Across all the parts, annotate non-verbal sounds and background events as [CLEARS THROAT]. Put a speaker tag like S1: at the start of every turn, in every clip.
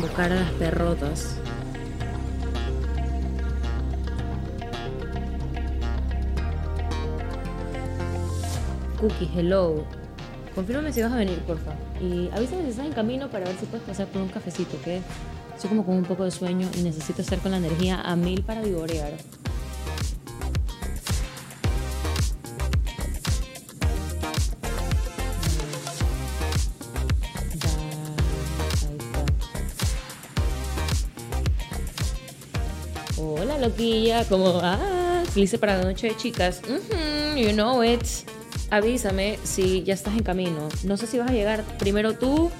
S1: buscar a las perrotas. Cookie, hello. Confírmame si vas a venir, porfa. Y avísame si estás en camino para ver si puedes pasar por un cafecito, que soy como con un poco de sueño y necesito estar con la energía a mil para vivorear. Ya, ahí está. Hola, loquilla, ¿cómo vas? ¿Qué hice para la noche de chicas? Ujú, you know it. Avísame si ya estás en camino. No sé si vas a llegar primero tú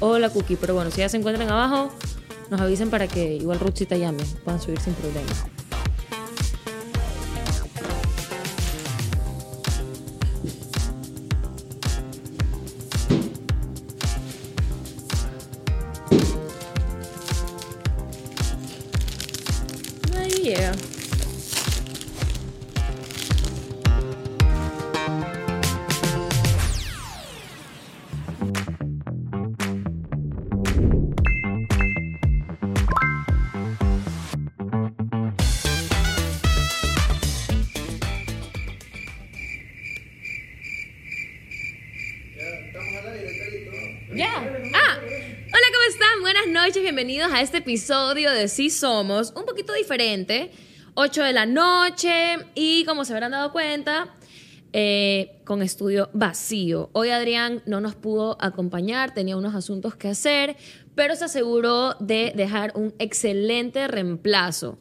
S1: o la cookie, pero bueno, si ya se encuentran abajo, nos avisen para que igual Ruth te llame. Puedan subir sin problema. Ahí llega. Ya. Ah. Hola, ¿cómo están? Buenas noches, bienvenidos a este episodio de Sí Somos, un poquito diferente. 8 de la noche y como se habrán dado cuenta, eh, con estudio vacío. Hoy Adrián no nos pudo acompañar, tenía unos asuntos que hacer, pero se aseguró de dejar un excelente reemplazo.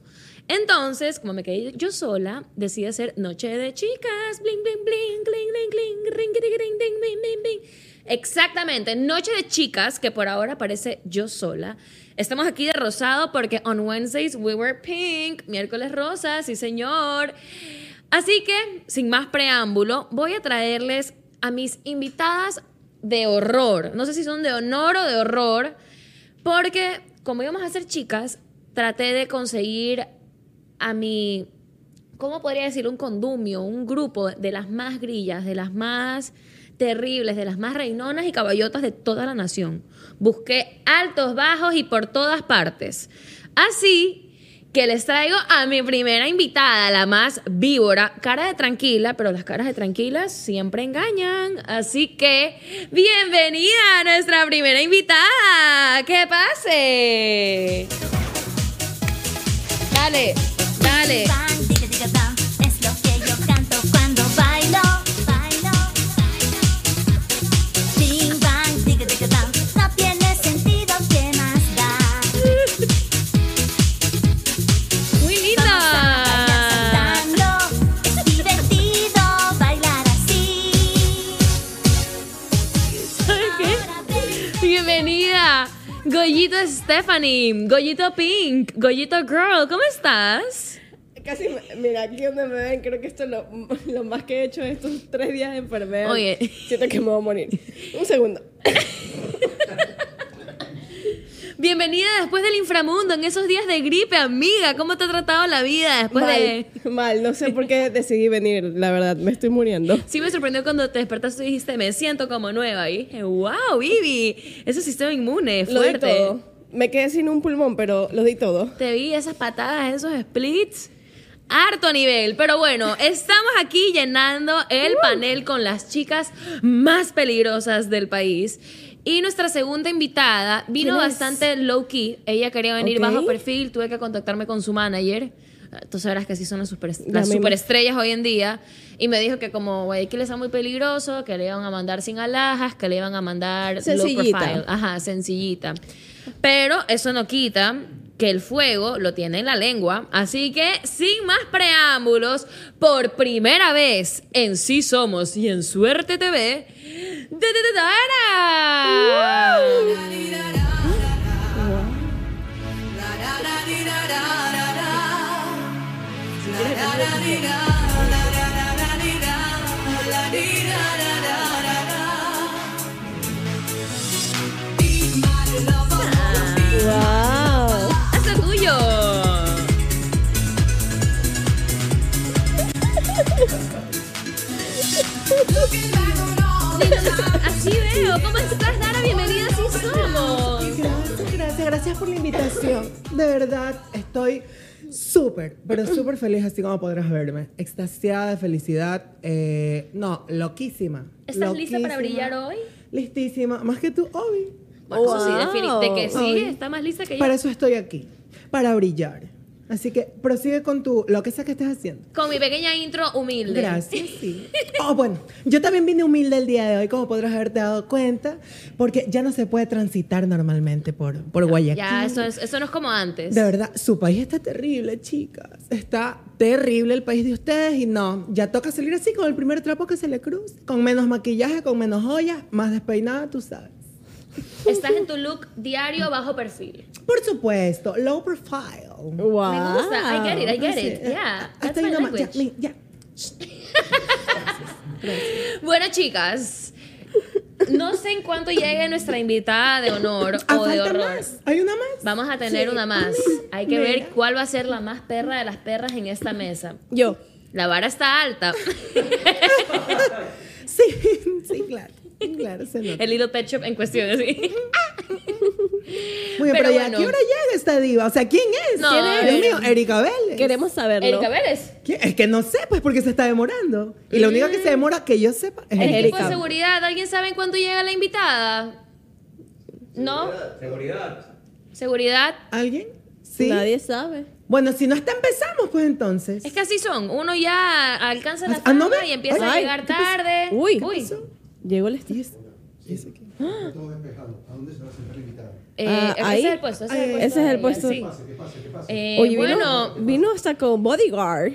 S1: Entonces, como me quedé yo sola, decidí hacer Noche de Chicas. Bling, bling, bling, bling, bling, bling, ring, ring, ring, ding, bling, bling, bling. Exactamente, Noche de Chicas, que por ahora parece yo sola. Estamos aquí de rosado porque on Wednesdays we were pink, miércoles rosa, sí señor. Así que, sin más preámbulo, voy a traerles a mis invitadas de horror. No sé si son de honor o de horror, porque como íbamos a ser chicas, traté de conseguir a mi, ¿cómo podría decir? Un condumio, un grupo de las más grillas, de las más terribles, de las más reinonas y caballotas de toda la nación. Busqué altos, bajos y por todas partes. Así que les traigo a mi primera invitada, la más víbora, cara de tranquila, pero las caras de tranquilas siempre engañan. Así que, bienvenida a nuestra primera invitada. ¡Que pase! Dale, dale.
S2: Pan, diga, diga, dam, es lo que yo canto cuando bailo, bailo, bailo. Bing, bang, diga, diga, dam, no tiene sentido, ¿qué más da?
S1: Muy
S2: Vamos
S1: linda.
S2: a bailar saltando, es divertido bailar así. Ahora ven,
S1: Bienvenida. Goyito Stephanie, Goyito Pink, Goyito Girl, ¿cómo estás?
S3: Casi, me- mira, aquí donde me ven, creo que esto es lo, lo más que he hecho en estos tres días de enfermedad.
S1: Oye.
S3: Siento que me voy a morir. Un segundo.
S1: Bienvenida después del inframundo, en esos días de gripe, amiga, ¿cómo te ha tratado la vida después Pues de...
S3: mal, mal, no sé por qué decidí venir, la verdad, me estoy muriendo.
S1: Sí me sorprendió cuando te despertaste y dijiste, me siento como nueva. Y dije, wow, Vivi, ese sistema inmune,
S3: Lo di
S1: fuerte.
S3: todo. Me quedé sin un pulmón, pero lo di todo.
S1: Te vi esas patadas, esos splits. Harto nivel, pero bueno, estamos aquí llenando el
S3: Uh.
S1: panel con las chicas más peligrosas del país. Y nuestra segunda invitada vino
S3: ¿Quién es?
S1: bastante low key. Ella quería venir
S3: Ok.
S1: bajo perfil, tuve que contactarme con su manager. Ah, Tú sabrás que así son las, super,
S3: La
S1: las
S3: misma.
S1: superestrellas hoy en día. Y me dijo que como Guayaquil está muy peligroso, que le iban a mandar sin alhajas, que le iban a mandar
S3: Sencillita.
S1: low profile. Ajá, sencillita. Pero eso no quita que el fuego lo tiene en la lengua. Así que, sin más preámbulos, por primera vez en Sí Somos y en Suerte TV, ¡Dara!
S3: ¡Wow!
S1: ¡Hazlo tuyo! Así veo. ¿Cómo estás, Dara? Bienvenida a Sí Somos.
S3: Gracias, gracias, gracias,
S4: gracias por la invitación. De verdad, estoy súper, pero súper feliz, así como podrás verme. Extasiada de felicidad. eh, no, loquísima.
S1: ¿Estás lista para
S4: loquísima,
S1: brillar hoy?
S4: Listísima. Más que tú, Obi.
S1: Bueno, eso sí,
S3: Wow.
S1: definitivamente que sí,
S4: Ay.
S1: está más lista que yo.
S4: Para eso estoy aquí. Para brillar. Así que prosigue con tu, lo que sea que estés haciendo.
S1: Con mi pequeña intro humilde.
S4: Gracias, sí. Oh, bueno, yo también vine humilde el día de hoy, como podrás haberte dado cuenta, porque ya no se puede transitar normalmente por, por Guayaquil.
S1: [LAUGHS] Ya, eso, es- eso no es como antes.
S4: De verdad, su país está terrible, chicas. Está terrible el país de ustedes y no, ya toca salir así con el primer trapo que se le cruce, con menos maquillaje, con menos joyas, más despeinada, tú sabes.
S1: Estás en tu look diario bajo perfil.
S4: Por supuesto, low profile. Ah,
S3: Wow.
S1: Me gusta. I get it, I get
S4: Pues Sí. eh,
S1: it. Yeah, that's
S4: Hasta ahí
S1: my
S4: nomás, ya,
S1: language.
S4: mi- ya.
S1: Bueno, chicas, no sé en cuánto llegue nuestra invitada de honor
S4: Ah,
S1: o de
S4: falta
S1: horror.
S4: más. ¿Hay una más?
S1: Vamos a tener
S4: Sí.
S1: una más.
S4: Mira,
S1: Hay que ver
S4: mira.
S1: cuál va a ser la más perra de las perras en esta mesa.
S3: Yo.
S1: La vara está alta.
S4: [LAUGHS]
S1: [LAUGHS]
S4: Sí, sí, claro. Claro, se
S1: [LAUGHS]
S4: nota.
S1: El hilo ketchup en cuestión así.
S4: Muy bien,
S1: Pero
S4: pero, ya,
S1: bueno.
S4: ¿a qué hora llega esta diva? O sea, ¿quién es?
S1: No, eh,
S4: ¿Quién
S1: a
S4: es?
S1: ver.
S4: Dios mío, Erika Vélez.
S3: Queremos saberlo.
S1: Erika Vélez.
S4: ¿Quién? Es que no sé, pues, porque se está demorando. Y
S1: Mm.
S4: la única que se demora, que yo sepa, es
S1: El
S4: Erika.
S1: equipo de
S3: Erika.
S1: seguridad, ¿alguien sabe en cuánto llega la invitada? ¿No? Seguridad.
S4: ¿Alguien? Sí.
S3: Nadie sabe.
S4: Bueno, si no está, empezamos, pues, entonces.
S1: Es que así son. Uno ya alcanza la
S4: Ah, ah, no
S1: fama
S4: ve.
S1: y empieza a
S3: Ay,
S1: llegar
S3: ¿qué pasó?
S1: tarde.
S3: Uy, ¿qué Llegó el
S4: ¿Y
S3: estrés.
S4: eso? ¿Y eso qué?
S5: Está todo despejado. ¿A dónde se va a sentar la invitada?
S1: Eh,
S3: Ah,
S1: ese
S3: ahí.
S1: es el puesto. Ese es el
S4: Ah,
S1: puesto.
S3: ese es
S1: de
S3: el
S1: ella,
S3: puesto.
S1: sí.
S5: Pase, que pase, que pase.
S1: Eh,
S3: Oye, vino,
S1: bueno,
S3: vino hasta con bodyguard.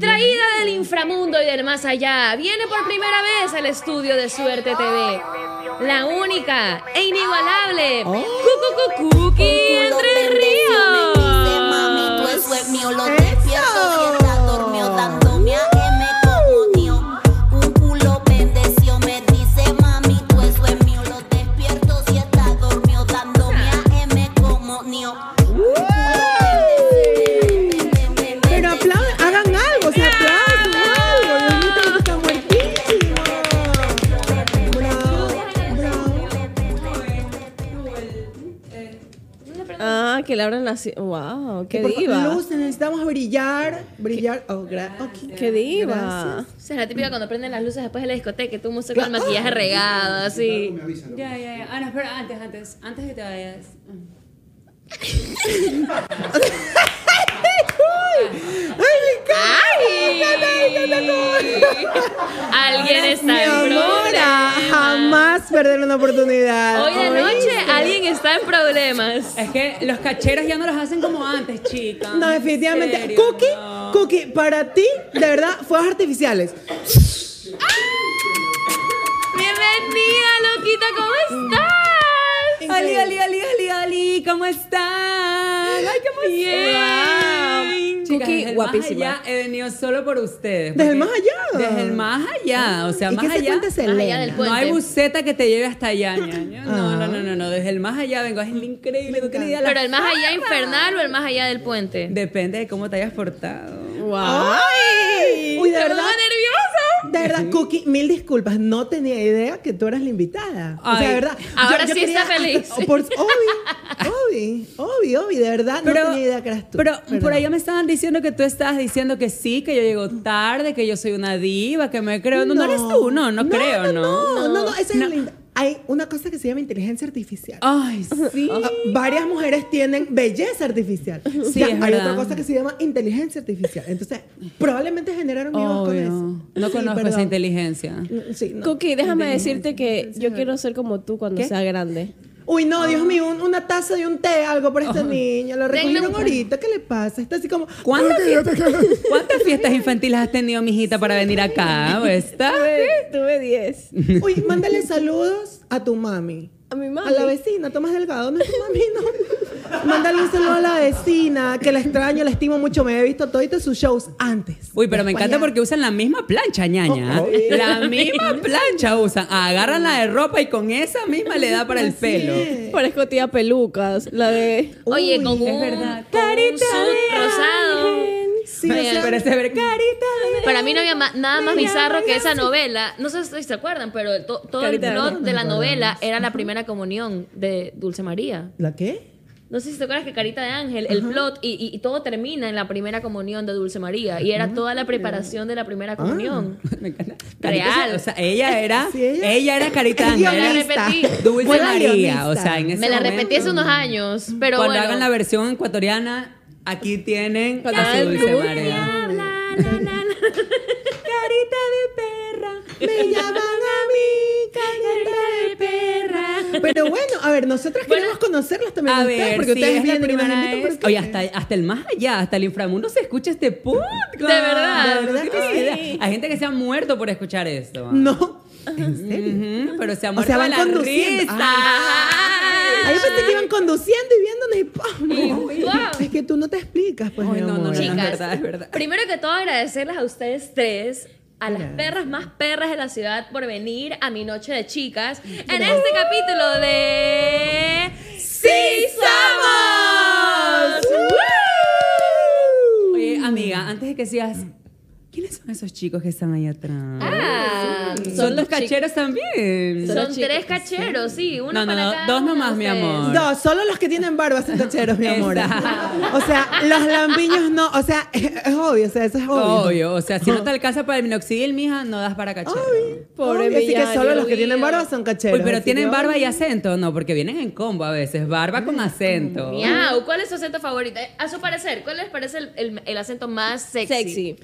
S1: traída del inframundo y del más allá, viene por primera vez al estudio de Suerte TV. La única e inigualable
S3: Oh,
S1: Cucu Cucuqui Entre Ríos.
S2: es mío, lo
S4: ¡Eso!
S2: despierto bien dormido, dándome a M como Dios. Un culo bendeció, me dice mami, tu eso es mío, lo despierto si está dormido, dándome a M como Dios. Este
S4: Pero aplauden, hagan algo, o sea, aplauden algo. Dios mío, esto está muertísimo. Bravo, bravo.
S3: Ah, que le abran la. ci- Wow, qué
S4: Por fa-
S3: diva.
S4: Luz, necesitamos brillar, brillar. Oh, gra- ok.
S3: Qué diva.
S4: Gracias.
S1: O sea, la típica cuando prenden las luces después de la discoteca, que todo el mundo está con el maquillaje regado, así.
S5: Me avisan.
S6: Ya, ya, ya. Ah, no, espera, antes, antes. Antes que te vayas.
S1: ¡Ay! Alguien
S4: Mi
S1: está en
S4: amor, a-
S1: problemas.
S4: jamás perder una oportunidad.
S1: Hoy de noche alguien está en problemas.
S6: Es que los cacheros ya no los hacen como antes, chicas.
S4: No, definitivamente. Cookie, Cookie, para ti, de verdad, fuegos artificiales.
S1: Bienvenida, loquita, ¿cómo estás?
S6: Ali, Ali, Ali, Ali, Ali, ¿cómo están? Ay, qué
S1: Bien.
S6: Chicas,
S3: Cookie,
S6: desde el
S3: guapísima.
S6: más allá he venido solo por ustedes.
S4: Desde el
S6: porque-
S4: más allá.
S6: Desde el más allá, o sea,
S4: ¿Y
S6: más
S4: qué se
S6: allá.
S4: cuenta
S1: allá
S4: Selena?
S1: del pueblo.
S6: No hay
S1: Puente.
S6: buceta que te lleve hasta allá, ñaña. No,
S4: Ah.
S6: no, no, no, no, desde el más allá vengo. Es increíble, no tenía idea. la-
S1: Pero el más allá infernal o el más allá del puente.
S6: Depende de cómo te hayas portado.
S3: Wow.
S4: ¡Ay! Uy, de
S1: ¡Te pongo
S4: verdad.
S1: nerviosa!
S4: De verdad, Cookie, mil disculpas. No tenía idea que tú eras la invitada. O sea,
S6: Ay.
S4: de verdad.
S1: Ahora sí está feliz.
S4: [LAUGHS] Por, obvi, obvi, obvi, obvi, de verdad. no tenía idea que eras tú.
S6: Pero por
S4: Perdón.
S6: allá me estaban diciendo que tú estabas diciendo que sí, que yo llego tarde, que yo soy una diva, que me creo. No, no eres tú, no, no, creo, ¿no?
S4: No, no, no, esa es la in- Hay una cosa que se llama inteligencia artificial.
S6: Ay, sí.
S4: Ah, Varias mujeres tienen belleza artificial.
S6: Sí,
S4: Ya,
S6: es
S4: hay
S6: verdad.
S4: otra cosa que se llama inteligencia artificial. Entonces, probablemente generaron
S6: Obvio.
S4: hijos con eso.
S6: No
S4: Sí,
S6: conozco
S4: perdón.
S6: esa inteligencia.
S4: Sí, no.
S3: Cookie, déjame decirte que yo quiero ser como tú cuando sea grande.
S4: Uy, no,
S6: Ah.
S4: Dios mío, un- una taza de un té, algo para esta niña. Lo
S1: Denle
S4: recogieron
S1: un-
S4: ahorita. ¿Qué le pasa? Está así como.
S6: ¿Cuántas
S4: "Ay,
S6: fiestas, cuántas fiestas infantiles has tenido, mijita, para venir acá? Pues, ¿O ¿Está?
S3: Tuve- Ah, Tuve 10.
S4: [LAUGHS] Uy, mándale saludos a tu mami.
S3: A mi mami.
S4: A la vecina, Tomás Delgado, no es tu mami, no. [LAUGHS] Mándale un saludo a la vecina, que la extraño, la estimo mucho. Me he visto todos sus shows antes.
S6: Uy, pero me encanta porque usan la misma plancha, ñaña.
S4: Oh, obvio.
S6: La misma plancha usan. Agarran la de ropa y con esa misma le da para el pelo.
S3: [LAUGHS] Parezco tía pelucas. La de.
S1: Oye, con un,
S4: Uy, es
S1: verdad.
S3: Carita de
S1: rosado.
S3: ángel.
S4: Sí,
S1: Pero-
S4: o sea,
S6: Pero ese ver carita de
S1: Para mí no había ma- nada más bizarro que esa novela. No sé si se acuerdan, pero to- todo el
S3: Carita de
S1: plot
S3: ángel.
S1: de la novela era la primera comunión de Dulce María.
S4: ¿La qué?
S1: No sé si te acuerdas que Carita de Ángel, el plot, y, y- y todo termina en la primera comunión de Dulce María. Y era toda la preparación de la primera comunión.
S6: [LAUGHS] Me encanta.
S1: Real.
S6: Carita, O sea, ella era,
S4: [LAUGHS] Sí, ella-
S6: ella, era Carita
S4: Es
S6: Ángel.
S1: Me la
S4: guionista.
S1: repetí.
S6: Dulce
S4: Buena
S6: María,
S4: guionista.
S6: o sea, en ese
S1: Me la
S6: momento,
S1: repetí hace unos años, pero
S6: Cuando
S1: bueno.
S6: hagan la versión ecuatoriana, aquí tienen
S1: Ya
S6: a su
S1: no
S6: Dulce
S1: voy
S6: María.
S1: a hablar, la, la, la.
S6: Carita de perra.
S4: [LAUGHS] Me llaman a mí, carita de perra. Pero bueno, a ver, nosotras queremos conocerlas también.
S6: A
S4: a ustedes,
S6: ver,
S4: porque
S6: si
S4: ustedes
S6: es la
S4: vienen y nos
S6: primera
S4: invitan,
S6: vez.
S4: porque-
S6: Oye, hasta, hasta el más allá, hasta el inframundo se escucha este podcast.
S1: De verdad.
S4: De
S6: No
S4: verdad,
S6: tienes
S4: sí.
S6: idea. Hay gente que se ha muerto por escuchar esto.
S4: No. ¿En serio?
S6: Ujú, pero se ha
S4: O
S6: muerto
S4: sea, van
S6: de la
S4: conduciendo.
S6: risa.
S4: Ah, yo pensé que iban conduciendo y viéndonos y ¡pum!
S1: Y ¡guau!
S4: Es que tú no te explicas, pues.
S6: Ay,
S4: mi
S6: no, no, no,
S4: amor.
S6: no,
S1: Chicas,
S6: es verdad, es verdad.
S1: primero que todo agradecerles a ustedes tres, a las perras más perras de la ciudad por venir a mi noche de chicas en este capítulo de ¡Sí Somos!
S6: Oye, amiga, antes de que sigas, ¿quiénes son esos chicos que están ahí atrás?
S1: Ah,
S6: son los
S1: chi-
S6: cacheros también.
S1: Son tres cacheros, sí, uno
S6: No, no,
S1: para
S6: no,
S1: cada
S6: dos
S1: uno de
S6: nomás, mi
S1: ustedes.
S6: amor.
S4: No, solo los que tienen barba son cacheros, mi amor.
S6: Exacto.
S4: O sea, los lampiños no. O sea, es, obvio, o sea, eso es obvio.
S6: Obvio, o sea, si no te alcanza para el minoxidil, mija, no das para cachero.
S4: Obvio.
S3: Pobre
S4: Obvio, Así que
S3: Millán,
S4: solo los que
S3: Dios
S4: tienen
S3: mío.
S4: barba son cacheros.
S6: Uy, pero
S4: así
S6: tienen
S4: que-
S6: barba y acento, no, porque vienen en combo a veces, barba Ah, con acento.
S1: Miau, ¿cuál es su acento favorito? Eh, A su parecer, ¿cuál les parece el, el- el acento más sexy?
S3: Sexy.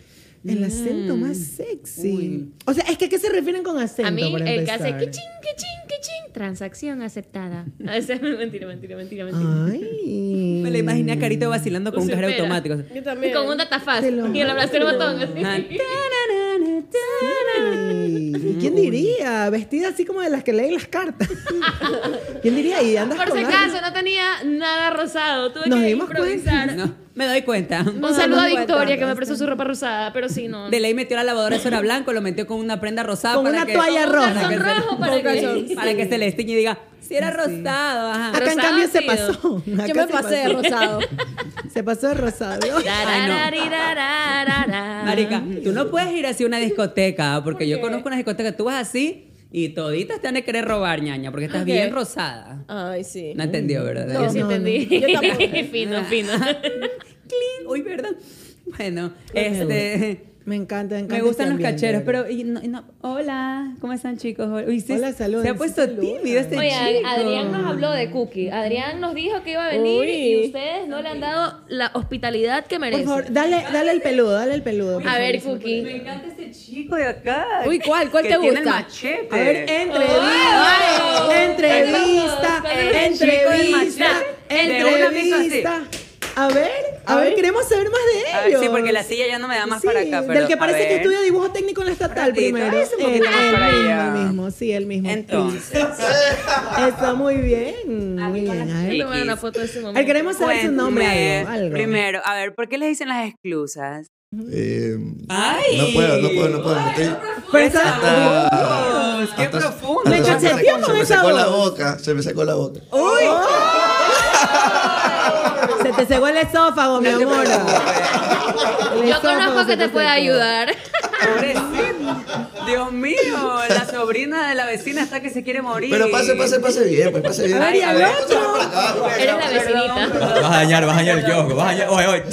S6: Mm.
S4: El acento más sexy. O sea, es que ¿a qué se refieren con acento?
S1: A mí,
S4: para
S1: el que hace
S4: empezar?
S1: kichín, kichín, kichín, transacción aceptada. [LAUGHS] A veces, mentira, mentira, mentira,
S4: Ah.
S1: mentira.
S4: Ay.
S6: Me la imaginé a Carito vacilando con un cajero
S1: Supera.
S6: [LAUGHS] automático.
S3: Yo también.
S1: Y con un datafaz.
S4: Te lo
S1: Y le abrazo el
S4: juro.
S1: botón. así.
S6: Na, ta, na, na, na, ta, na.
S4: Ay, ¿Quién diría? Vestida así como de las que leen las cartas. ¿Quién diría? Y andas
S1: Por
S4: con
S1: si
S4: algo.
S1: acaso, no tenía nada rosado. Tuve
S4: Nos
S1: que
S4: dimos
S1: improvisar.
S6: No, me doy cuenta.
S1: Un saludo
S4: no
S1: a
S4: me
S1: Victoria,
S4: aguantaba,
S1: que me prestó su ropa rosada, pero sí, no.
S6: De ley metió la lavadora eso era blanco, lo metió con una prenda rosada.
S4: Con
S6: para
S4: una
S6: que-
S4: toalla
S1: Con un
S4: roja.
S1: calzón
S6: se-
S1: rojo para
S6: con
S1: que-
S6: calzón, [LAUGHS] para que se le estiñe y diga, si era
S4: Ah,
S6: rosado, ajá.
S4: Acá en
S1: Rosado
S4: cambio se
S1: ha sido.
S4: pasó. Acá
S3: Yo me
S4: se
S3: pasé de
S4: pasó.
S3: rosado.
S4: Se pasó de rosado.
S1: [LAUGHS] Tararararararara.
S6: Marica, tú no puedes ir así a una discoteca, ah, porque yo conozco unas discotecas, tú vas así y toditas te van a querer robar, ñaña, porque estás
S3: Ok.
S6: bien rosada.
S3: Ay, sí.
S6: No entendió, ¿verdad?
S1: Yo sí
S6: Yo sí-
S1: entendí.
S3: no, yo tampoco.
S1: [LAUGHS] fino, fino.
S6: Cling. Uy, ¿verdad? Bueno, este...
S4: Me encanta, me encanta.
S6: [LAUGHS] Me gustan
S4: este
S6: los
S4: ambiente,
S6: cacheros,
S4: de verdad.
S6: pero... y no- y no- hola, ¿cómo están, chicos? Uy, sí,
S4: Hola, saluden,
S6: Se ha
S4: sí,
S6: puesto
S4: saluden.
S6: tímido este
S1: Oye,
S6: chico.
S1: Adrián nos habló de Cookie. Adrián nos dijo que iba a venir
S3: Uy.
S1: y ustedes no le han dado la hospitalidad que merece.
S4: Por favor, dale, dale el peludo, dale el peludo. por
S1: a
S4: favor.
S1: ver, Cookie.
S6: encanta este chico de acá.
S3: Uy, ¿cuál? ¿Cuál
S6: que
S3: te
S6: tiene el
S3: gusta?
S6: machete.
S4: A ver, entrevista, entrevista,
S1: Saludos, saludos.
S4: entrevista,
S6: De una piso así.
S4: entrevista. A ver, a ver, queremos saber más
S6: A
S4: de
S6: ver,
S4: ellos.
S6: Ah, sí, porque la silla ya no me da más
S4: Sí,
S6: para acá. Pero,
S4: del que
S6: a
S4: parece que
S6: ver.
S4: estudia dibujo técnico en la estatal
S6: Ratito,
S4: primero.
S6: es un poquito
S4: Él-
S6: más
S4: él
S6: para allá.
S4: mismo, el mismo, sí, el mismo.
S6: Entonces,
S4: Está muy bien, muy bien. A ver,
S1: Tomar una foto de ese
S4: a
S1: momento.
S4: ver, queremos saber su
S6: cuéntame,
S4: nombre, algo, algo.
S6: Primero, a ver, ¿por qué les dicen las exclusas?
S7: Eh,
S6: ¡Ay!
S7: No puedo, no puedo, no puedo. me estoy-
S4: Pero eso-
S7: hasta-
S6: Dios, ¡Qué
S7: hasta-
S6: profundo!
S7: hasta
S4: Me
S7: se
S4: cacheteó
S7: sacó-
S4: con
S7: Se me
S4: esa
S7: sacó la
S4: voz.
S7: boca, se me sacó la boca.
S4: [LAUGHS] Se te cegó el esófago, mi amor. El
S1: Yo
S4: esófago
S1: conozco
S4: se
S1: que te puede
S4: secó.
S1: ayudar. [LAUGHS]
S6: Pobrecito. Dios mío, la sobrina de la vecina está que se quiere morir.
S7: Pero pase, pase, pase bien, pues pase bien.
S4: A ver, y al
S7: Ay,
S4: otro.
S7: pásame por acá.
S1: Eres la vecinita.
S8: Vas a dañar, vas a dañar el kiosco, vas a dañar. Oye, oye.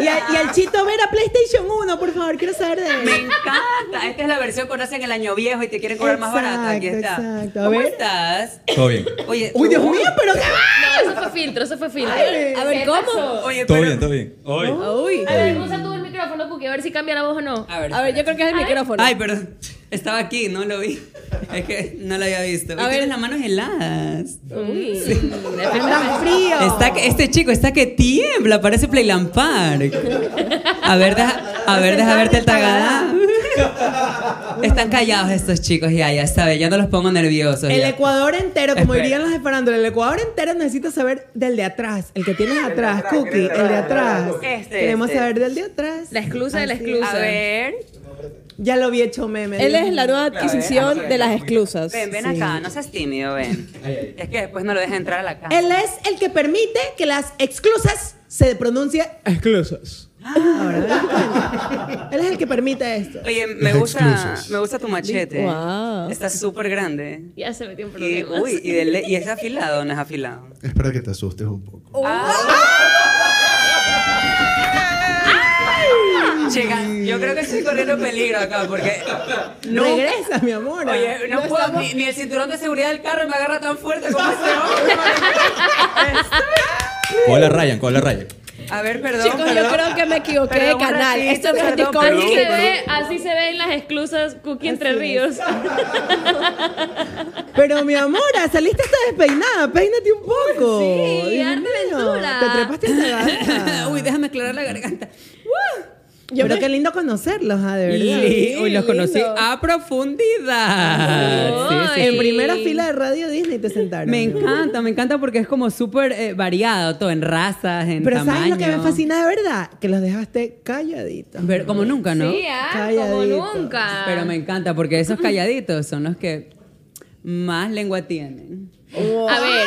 S4: Y, al- y al Chito Vera PlayStation 1, por favor, quiero saber de
S6: Me
S4: él.
S6: encanta. Esta es la versión que hacen el año viejo y te quieren cobrar más barata. Aquí está.
S4: Exacto, exacto. A
S6: ¿Cómo
S4: ver.
S6: estás?
S8: Todo bien.
S6: Oye,
S4: Uy, Dios
S6: tú-
S4: mío, pero qué va.
S1: No, eso fue filtro, eso fue filtro.
S4: Ay,
S1: A ver, ¿cómo?
S6: Oye,
S8: Todo
S6: pero-
S8: bien, todo bien. Oye.
S3: Uy.
S1: A ver, usa tú el micrófono, Cookie, a ver si cambia la voz o no.
S6: A ver.
S3: A ver, yo creo que es el micrófono.
S6: Ay, perdón. Estaba aquí, no lo vi. Es que no lo había visto. A
S3: ver.
S6: ver, las manos heladas.
S1: Uy.
S4: Anda frío.
S6: Está que- este chico está que tiembla, parece Playland Park. A ver, deja, a ver, deja verte el tagadá. Están callados estos chicos, ya, ya sabe, ya no los pongo nerviosos.
S4: El
S6: ya.
S4: Ecuador entero, como
S6: Espera.
S4: dirían los de farándula, el Ecuador entero necesita saber del de atrás, el que tienes atrás, Cookie, el de atrás.
S6: Este,
S4: Queremos
S6: este.
S4: saber del de atrás.
S1: La exclusa de la
S4: Así.
S1: exclusa.
S6: A ver,
S4: Ya lo vi hecho meme.
S3: Él
S4: Dios
S3: es la
S4: mío.
S3: nueva adquisición de las exclusas.
S6: ven, ven acá, no seas tímido, ven. Es que después no lo dejes entrar a la casa.
S4: Él es el que permite que las exclusas se pronuncie exclusas. Ahora me doy cuenta. Él es el que permite esto.
S6: Oye, me
S7: Los
S6: gusta,
S7: exclusos.
S6: me gusta tu machete.
S3: Wow.
S6: Está súper grande.
S1: Ya se metió en
S6: Y,
S1: problemas.
S6: uy, y, de le- y es afilado, o no es afilado.
S7: Es para que te asustes un poco.
S6: Chica, yo creo que estoy corriendo peligro acá porque. No,
S4: Regresa, mi amor.
S6: Oye, no, puedo, ni, ni el cinturón de seguridad del carro me agarra tan fuerte como ese hombre.
S8: Hola Ryan, hola Ryan.
S6: A ver, perdón.
S3: Chicos, yo
S6: perdón.
S3: creo que me equivoqué
S6: Perdón,
S3: de canal.
S6: racista,
S3: Esto no es
S6: perdón,
S3: Discovery
S1: [LAUGHS] Así
S6: perdón.
S1: se
S3: Kids.
S1: ve, así se ve en las exclusas Cookie Entre Ríos.
S6: Ah,
S4: Pero mi amor, saliste hasta despeinada. Peínate un poco.
S1: Sí,
S4: Dios
S1: arte
S4: mío,
S1: aventura.
S4: Te trepaste en la gata.
S6: [LAUGHS] Uy, déjame aclarar la garganta.
S4: Pero qué lindo conocerlos, ah, de verdad.
S6: Li- Uy, los conocí
S3: lindo.
S6: a profundidad.
S1: Uy.
S6: Sí, sí,
S4: En
S6: sí.
S4: primera fila de Radio Disney te sentaron.
S6: Me encanta, me encanta porque es como súper eh, variado, todo en razas, en
S4: Pero ¿sabes lo
S6: tamaño.
S4: que me fascina de verdad? Que los dejaste calladitos.
S6: Ver- como nunca, ¿no?
S1: Sí, ah, como
S4: Calladito.
S1: nunca.
S6: Pero me encanta porque esos calladitos son los que más lengua tienen.
S1: A ver,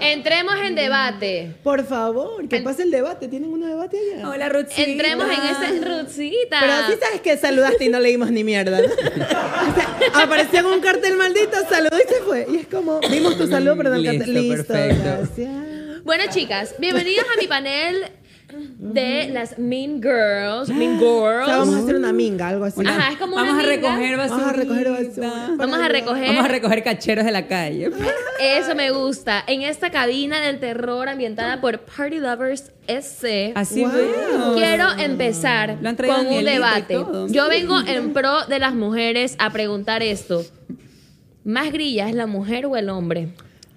S1: entremos en debate.
S4: Por favor, que pase el debate. ¿Tienen un debate allá?
S6: Hola, Rutsita.
S1: Entremos en ese Rutsita.
S4: Pero así sabes que saludaste y no leímos ni mierda. ¿no? O sea, apareció en un cartel maldito, saludó y se fue. Y es como, vimos tu saludo, pero en el cartel.
S6: Listo,
S4: Listo,
S6: perfecto.
S4: gracias.
S1: Bueno, chicas, bienvenidas a mi panel de las Mean Girls.
S6: [GASPS]
S1: Mean Girls.
S4: O sea, vamos a hacer una minga, algo así.
S1: Ajá, es como una
S6: Vamos a
S1: minga.
S6: recoger basura.
S4: Vamos a recoger basura.
S1: Vamos a recoger.
S6: Vamos a recoger cacheros de la calle.
S1: Eso me gusta. En esta cabina del terror ambientada por Party Lovers SC.
S6: Así
S4: Wow.
S6: veo.
S1: Quiero empezar
S6: Lo han traído
S1: con un
S6: Danielita y
S1: debate.
S6: todo.
S1: Yo vengo en pro de las mujeres a preguntar esto. ¿Más grilla es la mujer o el hombre?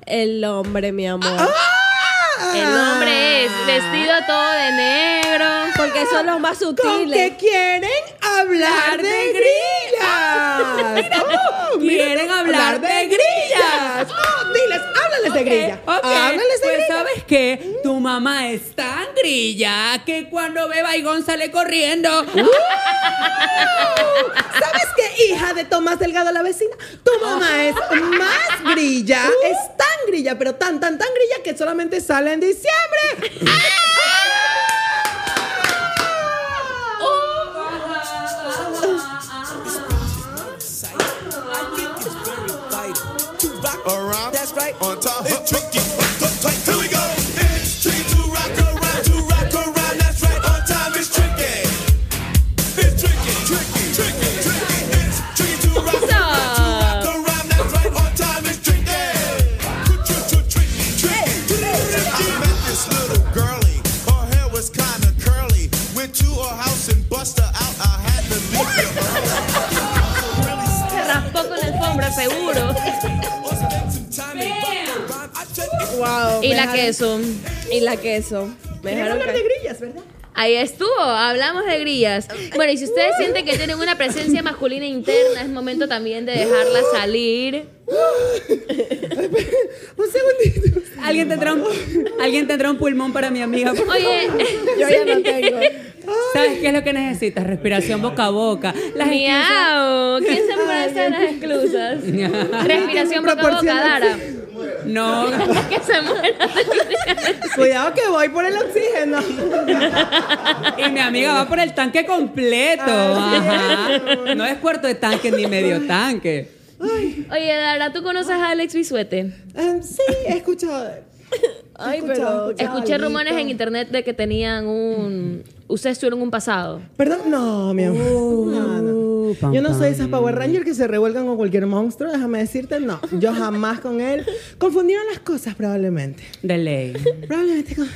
S3: El hombre, mi amor.
S1: El hombre
S6: Ah.
S1: es vestido todo de negro.
S3: Porque son los más
S4: ¿Con
S3: sutiles.
S4: qué quieren hablar de grillas? Oh, mira,
S6: Quieren hablar de
S4: grillas. Oh, diles, háblales de grillas.
S6: Ok, ok.
S4: Háblales de
S6: pues
S4: grillas.
S6: sabes que tu mamá es tan grilla que cuando ve Baigón sale corriendo.
S4: [LAUGHS] ¿Sabes qué, hija de Tomás Delgado, la vecina? Tu mamá es más grilla. Es tan grilla, pero tan, tan, tan grilla que solamente sale en diciembre.
S9: around. That's right. On top. It's tricky. Here we go. It's tricky to rock around, to rock around. That's right. On time. It's tricky. It's tricky, tricky, tricky, tricky. It's tricky to rock around, to rock around. That's right. On time. It's tricky. Tricky, tricky, tricky, tricky. I met this little girlie. Her hair was kinda curly. Went to her house and bust her out. I had to leave her [LAUGHS] early. Really
S1: Se raspó con la alfombra, seguro.
S3: Wow.
S1: Y
S3: me
S1: la
S3: dejaron-
S1: queso.
S3: Y la queso. Me
S4: Querías
S3: dejaron
S4: hablar
S3: ca-
S4: de grillas, ¿verdad?
S1: Ahí estuvo, hablamos de grillas. Bueno, y si ustedes sienten que tienen una presencia masculina interna, es momento también de dejarla salir.
S4: Un segundito.
S6: Alguien tendrá un, alguien tendrá un pulmón para mi amiga. por favor?
S1: Oye,
S3: Yo ya no tengo.
S6: ¿Sabes qué es lo que necesitas? Respiración boca a boca. Las
S1: miau, ¿quién se parece a las exclusas?
S6: esquisas-
S1: Respiración boca a boca, Dara.
S6: No.
S1: [LAUGHS] Que se muera.
S4: [LAUGHS] Cuidado que voy por el oxígeno.
S6: Y mi amiga va por el tanque completo.
S4: Ah,
S6: Ajá. No es cuarto de tanque ni medio tanque.
S1: Oye, Dara, ¿tú conoces a Alex Bisuete?
S4: Em, sí, he escuchado. de él.
S3: Ay,
S4: He
S3: pero-
S4: he
S1: Escuché
S4: Alito.
S1: rumores en internet de que tenían un... Ustedes tuvieron un pasado. [LAUGHS]
S4: Perdón, no, mi amor. No, no.
S6: Uh, pam,
S4: Yo no soy
S6: pam.
S4: esas Power Rangers que se revuelcan con cualquier monstruo, déjame decirte, no. Yo jamás con él. Confundieron las cosas probablemente.
S6: De ley.
S4: Probablemente con...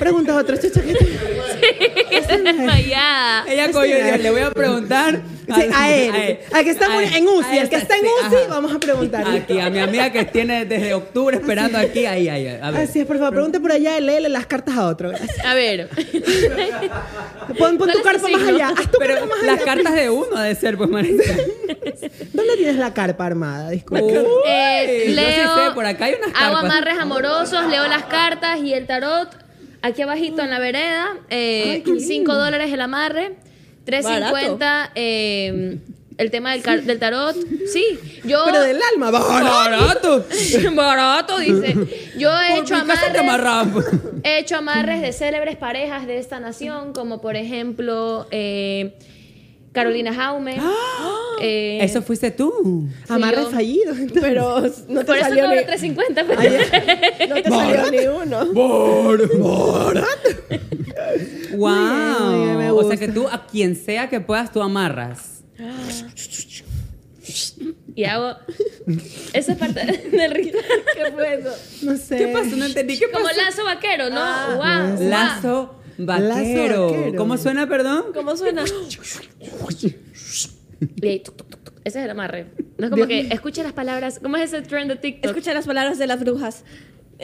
S4: Pregunta otra, chucha, ¿qué
S6: [LAUGHS]
S4: te-
S1: Estás desmayada.
S6: Ella coño, dijo, le voy a preguntar
S4: Sí, a él. Al que está
S6: a él.
S4: en UCI,
S6: A él
S4: al que está en
S6: sí,
S4: UCI,
S6: ajá.
S4: vamos a Ah, preguntarle.
S6: Aquí, a mi amiga que tiene desde octubre esperando aquí, ahí, ahí. A ver.
S4: Así Ah, es, por favor, pregunta por allá y léele las cartas a otro. gracias.
S1: A ver.
S4: Pon,
S1: ¿Cuál
S4: pon
S1: es
S4: tu
S1: tu
S4: carpa más
S1: signo?
S4: allá. Haz tu
S6: Pero
S4: carpa Ah, más
S6: las
S4: allá.
S6: cartas de uno ha de
S4: [LAUGHS]
S6: ser, pues, Marisa.
S4: ¿Dónde tienes la carpa armada? Disculpa.
S1: Eh,
S6: Uy,
S1: Leo,
S6: yo sí sé, por acá hay unas
S1: hago
S6: carpas.
S1: amarres amorosos, leo las cartas y el tarot. Aquí abajito en la vereda, eh, 5 dólares el amarre, 3.50 eh, El tema del, car- del tarot, sí. Yo,
S4: Pero del alma, barato.
S6: ¡Barato!
S1: [LAUGHS] Barato, dice. Yo he
S6: Por
S1: hecho
S6: mi casa te
S1: amarres.
S6: amarramos.
S1: He hecho amarres de célebres parejas de esta nación, como por ejemplo eh, Carolina
S6: [GASPS]
S1: Jaume. eh,
S6: Eso fuiste tú.
S4: Amarres
S1: yo.
S4: fallidos. entonces.
S3: Pero no te
S1: por eso
S3: salió
S1: cobro pues.
S3: ni,
S1: 350. pero- [LAUGHS]
S3: no te salió ni uno.
S6: ¡Barato! ¡Wow!
S4: Muy bien, me
S6: o sea
S4: gusta.
S6: que tú, a quien sea que puedas, tú amarras.
S1: y hago. Eso es parte [LAUGHS] del ritual.
S3: ¿Qué fue eso? Ah.
S4: No sé.
S6: ¿Qué pasó? No entendí. ¿Qué
S1: Como
S6: pasó?
S1: lazo vaquero, ¿no? Guau, guau.
S6: Lazo vaquero.
S4: Lazo vaquero.
S6: ¿Cómo suena, perdón?
S3: ¿Cómo suena?
S1: Y ahí, tuc, tuc, tuc, tuc. Ese es el amarre. No es como que escucha las palabras. ¿Cómo es ese trend de TikTok?
S3: Escucha las palabras de las brujas.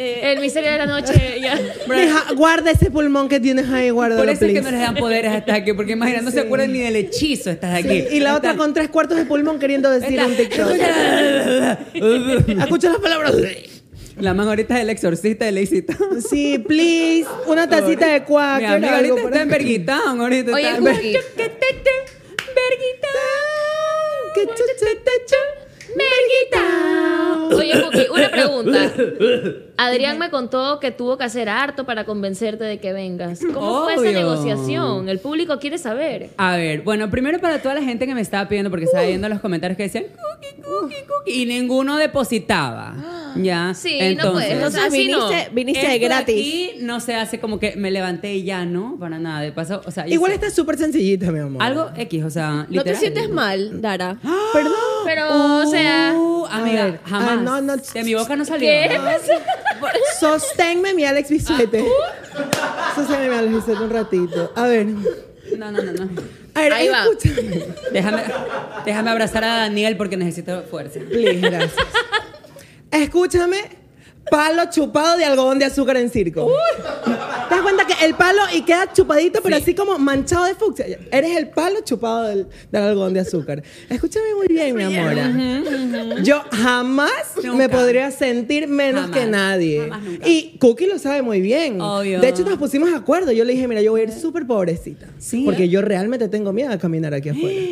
S3: Eh,
S1: El misterio de la noche. ya.
S4: Deja- guarda ese pulmón que tienes ahí, guárdalo,
S6: Por eso es que no
S4: please.
S6: les dan poderes hasta aquí, porque imagina, no se acuerdan ni del hechizo, estás aquí.
S4: Y la otra con tres cuartos de pulmón queriendo decir un TikTok. Escucha las palabras.
S6: [LAUGHS] La más ahorita es el exorcista de Leicita.
S4: Sí, please. Una tacita de
S6: Mi
S4: cuaco.
S6: amiga
S4: Ah, algo
S6: ahorita
S4: por
S6: está en
S4: ahí.
S6: Berguitán, ahorita
S1: Oye,
S6: está en
S1: Cookie.
S6: Berguitán. Berguitán.
S4: Que chu, chu, chu, chu.
S1: Merguita. Oye, Cookie, una pregunta. Adrián me contó que tuvo que hacer harto para convencerte de que vengas. ¿Cómo fue esa
S6: Obvio.
S1: negociación? El público quiere saber.
S6: A ver, bueno, primero para toda la gente que me estaba pidiendo, porque estaba viendo los comentarios que decían cookie, cookie, cookie, y ninguno depositaba. ¿Ya?
S1: Sí, no puedes, no
S3: entonces
S1: O sea, así no.
S3: viniste, viniste de
S6: esto
S3: gratis.
S6: aquí no se hace como que me levanté y ya, ¿no? Para nada, de paso, o sea, ya
S4: Igual
S6: sé.
S4: está súper sencillita, mi amor.
S6: algo X, o sea,
S3: ¿No te
S6: literal.
S3: sientes mal, Dara?
S4: Perdón.
S1: Pero, o sea,
S6: Uh, amiga,
S4: A ver,
S6: jamás.
S4: ah, no, no.
S6: De mi boca no salió.
S1: ¿qué
S6: No.
S1: pasó?
S4: Sosténme mi Alex Bisuete.
S6: Ah.
S4: Sosténme mi Alex Bisuete un ratito. A ver.
S6: No, no, no, no.
S4: A ver,
S1: Ahí va.
S4: escúchame.
S6: Déjame, déjame abrazar a Daniel porque necesito fuerza.
S4: Please, gracias. Escúchame, palo chupado de algodón de azúcar en circo. ¿Te das cuenta que el palo y queda chupadito, pero así como manchado de fucsia? Eres el palo chupado del, del algodón de azúcar. Escúchame muy bien, mi amora. Yo jamás me
S6: Nunca.
S4: podría sentir menos
S6: Jamás.
S4: que nadie.
S6: Jamás, nunca.
S4: Y Cookie lo sabe muy bien.
S6: Obvio.
S4: De hecho, nos pusimos de acuerdo. Yo le dije, mira, yo voy a ir súper pobrecita.
S6: Sí. ¿eh?
S4: Porque yo realmente tengo miedo a caminar aquí
S6: [GASPS]
S4: afuera. [GASPS]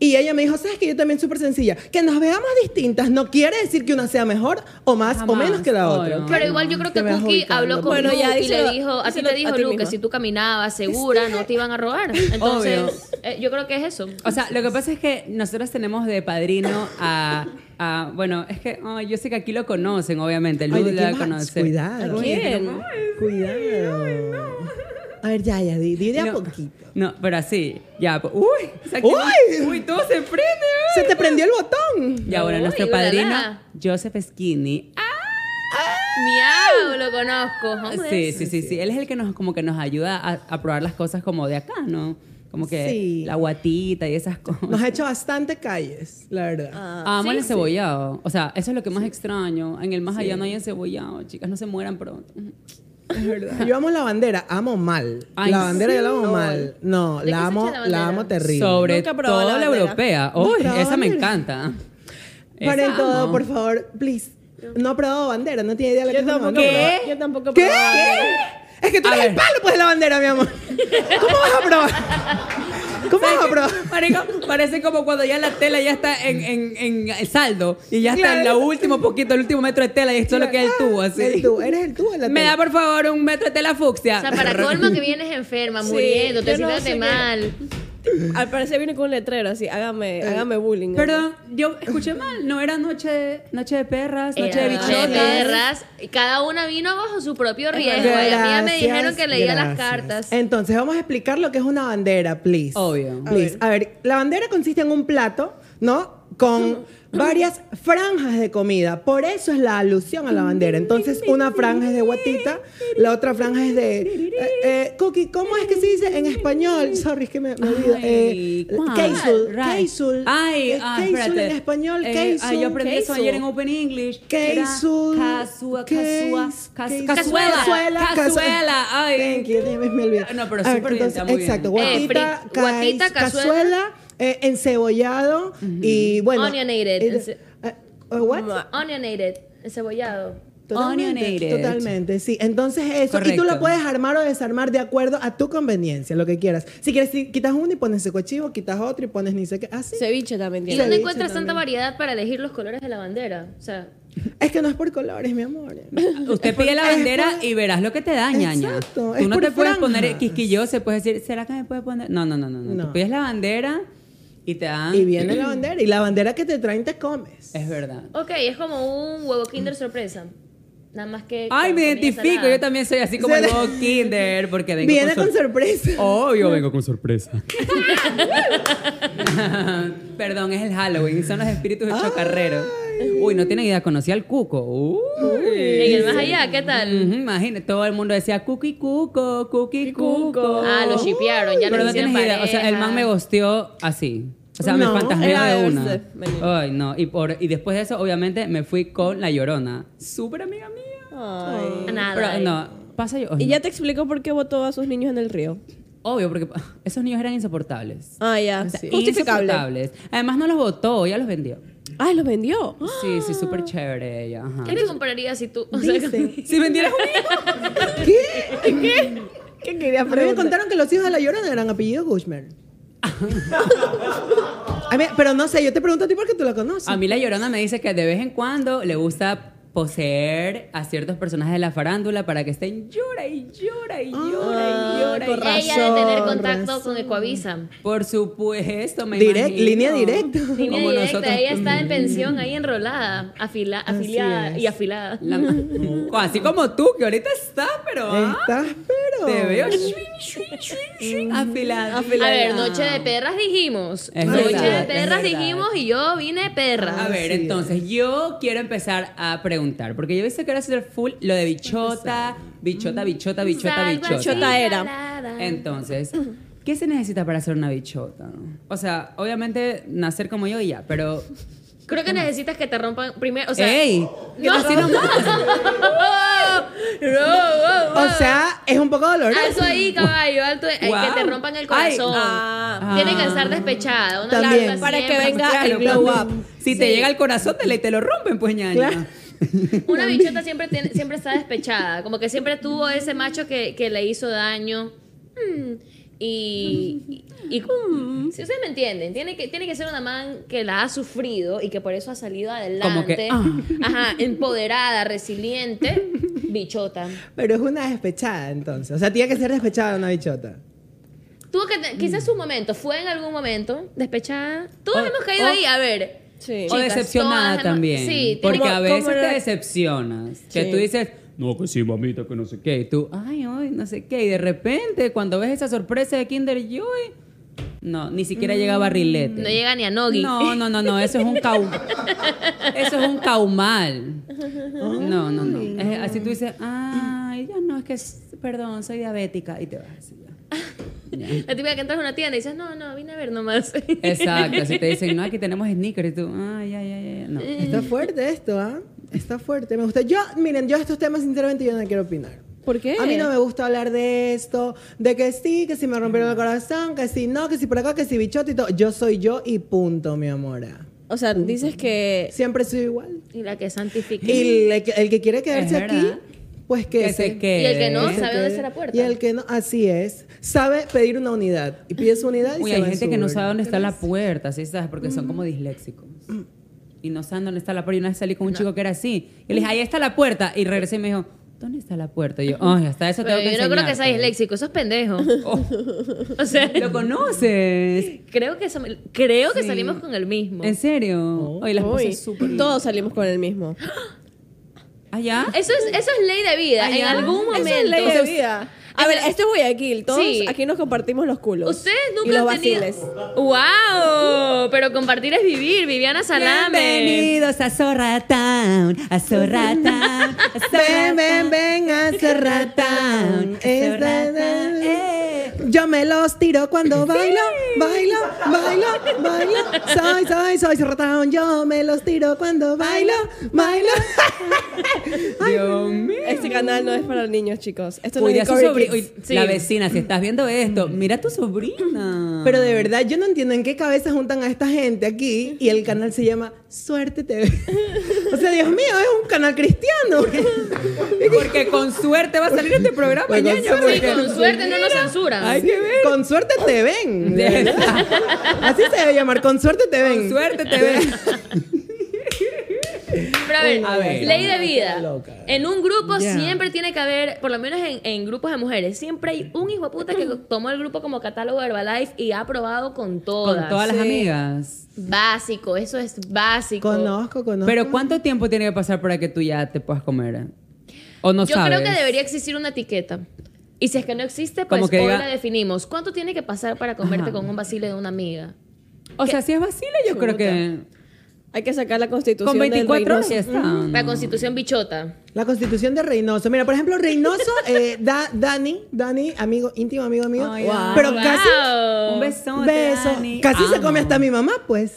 S4: Y ella me dijo, ¿sabes que Yo también súper sencilla. Que nos veamos distintas no quiere decir que una sea mejor o más o
S6: Jamás,
S4: menos que la
S6: obvio.
S4: otra.
S1: Pero igual yo creo que
S4: Te vas
S1: Cookie
S4: ubicando.
S1: habló con
S3: Bueno,
S1: Lu
S3: ya,
S1: y le
S3: díselo-
S1: dijo, a ti
S3: díselo
S1: te
S3: a
S1: dijo
S3: ti
S1: Lu que
S3: misma.
S1: si tú caminabas segura no te iban a
S3: [LAUGHS]
S1: robar. Entonces, eh, yo creo que es eso.
S6: O sea, lo que pasa es que nosotros tenemos de padrino a. a- bueno, es que ay, yo sé que aquí lo conocen, obviamente.
S4: Ay,
S6: Luz
S4: ¿de
S6: la
S4: qué vas?
S6: conoce.
S4: Cuidado.
S3: ¿Quién?
S4: Cuidado. A ver, ya, ya, di, di de a
S6: No,
S4: poquito.
S6: no, pero así. Ya, pues, uy, saqué-
S4: Uy.
S6: uy, todo se prende. uy.
S4: Se te prendió el botón.
S6: Ya, bueno,
S1: Uy,
S6: nuestro
S1: ulala.
S6: padrino, Joseph Skinny.
S1: [LAUGHS]
S6: Ah,
S1: Miau, lo
S3: [LAUGHS]
S1: conozco. hombre.
S6: Sí, sí, sí, sí. Él es el que nos, como que nos ayuda a, a probar las cosas como de acá, ¿no? Como que
S4: Sí.
S6: la guatita y esas cosas.
S4: Nos ha hecho bastante calles, la verdad.
S1: Ah.
S6: Amo el encebollado. O sea, eso es lo que más extraño. En el más allá no hay encebollado. Chicas, no se mueran pronto.
S4: Es verdad. Yo amo la bandera, amo mal.
S6: Ay,
S4: la bandera
S6: sí.
S4: yo la amo mal. No,
S1: qué se
S4: la amo,
S1: echa la
S4: la,
S1: bandera?
S4: amo terrible.
S6: Sobre
S3: Nunca he probado
S6: todo la,
S3: la bandera.
S6: europea.
S4: ¿No has
S6: Uy,
S4: probado
S6: esa me
S4: bandera?
S6: encanta. Esa
S4: Paren todo,
S6: amo.
S4: por favor, please. No he probado bandera, no tiene idea de la
S3: Yo
S4: que es una
S3: tampoco.
S4: bandera.
S3: Yo tampoco.
S4: ¿Qué?
S3: probaba.
S4: Es que tú
S6: A
S4: eres el
S6: ver.
S4: palo, pues, de la bandera, mi amor. ¿Cómo vas a
S6: [LAUGHS]
S4: probar? ¿Cómo vas a probar?
S6: Marico, parece como cuando ya la tela ya está en, en, en el saldo y ya está en
S4: Claro. Ah,
S6: la último poquito, el último metro de tela y esto es lo que es el tubo, así.
S4: El tú, eres el tú de la
S6: Me da
S4: tele.
S6: por favor un metro de tela fucsia.
S1: O sea, para colmo
S3: [LAUGHS]
S1: que vienes enferma,
S3: Sí,
S1: muriendo, te
S3: yo no
S1: sientes
S3: sé qué-
S1: mal.
S3: Al parecer viene con un letrero así, hágame, hágame bullying.
S6: Perdón, yo escuché mal, no era noche de, noche de perras, noche de
S1: Era noche de
S6: bichotas.
S1: perras, eh, y cada una vino bajo su propio riesgo. y a mí ya me
S4: Gracias,
S1: dijeron que leía las
S4: gracias.
S1: cartas.
S3: Eh,
S4: Entonces, vamos a explicar lo que es una bandera, please.
S6: Obvio.
S4: Please. A ver, la bandera consiste en un plato, ¿no? Con
S6: Mm.
S4: varias franjas de comida. Por eso es la alusión a la bandera. Entonces, una franja es de guatita, la otra franja es de. eh, eh, cookie, ¿cómo es que se dice en español? Sorry, es que me, me olvido. Eh,
S6: Ay, ¿cuál?
S4: Quesul.
S6: Right.
S4: Quesul.
S6: Ay,
S4: eh,
S6: ah,
S4: quesul
S6: espérate.
S4: en español.
S6: Eh,
S4: Quesul.
S6: ay, yo aprendí eso
S4: quesul.
S6: ayer en Open English. Era
S4: Quesul.
S6: Casua,
S4: Case-
S6: casua, cas-
S4: case-
S6: cazuela.
S4: Cazuela.
S6: Cazuela.
S4: Thank
S6: Ay. Ah,
S4: you, me, me olvidé.
S6: No, pero
S4: A ver,
S6: súper bien,
S4: entonces,
S6: está muy bien.
S4: Exacto,
S1: Eh,
S4: guatita,
S1: frit-
S4: cas-
S1: guatita, cazuela.
S4: cazuela, eh, encebollado y bueno.
S1: Onionated,
S4: eh,
S1: ence-
S4: eh, what?
S1: Onionated, encebollado.
S6: Unionated.
S4: Totalmente, sí. Entonces eso. Y
S6: Correcto.
S4: tú lo puedes armar o desarmar de acuerdo a tu conveniencia, lo que quieras. Si quieres, si quitas uno y pones seco chivo, quitas otro y pones ni sé qué. Así.
S3: Ceviche también
S1: ¿Y
S3: tiene.
S1: dónde
S4: dice
S1: encuentras tanta
S4: también.
S1: variedad para elegir los colores de la bandera? O sea,
S4: Es que no es por colores, mi amor.
S6: eh, Usted pide la
S4: es
S6: bandera
S4: por-
S6: y verás lo que te da, ñaña.
S4: Exacto,
S6: Tú
S4: es
S6: no
S4: por
S6: te puedes
S4: franjas.
S6: poner quisquilloso, puedes decir, ¿será que me puede poner? No, no, no, no. no. Tú
S4: No.
S6: pides la bandera y te dan.
S4: Y viene la bandera. Y la bandera que te traen te comes.
S6: Es verdad.
S1: ok, es como un huevo kinder sorpresa. Nada más que...
S6: Ay,
S1: con
S6: me
S1: comida
S6: identifico.
S1: salada.
S6: Yo también soy así como el
S4: Será-
S6: nuevo Kinder, porque vengo
S4: Viene con
S6: sor-
S4: sorpresa.
S6: Obvio, vengo con sorpresa. [LAUGHS] Perdón, es el Halloween. Son los espíritus de chocarrero. Uy, no tienen idea. Conocí al Cuco. Uy.
S1: En el más allá, ¿qué tal?
S6: Ujú, Imagínate, todo el mundo decía Cookie Cuco, Cookie Cuco.
S1: Ah, lo shipearon, ya lo
S6: Pero no
S1: hicieron
S6: tienes idea. O sea, el
S1: pareja.
S6: man me gosteó así. O sea,
S4: No,
S6: me fantasmeó
S3: era
S6: de
S3: de
S6: una.
S3: Ursef, venía.
S6: Ay, no. Y, por, y después de eso, obviamente, me fui con la llorona. Súper amiga mía.
S3: Ay.
S1: Nada. eh.
S6: Pero
S1: ahí.
S6: no, pasa yo.
S3: Y ya te explico por qué votó a sus niños en el río.
S6: Obvio, porque pa- esos niños eran insoportables.
S3: Ah, ya.
S6: O sea,
S3: Justificable.
S6: Insoportables. Además, no los votó, ya los vendió.
S3: Ay, los vendió.
S6: Sí, sí, súper chévere ella. ajá.
S1: ¿Qué te comprarías si tú... o sea,
S6: [LAUGHS] Si vendieras un hijo. [LAUGHS] Oh.
S4: [LAUGHS]
S3: ¿Qué quería
S4: A mí me
S3: preguntar?
S4: contaron que los hijos de la llorona eran apellido Gushmer. A mí- pero no sé, yo te pregunto a ti porque tú la conoces.
S6: A mí la llorona me dice que de vez en cuando le gusta poseer a ciertos personajes de la farándula para que estén llora y llora y llora y llora. y-
S4: Ah,
S1: Ella de tener
S4: razón,
S1: contacto
S4: razón.
S1: con Ecoavisa.
S6: Por supuesto, me
S4: Direct-
S6: imagino.
S4: línea directa. Línea
S1: Línea
S6: Como
S1: directa,
S6: nosotros.
S1: ella está en pensión ahí enrolada, afila- afiliada
S4: es.
S1: y afilada.
S6: La- Oh, Así como tú, que ahorita estás, pero... ah,
S4: Estás, pero.
S6: Te veo shuin, shuin, shuin, shuin, afilada.
S1: A ver, noche de perras dijimos.
S6: Es
S1: noche
S6: verdad,
S1: de
S6: es
S1: perras
S6: verdad.
S1: dijimos y yo vine perra.
S6: A ver, entonces yo quiero empezar a preguntar, porque yo viste que ahora hacer full lo de bichota, bichota,
S1: Mm.
S6: bichota, bichota,
S1: Salgo así,
S6: bichota.
S3: era.
S1: salada.
S6: Entonces, ¿qué se necesita para ser una bichota? O sea, obviamente nacer como yo y ya, pero
S1: Creo que necesitas que te rompan primero. O sea,
S6: ¡Ey!
S1: No, así nomás.
S4: O sea, es un poco doloroso.
S1: [LAUGHS]
S6: Ah,
S1: Alto ahí, caballo, alto ahí,
S6: Wow.
S1: que te rompan el
S6: Ay,
S1: corazón.
S3: ah,
S1: Tiene que
S6: ah.
S1: estar despechada. Una
S4: También.
S1: larva
S3: Para que
S1: siempre.
S3: venga el
S6: claro,
S3: glow
S6: claro.
S3: up.
S6: Si te llega el corazón, te, le- te lo rompen, pues ñaña.
S4: Claro.
S1: Una bichota siempre, tiene- siempre está despechada. Como que siempre tuvo ese macho que, que le hizo daño. Mm, Y.
S3: [LAUGHS]
S1: y, y-
S3: Mm.
S1: si ustedes me entienden, tiene que, tiene que ser una man que la ha sufrido y que por eso ha salido adelante.
S6: Como que, ah.
S1: Ajá, empoderada, resiliente, bichota.
S4: Pero es una despechada, entonces. O sea, tiene que ser despechada una bichota.
S1: Tuvo que.
S6: Mm.
S1: te- Quizás su momento, fue en algún momento despechada. Todos
S6: O-
S1: hemos caído
S6: o-
S1: ahí, a ver.
S3: Sí.
S6: O
S1: Chicas, todas
S6: decepcionada
S1: hemos-
S6: también.
S1: Sí, tiene
S6: porque
S1: que-
S6: a veces
S3: cómo
S6: te
S3: era?
S6: decepcionas. Que
S3: Sí.
S6: tú dices, no, que sí, mamita, que no sé qué. Y tú, ay, ay, no sé qué. Y de repente, cuando ves esa sorpresa de Kinder Joy, no, ni siquiera llega a barrilete.
S1: Mm, No llega ni a Nogui.
S6: No, no, no, no, eso es un cau Eso es un caumal. No, no, no. Es así tú dices, ay, ya no, es que, es- perdón, soy diabética. Y te vas.
S1: [LAUGHS]
S6: y ya.
S1: [LAUGHS] La típica que entras a una tienda y dices, no, no, vine a ver nomás.
S6: Exacto, si te dicen, no, aquí tenemos sneakers, y tú, ay, ay, ay, ay, no.
S1: Eh,
S4: Está fuerte esto, ¿ah? Está fuerte. Me gusta. Yo, miren, yo estos temas, sinceramente, yo no quiero opinar.
S3: ¿Por qué?
S4: A mí no me gusta hablar de esto, de que sí, que si me rompieron el corazón, que si no, que si por acá, que si bichota y todo. Yo soy yo y punto, mi amora.
S3: O sea, dices que
S4: Siempre soy igual.
S1: [LAUGHS] Y la que santifique.
S4: Y el, que- el que quiere quedarse
S6: Es
S4: aquí,
S6: verdad.
S4: pues que,
S6: Que se quede.
S1: Y el que no,
S4: se
S1: sabe dónde
S4: quede.
S1: está la puerta.
S4: Y el que no, así es, sabe pedir una unidad. Y pide su unidad y
S6: Uy,
S4: se
S6: hay
S4: va en
S6: gente
S4: su
S6: que no
S4: Uber.
S6: sabe dónde está la puerta, ¿sí sabes? Porque son como disléxicos.
S1: Mm.
S6: Y no saben dónde está la puerta. Y una vez salí con un chico que era así. Y le dije, ahí está la puerta. Y regresé y me dijo, ¿dónde está la puerta? Y yo, ay, hasta eso
S1: Pero
S6: tengo que
S1: yo no creo que sea
S6: enseñarte". Oh.
S1: disléxico, eso es
S6: [LAUGHS]
S1: pendejo. [LAUGHS] O sea,
S6: ¿Lo conoces?
S1: creo que, som- creo que
S6: Sí.
S1: salimos con el mismo.
S6: ¿En serio? Oye, las
S3: Uy,
S6: cosas súper...
S3: todos salimos con el mismo.
S6: ¿Allá?
S1: Eso es, eso es ley de vida.
S6: Ay,
S1: en
S6: ya.
S1: algún
S6: Eso es
S1: momento.
S3: ley de vida. A ver, esto es Guayaquil. Todos
S1: Sí.
S3: aquí nos compartimos los culos.
S1: Ustedes
S3: y
S1: nunca
S3: los
S1: han tenido.
S3: vaciles.
S1: ¡Wow! Pero compartir es vivir, Viviana Salame.
S6: Bienvenidos a Zorra Town,
S1: [LAUGHS]
S6: a Zorra Town, a Zorra
S4: Ven, ven, ven a cerrar
S6: Town,
S4: tan.
S6: a Zorra Town, eh.
S4: Yo me los tiro cuando bailo, bailo, bailo, bailo. Soy, soy, soy ratón. Yo me los tiro cuando bailo, bailo.
S6: Dios mío.
S3: Este canal no es para niños, chicos. Esto no
S6: Uy,
S3: es
S6: a su
S3: Discovery
S6: sobrina.
S3: Kids.
S6: Uy, La vecina, si estás viendo esto,
S4: Mm.
S6: mira a tu sobrina.
S4: Pero de verdad, yo no entiendo en qué cabeza juntan a esta gente aquí y el canal se llama Suerte TV. [LAUGHS] O sea, Dios mío, es un canal cristiano.
S6: Porque con suerte va a salir este programa,
S4: Pues con
S6: ñaña,
S4: suerte.
S6: porque-
S1: Sí, con suerte no nos censuran.
S6: Hay que ver.
S4: Con suerte te ven.
S6: De-
S4: Así se debe llamar, con suerte te ven.
S6: Con suerte te ven.
S1: Pero a ver,
S6: A ver.
S1: ley de vida.
S4: Loca.
S1: En un grupo siempre tiene que haber, por lo menos en, en grupos de mujeres, siempre hay un hijo de puta que tomó el grupo como catálogo de Herbalife y ha aprobado con todas.
S6: Con todas las amigas.
S1: Básico, eso es básico.
S4: Conozco, conozco.
S6: Pero ¿cuánto tiempo tiene que pasar para que tú ya te puedas comer? ¿O no
S1: Yo
S6: sabes?
S1: creo que debería existir una etiqueta. Y si es que no existe, pues
S6: Como que
S1: hoy
S6: diga-
S1: la definimos. ¿Cuánto tiene que pasar para comerte
S6: Ajá.
S1: con un vacile de una amiga?
S6: O sea, si es vacile, yo creo que
S3: Hay que sacar la constitución
S6: con 24 horas ya
S3: del
S6: está. ¿o no?
S4: Mm.
S1: La constitución bichota.
S4: La constitución de Reynoso. Mira, por ejemplo,
S6: [LAUGHS]
S4: Reynoso, eh, da, Dani, Dani, amigo, íntimo amigo mío.
S6: Ay, wow.
S4: Pero
S1: Wow.
S4: casi.
S6: Un beso.
S4: Beso. Casi se come hasta mi mamá,
S6: [LAUGHS]
S4: pues.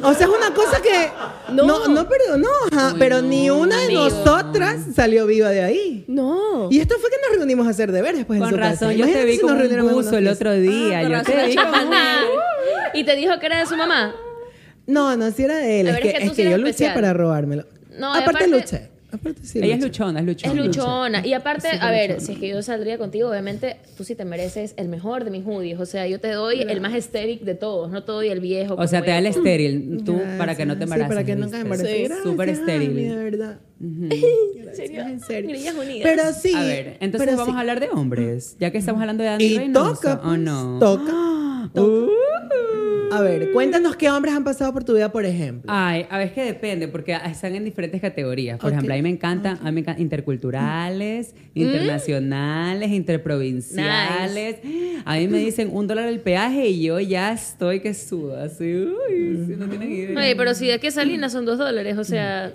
S4: O sea, es una cosa que no, no, perdonó, ajá, pero ni una de
S1: amigo.
S4: nosotras salió viva de ahí.
S3: No.
S4: Y esto fue que nos reunimos a hacer deberes, pues. en
S6: Con
S4: su casa.
S6: razón, yo te
S4: Imagínate
S6: vi
S4: si nos
S6: como un
S4: reuniéramos Ah, en
S6: buzo
S4: una
S6: el
S4: fiesta.
S6: otro día. yo te vi como-
S1: [LAUGHS] y te dijo que era de su mamá.
S4: No, no, si era de él.
S1: A
S4: Es
S1: ver,
S4: que,
S1: es que tú
S4: es
S1: sí
S4: que
S1: eres
S4: yo luché
S1: especial.
S4: para robármelo.
S1: No, y
S4: aparte,
S1: aparte-
S4: luché. Aparte sí
S6: Ella es
S4: luché.
S6: luchona,
S1: Es
S6: es luchona.
S1: luchona. Y aparte, a ver, si es que yo saldría contigo, obviamente tú sí te mereces el mejor de mis hoodies. O sea, yo te doy el más estéril de todos, no te doy el viejo.
S6: O sea,
S1: como
S6: te da el
S1: yo.
S6: estéril, tú, para que no te
S4: Mm. Sí,
S6: embaraces.
S4: para que nunca me
S6: ¿viste?
S4: embarace.
S3: Sí.
S4: Gracias,
S6: Súper
S4: Dani, de
S6: estéril.
S4: verdad. [LAUGHS]
S1: En serio. Grillas unidas.
S4: Pero sí.
S6: A ver, entonces
S4: pero
S6: vamos
S4: sí.
S6: a hablar de hombres, ya que estamos hablando de Dani
S4: Y
S6: Reynoso,
S4: toca,
S6: ¿o
S4: pues,
S6: no?
S4: toca,
S6: [GASPS] Ah,
S4: A ver, cuéntanos qué hombres han pasado por tu vida, por ejemplo.
S6: Ay, a ver, es que depende, porque están en diferentes categorías. Por
S4: Ok. Mm.
S6: ejemplo, a mí me encantan, a mí me encantan interculturales, internacionales, interprovinciales. A mí me dicen un dólar el peaje y yo ya estoy que subo así. Uy, sí, no tienen idea.
S1: Oye, pero si de qué salinas son dos dólares, o sea,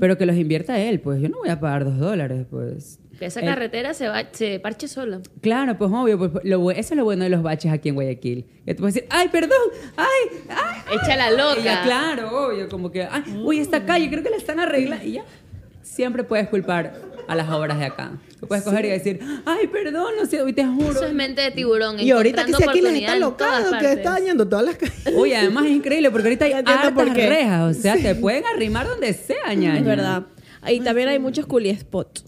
S6: Pero que los invierta él, pues yo no voy a pagar dos dólares, pues.
S1: que esa
S6: Eh,
S1: carretera se va, se parche sola.
S6: Claro, pues obvio, pues, lo bu- eso es lo bueno de los baches aquí en Guayaquil. Que tú puedes decir, ay, perdón, ay, ay. ay".
S1: Echa la loca.
S6: Y ya, claro, obvio, como que, ay, uy, esta calle, creo que la están arreglando. Y ya, siempre puedes culpar a las obras de acá. Tú puedes coger y decir, ay, perdón, no sé, hoy te juro.
S1: Eso es mente de tiburón.
S4: Y ahorita que si
S1: encontrando
S4: aquí les
S1: oportunidad
S4: está
S1: en
S4: locado,
S1: todas
S4: que está
S1: partes.
S4: dañando todas las [LAUGHS] calles.
S6: Uy, además es increíble porque ahorita hay
S3: Ya entiendo
S6: hartas
S3: por qué.
S6: rejas, o sea, te pueden arrimar donde sea, ñaña.
S3: Es verdad. Y también hay muchos coolie spots.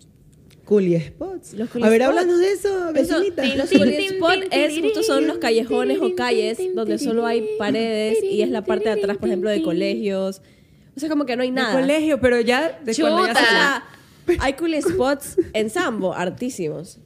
S4: Coolie spots.
S3: Los coolie
S4: a ver,
S3: spots.
S4: háblanos de eso,
S3: Eso,
S4: vecinita.
S3: los
S1: tin,
S3: coolie
S1: tin,
S3: spots
S1: tin,
S3: es
S1: tin,
S3: justo son los callejones o
S1: tin,
S3: calles
S1: tin,
S3: donde
S1: tin,
S3: solo hay
S1: tin,
S3: paredes y es la parte de atrás, por ejemplo, de
S1: tin,
S3: colegios. O sea, como que no hay
S6: De
S3: nada.
S6: colegio, pero ya de cuando ya
S1: Chuta.
S3: O
S6: se-
S3: sea, hay cool spots en Sambo, hartísimos.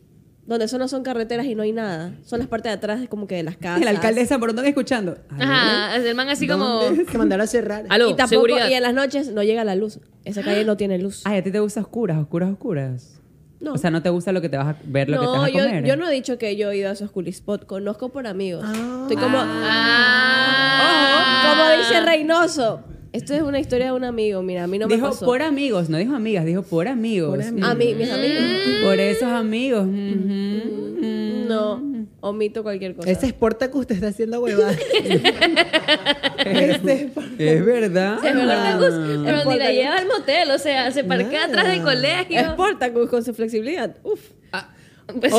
S3: Donde solo son carreteras y no hay nada. Son las partes de atrás de como que de las casas.
S6: El alcalde de San Borondón escuchando.
S1: Ajá, el man así como. [LAUGHS]
S4: Que mandar a cerrar.
S1: Aló,
S3: Y tampoco,
S1: seguridad.
S3: y en las noches no llega la luz. Esa calle no tiene luz.
S6: Ay, a ti te gusta oscuras, oscuras, oscuras.
S3: No.
S6: O sea, no te gusta lo que te vas a ver, lo que te
S3: no,
S6: vas a
S3: yo,
S6: comer.
S3: yo no he dicho que yo he ido a esos cool spots. Conozco por amigos.
S4: Ah.
S3: Estoy como...
S1: Ah.
S3: Ojo, como dice Reynoso. Esto es una historia de un amigo. Mira, a mí no me
S6: dijo
S3: pasó.
S6: por amigos, no dijo amigas, dijo por amigos. Por,
S3: a mí, mis amigos.
S6: esos amigos. mm-hmm. ujú.
S3: No, omito cualquier cosa.
S4: Mm. Ese esporta que usted está haciendo Este huevada.
S1: [LAUGHS]
S4: Ese
S6: [LAUGHS]
S4: esporta.
S3: Mm.
S6: Es verdad.
S1: Se corta Gus, pero ni la
S3: Portacus.
S1: lleva al motel, o sea, se parquea atrás del colegio.
S3: Es Portacus con su flexibilidad. Uf.
S1: Pues,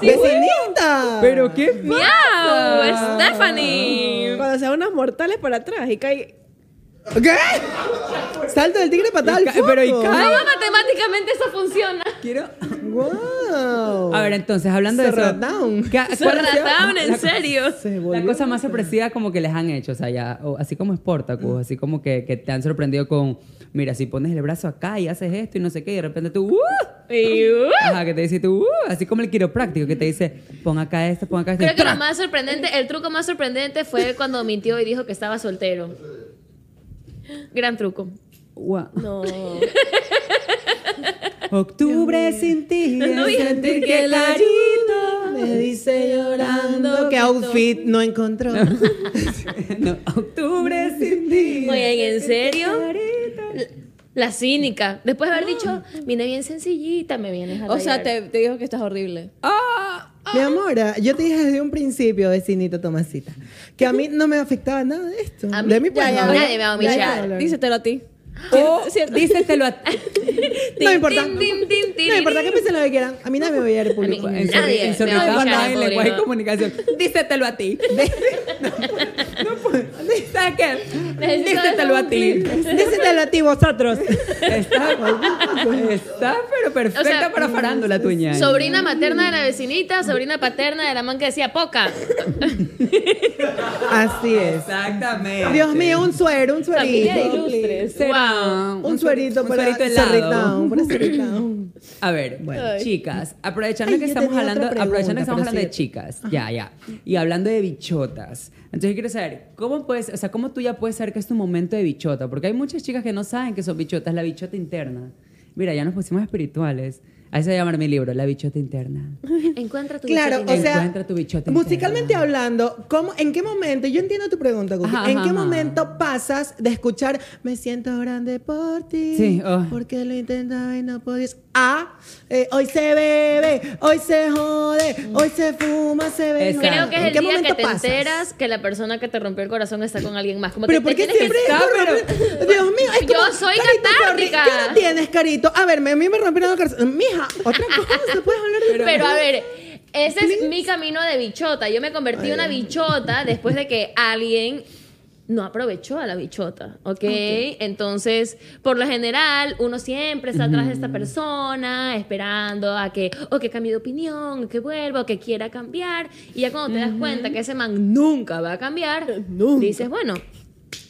S4: ¡Vecinita!
S6: Pero qué
S1: ¡Miau! ¡Stephanie!
S3: Cuando se van unas mortales para atrás y cae.
S4: ¿Qué? Salto del tigre patada al
S6: ca- pero y
S4: foco.
S6: ca-
S1: ¿Cómo matemáticamente eso funciona?
S6: quiero.
S4: ¡Wow!
S6: A ver, entonces, hablando de
S4: Se
S6: eso.
S4: rataron.
S6: ¿ca-
S1: Se
S6: cuál ha sido
S1: rataron, en
S6: la-
S1: serio.
S4: Se
S6: La
S4: volvió.
S6: cosa más sorpresiva como que les han hecho, o sea, ya, o así como es Portacus, así como que, que te han sorprendido con, mira, si pones el brazo acá y haces esto y no sé qué, y de repente tú, ¡uh!
S1: Y, uh,
S6: ¡Ah! Ajá, que te dice tú, "Uh", así como el quiropráctico que te dice, pon acá esto, pon acá esto.
S1: Creo que lo
S6: ¡Tra!
S1: más sorprendente, el truco más sorprendente fue cuando mintió y dijo que estaba soltero. Gran truco.
S6: Gua- [LAUGHS]
S3: No.
S6: Octubre sin ti,
S1: No voy
S6: es
S1: a
S6: sentir
S1: sentir
S6: que
S1: que
S6: clarito.
S4: Me [LAUGHS] dice llorando que outfit no encontró.
S6: [LAUGHS] No, octubre sin ti.
S1: Oigan, ¿en
S6: es sentir
S1: serio?
S6: que clarito.
S1: La cínica. Después de haber dicho, vine bien sencillita, me vienes a
S3: O sea,
S1: rayar".
S3: te, te digo que estás horrible.
S6: Ah,
S4: Mi amor, ah, yo te dije desde un principio, vecinita Tomasita, que a mí no me afectaba nada de esto.
S1: A mí-
S4: de mí, pues,
S1: ya, ya,
S4: no.
S1: nadie me va a humillar.
S4: Nadie va a hablar.
S3: Dícetelo a ti.
S6: o dícetelo
S3: [LAUGHS]
S6: Oh, a
S4: No me importa.
S1: Tin, tin, tin, tin,
S4: No me importa
S1: tin.
S4: que piensen lo que quieran. A mí nadie me va a llegar público.
S1: A mí-
S6: en su-
S1: Nadie
S6: en su
S1: me va a
S6: recado,
S1: humillar
S6: nadie
S1: en
S6: le
S1: público. [LAUGHS]
S6: coge comunicación. Dícetelo a ti.
S4: No puedo.
S6: ¿Sabes qué?
S1: Necesito
S6: Dícetelo a
S1: un
S6: ti.
S1: clip.
S6: Dícetelo a ti vosotros. Está, está pero perfecta
S1: O sea,
S6: para farándula tu ñaña.
S1: Sobrina materna de la vecinita, sobrina paterna de la man que decía poca.
S4: Así es.
S6: Exactamente.
S4: Dios mío, un suero, un
S1: Familia de
S4: suerito.
S1: ilustres. Wow.
S4: Un suerito
S6: un
S4: para
S6: suerito helado.
S4: Cerritown, para Cerritown.
S6: A ver, chicas, aprovechando
S4: Ay,
S6: que
S4: yo
S6: estamos
S4: tenía
S6: hablando,
S4: otra pregunta,
S6: aprovechando que estamos
S4: pero
S6: hablando de
S4: sigue.
S6: chicas, ya, ya, y hablando de bichotas. Entonces yo quiero saber, ¿cómo puedes, o sea, cómo tú ya puedes saber que es tu momento de bichota? Porque hay muchas chicas que no saben que son bichotas, la bichota interna. Mira, ya nos pusimos espirituales. Ahí se va a llamar mi libro, La bichota interna.
S1: Encuentra tu
S4: Claro,
S1: bichota
S4: o
S1: interna.
S4: sea,
S6: Encuentra tu bichota
S4: musicalmente
S6: interna.
S4: hablando, ¿cómo, ¿en qué momento? Yo entiendo tu pregunta, Cookie.
S6: Ajá,
S4: ¿En
S6: ajá,
S4: qué
S6: ajá.
S4: momento pasas de escuchar Me siento grande por ti?
S6: Sí, oh.
S4: Porque lo intentaba y no podías. A, eh, hoy se bebe, hoy se jode, hoy se fuma, se ve.
S6: Exacto.
S1: Creo que es
S4: ¿En
S1: el
S4: qué
S1: día que
S4: momento
S1: te
S4: pasas?
S1: enteras que la persona que te rompió el corazón está con alguien más. Como
S4: Pero
S1: que
S4: ¿por
S1: te
S4: qué
S1: tienes que-
S4: siempre es por- Dios mío, es
S1: Yo
S4: como,
S1: soy
S4: Carito, sorry,
S1: catártica.
S4: ¿Qué no tienes, Carito? A ver, me- a mí me rompieron el corazón. Mija,
S6: [LAUGHS]
S4: otra cosa, puedes hablar de
S1: Pero, a ver, ese es mi camino de bichota. Yo me convertí en una bichota después de que alguien no aprovechó a la bichota, ¿ok? Entonces, por lo general, uno siempre está atrás de esta persona, esperando a que, o que cambie de opinión, o que vuelva, o que quiera cambiar. Y ya cuando te das cuenta que ese man nunca va a
S4: Eh,
S1: cambiar, dices, bueno,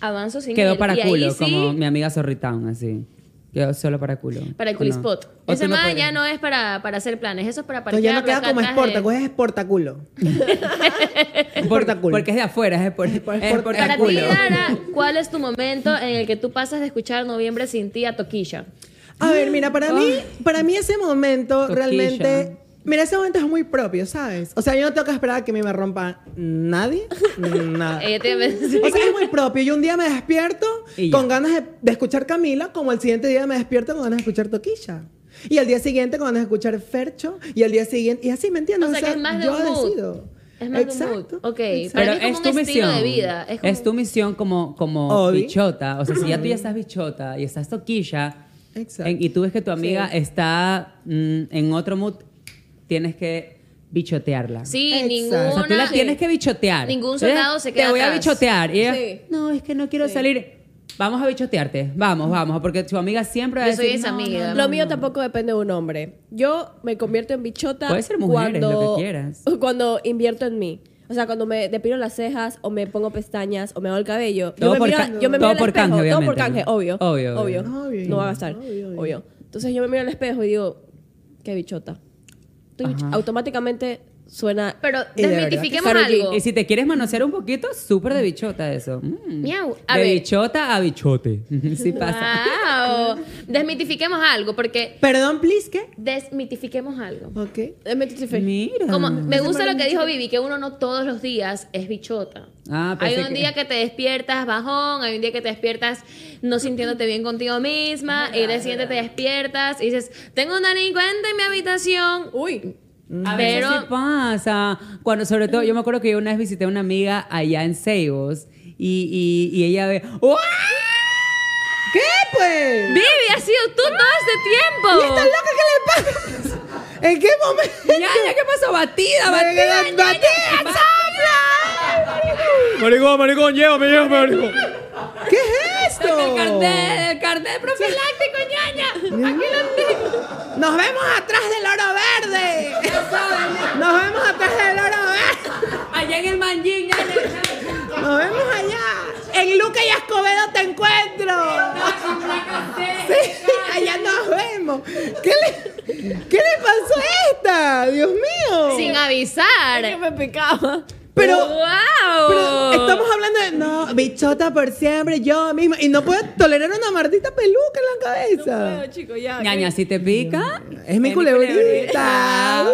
S1: avanzo sin
S6: Quedó
S1: él.
S6: para
S1: Y ahí
S6: culo,
S1: sí,
S6: como mi amiga Zorritown, así. Quedó solo para culo.
S1: Para el
S6: ¿O
S1: culispot.
S6: no? ¿O
S1: Ese
S6: tú no
S1: man
S6: puedes?
S1: ya no es para, para hacer planes, eso es para
S4: Entonces ya no
S1: parquearlo acá
S4: queda como
S1: atrás de-
S4: exporta, coges
S1: [LAUGHS]
S4: exportaculo.
S6: Por-
S4: Exportaculo.
S6: Porque es de afuera, es por, es
S4: por-
S6: por-
S4: por-
S1: Para
S6: culo.
S1: ti, Dara, ¿cuál es tu momento en el que tú pasas de escuchar Noviembre sin ti a Toquilla?
S4: A ver, mira, para mí, para mí ese momento
S6: Coquilla.
S4: realmente. Mira, ese momento es muy propio, ¿sabes? O sea, yo no tengo que esperar a que a mí me rompa nadie,
S6: Ah.
S4: nada.
S1: [LAUGHS] Ella Eh, te-
S4: O sea, es muy propio. Yo un día me despierto
S6: Y ya.
S4: con ganas de, de escuchar Camila, como el siguiente día me despierto con ganas de escuchar Toquilla. Y al día siguiente con ganas de escuchar Fercho. Y al día siguiente. Y así, ¿me entiendes?
S1: O sea, que es más de
S4: yo
S1: un mood.
S4: decido.
S1: Es más de un mood. Ok, Para mí es como un estilo de vida, es
S6: Es,
S1: como-
S6: tu misión como, como
S4: Obvio.
S6: bichota. O sea, si ya tú ya estás bichota y estás toquilla
S4: Exacto.
S6: en- y tú ves que tu amiga está mm, en otro mood, tienes que bichotearla.
S1: Sí,
S4: Exacto.
S1: ninguna.
S6: O sea, tú la tienes que bichotear.
S1: Ningún
S6: Entonces,
S1: soldado se queda
S6: Te voy a
S1: atrás.
S6: bichotear. Y ella,
S3: Sí.
S6: no, es que no quiero salir. Vamos a bichotearte. Vamos, vamos. Porque tu amiga siempre va a
S1: Yo soy
S6: decir,
S1: esa
S6: "No, no,
S1: amiga.
S6: no,
S3: Lo mío
S6: no".
S3: tampoco depende de un hombre. Yo me convierto en bichota
S6: Puede ser mujeres,
S3: cuando,
S6: lo que quieras.
S3: [LAUGHS] cuando invierto en mí. O sea, cuando me depilo las cejas o me pongo pestañas o me hago el cabello.
S6: Todo
S3: yo me
S6: por
S3: miro,
S6: ca-
S3: yo me miro
S6: todo
S3: al
S6: por
S3: espejo,
S6: canje,
S3: Todo por
S6: obviamente,
S3: canje,
S6: ¿no?
S3: obvio.
S6: Obvio,
S3: Obvio.
S6: obvio.
S4: Obvio.
S3: No va a gastar.
S4: Obvio,
S3: Obvio,
S4: obvio.
S3: Entonces yo me miro al espejo y digo, qué bichota. Estoy bicho-
S6: Ajá.
S3: automáticamente suena... [LAUGHS]
S1: Pero
S4: Y de verdad.
S1: desmitifiquemos
S3: Karol G,
S1: algo.
S6: Y si te quieres manosear un poquito, súper de bichota eso. Mm.
S1: Miau. A
S6: de
S1: ver.
S6: bichota a bichote. sí pasa.
S1: Wow. Desmitifiquemos algo, porque
S4: Perdón, please, ¿qué?
S1: desmitifiquemos algo.
S4: Ok.
S3: Desmitifique.
S6: Mira.
S1: Como, me gusta lo que dijo Vivi, que uno no todos los días es bichota.
S6: Ah, pensé
S1: hay un
S6: que-
S1: día que te despiertas bajón, hay un día que te despiertas no sintiéndote bien contigo misma, y el día siguiente te despiertas y dices, tengo un delincuente en mi habitación. Uy.
S6: A veces
S1: Pero
S6: sí pasa. Cuando sobre todo, yo me acuerdo que yo una vez visité a una amiga allá en Seibos y, y- y ella ve. ¡Uah!
S4: ¿Qué, pues?
S1: Vivi, has sido tú todo este tiempo.
S4: ¿Estás loca? ¿Qué le pasa? ¿En qué momento?
S6: Ñaña, ¿qué pasó? Batida, batida.
S4: ¡Batida,
S8: Maricón, maricón, llévame, llévame, maricón.
S4: ¿Qué es esto?
S6: El carnet, el carnet profiláctico, ñaña. Aquí lo tengo.
S4: Nos vemos atrás del oro verde. Nos vemos atrás del oro verde.
S6: Allá en el manjín, ñaña. ñaña.
S4: Nos vemos allá. En Luca y Escobedo te encuentro. Sí, allá nos vemos. ¿Qué le, qué le pasó a esta? Dios mío.
S1: Sin avisar.
S3: Me picaba.
S4: Pero,
S1: ¡Wow!
S4: pero estamos hablando de. No, bichota por siempre, yo misma. Y no puedo tolerar una maldita peluca en la cabeza.
S3: Bueno, chicos, ya.
S6: Ñaña, si te pica.
S4: Es mi culebrita.
S1: Yo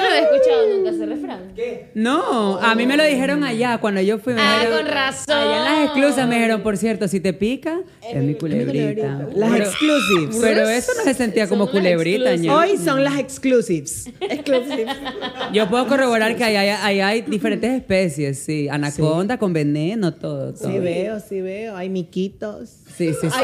S1: no había escuchado nunca ese refrán.
S6: No, a mí me lo dijeron allá cuando yo fui. me
S1: Ah,
S6: dijeron-
S1: con razón.
S6: Allá en las exclusas me dijeron, por cierto, si te pica, es mi culebrita.
S4: Las
S6: Pero-
S4: exclusives.
S6: Pero eso no se sentía como
S1: Son las
S6: culebrita,
S1: exclusas.
S6: ña.
S4: Hoy son las exclusives.
S6: Yo puedo corroborar que allá hay, allá hay diferentes especies, sí. Anaconda con veneno, todo. todo.
S4: Sí veo, sí veo. Hay miquitos.
S6: Sí, sí, sí.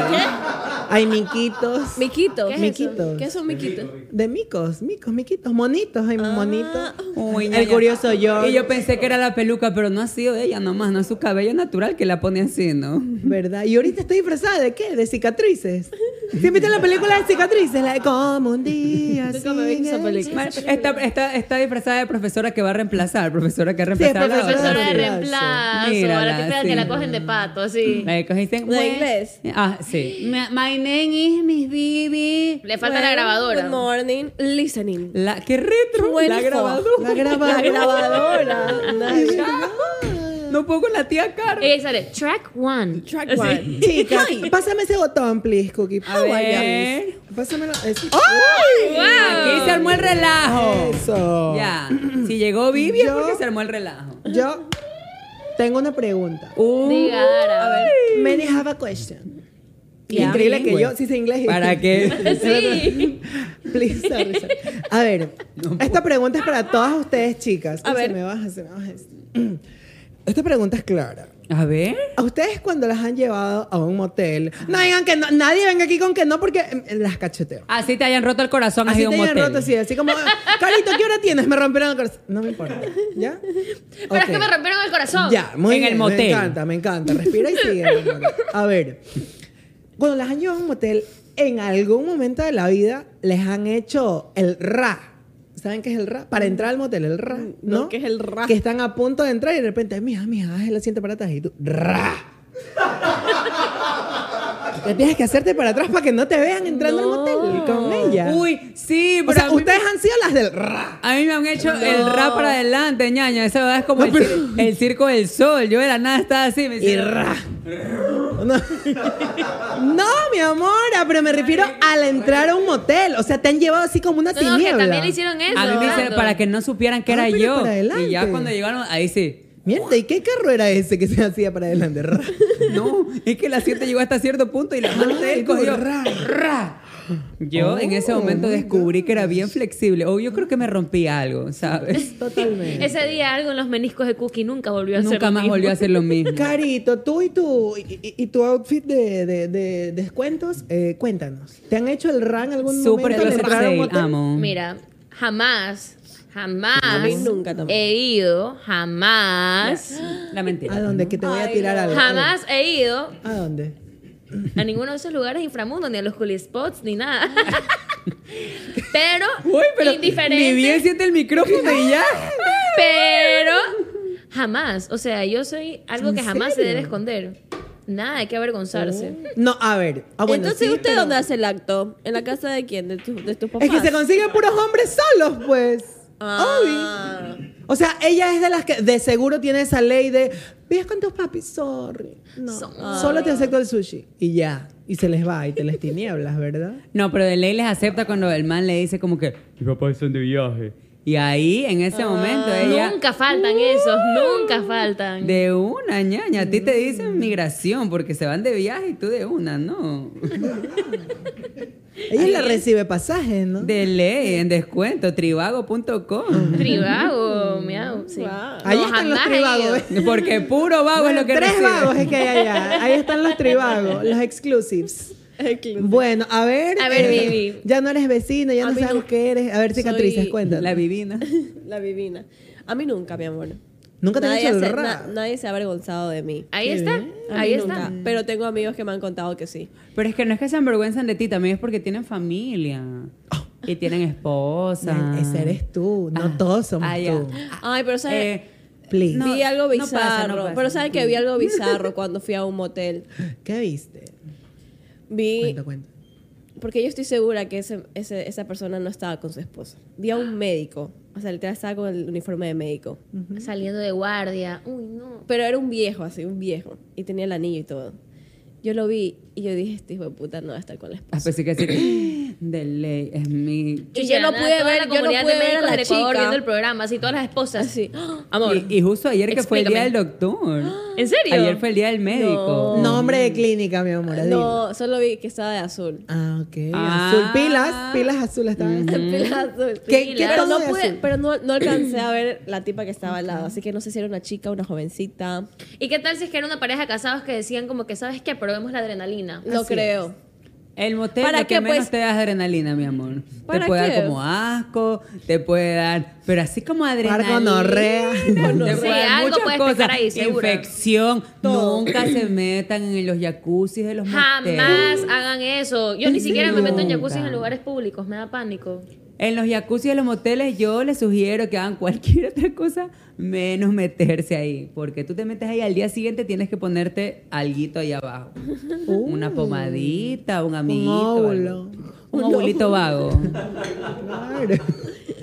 S4: Hay miquitos.
S3: Miquito.
S1: ¿Qué es
S4: miquitos.
S3: ¿Qué son miquitos?
S4: De micos, micos, miquitos, monitos. Hay monitos.
S6: Uy, ñaña.
S4: El curioso yo. señor.
S6: Y yo pensé que era la peluca, pero no ha sido ella nomás, no es su cabello natural que la pone así, ¿no?
S4: ¿Verdad? Y ahorita estoy disfrazada de qué? De cicatrices. Siempre está la película de cicatrices, la de como un día.
S3: Nunca me vi
S4: sin
S3: esa
S4: el-
S3: película.
S6: Está, está, está disfrazada de profesora que va a reemplazar, profesora que va a reemplazar. a la otra.
S1: Profesora de
S4: sí.
S1: reemplazo.
S6: Mírala,
S1: a la típica
S6: sí.
S1: que la cogen de pato, así.
S6: La que cogiste-
S3: ¿De inglés?
S6: Ah, sí. My, my name is Miss Bibi.
S1: Le falta la
S3: Well,
S1: grabadora.
S3: Good morning, listening.
S6: La, ¡Qué retro! La
S3: 24.
S6: grabadora.
S4: La grabadora.
S3: La
S6: [LAUGHS]
S3: grabadora. Nice.
S6: No puedo con la tía Carmen.
S1: Ella sale, track one.
S3: [LAUGHS] Track one.
S4: Chica, pásame ese botón, please, Cookie.
S6: A ver.
S4: Pásamelo. Eso.
S6: Aquí se armó el relajo.
S4: Eso.
S6: [CLEARS THROAT] Ya. Si llegó Vivi es
S4: Yo-
S6: porque se armó el relajo.
S4: Yo tengo una pregunta.
S6: Uh,
S1: Diga, Ara.
S6: a ver.
S4: Many have a question.
S6: Ya.
S4: Increíble que yo, sí sé inglés. [LAUGHS]
S6: ¿Para qué?
S1: [LAUGHS] Sí.
S4: Please, sorry, sorry. A ver, esta pregunta es para todas ustedes, chicas.
S3: A
S4: Uy,
S3: ver.
S4: Se me baja, se me baja. [CLEARS THROAT] Esta pregunta es clara.
S6: A ver.
S4: A ustedes cuando las han llevado a un motel, no digan que no, nadie venga aquí con que no porque eh, las cacheteo.
S6: Así te hayan roto el corazón, has
S4: Así
S6: ido a
S4: te
S6: un
S4: hayan
S6: motel.
S4: roto así, así como, Carito, ¿qué hora tienes? Me rompieron el corazón. No me importa, ¿ya?
S1: Pero es que me rompieron el corazón.
S4: Ya, muy
S6: En el
S4: bien,
S6: motel.
S4: Me encanta, me encanta. Respira y sigue. mi amor. A ver, cuando las han llevado a un motel, en algún momento de la vida les han hecho el ra. ¿Saben qué es el ra?
S6: Mm.
S4: Para entrar al motel, el ra, ¿no?
S3: No, ¿qué es el ra?
S4: Que están a punto de entrar y de repente, mija, mija, haz el asiento para atrás y tú, ra. Te tienes que hacerte para atrás para que no te vean entrando al motel con ella.
S6: Uy, sí,
S4: o
S6: pero.
S4: sea,
S6: a mí me-
S4: ustedes han sido las del ra.
S6: A mí me han hecho el rap para adelante, ñaña. Esa verdad es como el, cir- el circo del sol. Yo de la nada estaba así. Me
S4: Y
S6: hicieron-
S4: ra. No. No, mi amor, ah, pero me refiero al entrar a un motel. O sea, te han llevado así como una
S1: No, no, que
S4: tiniebla.
S1: también le hicieron eso.
S6: a mí me hicieron
S1: Orlando.
S6: para que no supieran que
S4: Ah,
S6: era
S4: pero
S6: yo.
S4: para adelante.
S6: Y ya cuando llegaron, ahí sí.
S4: Mierda, ¿y qué carro era ese que se hacía para adelante? Ra.
S6: No, es que el asiento llegó hasta cierto punto y la mano de él
S4: como
S6: cogió.
S4: ra.
S6: ra. Yo
S4: Oh,
S6: en ese momento
S4: my
S6: descubrí que era bien flexible. O yo creo que me rompí algo, ¿sabes?
S4: Totalmente.
S1: Ese día algo en los meniscos de Cookie nunca volvió a ser
S6: Nunca
S1: lo
S6: más
S1: mismo.
S6: volvió a hacer lo mismo.
S4: Carito, tú y tu, y, y- y tu outfit de, de- de descuentos, eh, cuéntanos. ¿Te han hecho el ran algún
S6: Súper
S4: momento al
S6: closet
S4: entrar a un
S6: sale,
S4: motel?
S6: amo.
S1: Mira, jamás, jamás
S3: A mí nunca tampoco.
S1: he ido, jamás,
S6: La
S4: ¿A
S6: mentira.
S4: dónde? Que te voy a tirar algo.
S1: jamás he ido
S4: ¿A dónde?
S1: a ninguno de esos lugares inframundo, ni a los cool spots, ni nada.
S3: [LAUGHS]
S1: pero,
S6: Uy, pero ni
S1: indiferente,
S6: bien siente el micrófono
S1: [LAUGHS]
S6: y ya.
S1: pero jamás. O sea, yo soy algo que jamás se debe esconder. Nada, hay que avergonzarse.
S4: No, a ver. Ah, bueno,
S3: Entonces,
S4: sí,
S3: ¿usted
S4: pero-
S3: dónde hace el acto? ¿En la casa de quién? ¿De, tu- de tus papás?
S4: Es que se consiguen puros hombres solos, pues.
S3: Ah.
S4: Obvio. O sea, ella es de las que de seguro tiene esa ley de vives con tus papis, sorry. No. Solo te acepto el sushi. Y ya. Y se les va y te les tinieblas, ¿verdad?
S6: No, pero de ley les acepta cuando el man le dice como que mis papás están de viaje. Y ahí, en ese momento,
S3: Oh,
S6: ella
S1: Ah, Nunca faltan esos, nunca faltan.
S6: de una ñaña, a ti te dicen migración porque se van de viaje y tú de una, no.
S4: Ella la recibe pasaje, ¿no?
S6: De ley, en descuento, tribago.com.
S1: Tribago, miau. Sí.
S4: Ahí
S1: No,
S4: están los
S1: jamás he
S4: tribagos.
S1: ido.
S4: ¿ves?
S6: Porque puro vago
S4: Bueno,
S6: es lo que
S4: tres
S6: recibe.
S4: vagos es que hay allá. Ahí están los tribagos, los exclusives. Bueno, a ver. eh,
S1: A ver, Vivi.
S4: Ya no eres vecina, ya
S3: A
S4: no
S3: mí
S4: sabemos
S3: no.
S4: qué eres. A ver, cicatrices,
S3: Soy
S4: cuéntanos.
S6: La vivina.
S3: [LAUGHS] La vivina. A mí nunca, mi amor.
S4: Nunca te han
S3: nadie
S4: hecho el
S3: se,
S4: ra.
S3: na- Nadie se ha avergonzado de mí.
S1: Ahí está,
S3: A mí
S1: ahí
S3: nunca.
S1: está.
S3: Pero tengo amigos que me han contado que sí.
S6: Pero es que no es que se avergüenzan de ti, también es porque tienen familia. Y tienen esposa.
S4: Ese eres tú, no todos somos
S6: ah, ya.
S4: tú.
S3: Ay, pero ¿sabes?
S6: Eh,
S4: Please.
S6: No,
S3: vi algo
S6: no pasa,
S3: bizarro.
S6: no pasa.
S3: Pero ¿saben que vi
S4: [LAUGHS]
S3: algo bizarro cuando fui a un motel?
S4: ¿Qué viste?
S3: Vi...
S4: Cuenta, cuenta.
S3: Porque yo estoy segura que ese, ese- esa persona no estaba con su esposa. Vi a un médico. O sea, literal estaba con el uniforme de médico.
S1: Saliendo de guardia. Uy, no.
S3: Pero era un viejo, así, un viejo. Y tenía el anillo y todo. Yo lo vi y yo dije, este hijo de puta no va a estar con la
S6: Ah,
S3: esposa.
S6: pensé
S1: [CLEARS THROAT]
S6: que decir, de ley, es mi...
S3: Y yo no
S1: Chullana,
S3: pude
S1: toda
S3: ver-
S1: la
S3: yo no
S1: comunidad
S3: pude
S1: de
S3: ver a
S1: médicos
S3: la
S1: del Ecuador
S3: chica.
S1: viendo el programa, así todas las esposas.
S3: [GASPS] Así.
S1: ¡Ah! Amor.
S6: Y, y justo ayer que fue el día del
S1: Explícame.
S6: doctor.
S1: [GASPS] ¿En serio?
S6: Ayer fue el día del médico.
S4: Nombre de clínica, mi amor. dilo.
S3: No, solo vi que estaba de azul.
S4: Ah, ok.
S6: Ah.
S4: Azul, pilas, pilas azules también.
S3: [LAUGHS]
S6: Mm.
S3: Pelada azul.
S4: ¿Qué-
S1: qué
S3: pero no
S4: tono de azul?
S3: pude, pero no, no alcancé a ver la tipa que estaba al lado. Así que no sé si era una chica, una jovencita.
S1: ¿Y qué tal si es que era una pareja de casados que decían como que, ¿sabes qué? Probemos la adrenalina.
S3: No creo.
S6: El motel
S3: ¿Para
S6: lo que
S3: qué,
S6: menos
S3: pues?
S6: te da es adrenalina, mi amor. Te
S3: ¿Para
S6: puede
S3: qué?
S6: dar como asco, te puede dar, pero así como adrenalina.
S4: gonorrea.
S6: [LAUGHS] Te
S1: Sí,
S6: puede dar
S1: algo
S6: muchas
S1: puedes
S6: cosas.
S1: pescar ahí, seguro.
S6: Infección. Nunca se metan en los jacuzzis de los moteles.
S1: Jamás hagan eso. Yo ni siquiera me meto en jacuzzi en
S6: Nunca.
S1: lugares públicos, me da pánico.
S6: En los jacuzzis de los moteles yo les sugiero que hagan cualquier [LAUGHS] otra cosa menos meterse ahí, porque tú te metes ahí al día siguiente tienes que ponerte alguito ahí abajo. Una pomadita, un amiguito,
S4: Uh. óvulo.
S6: algo. un ovulito vago.
S4: [LAUGHS] Claro.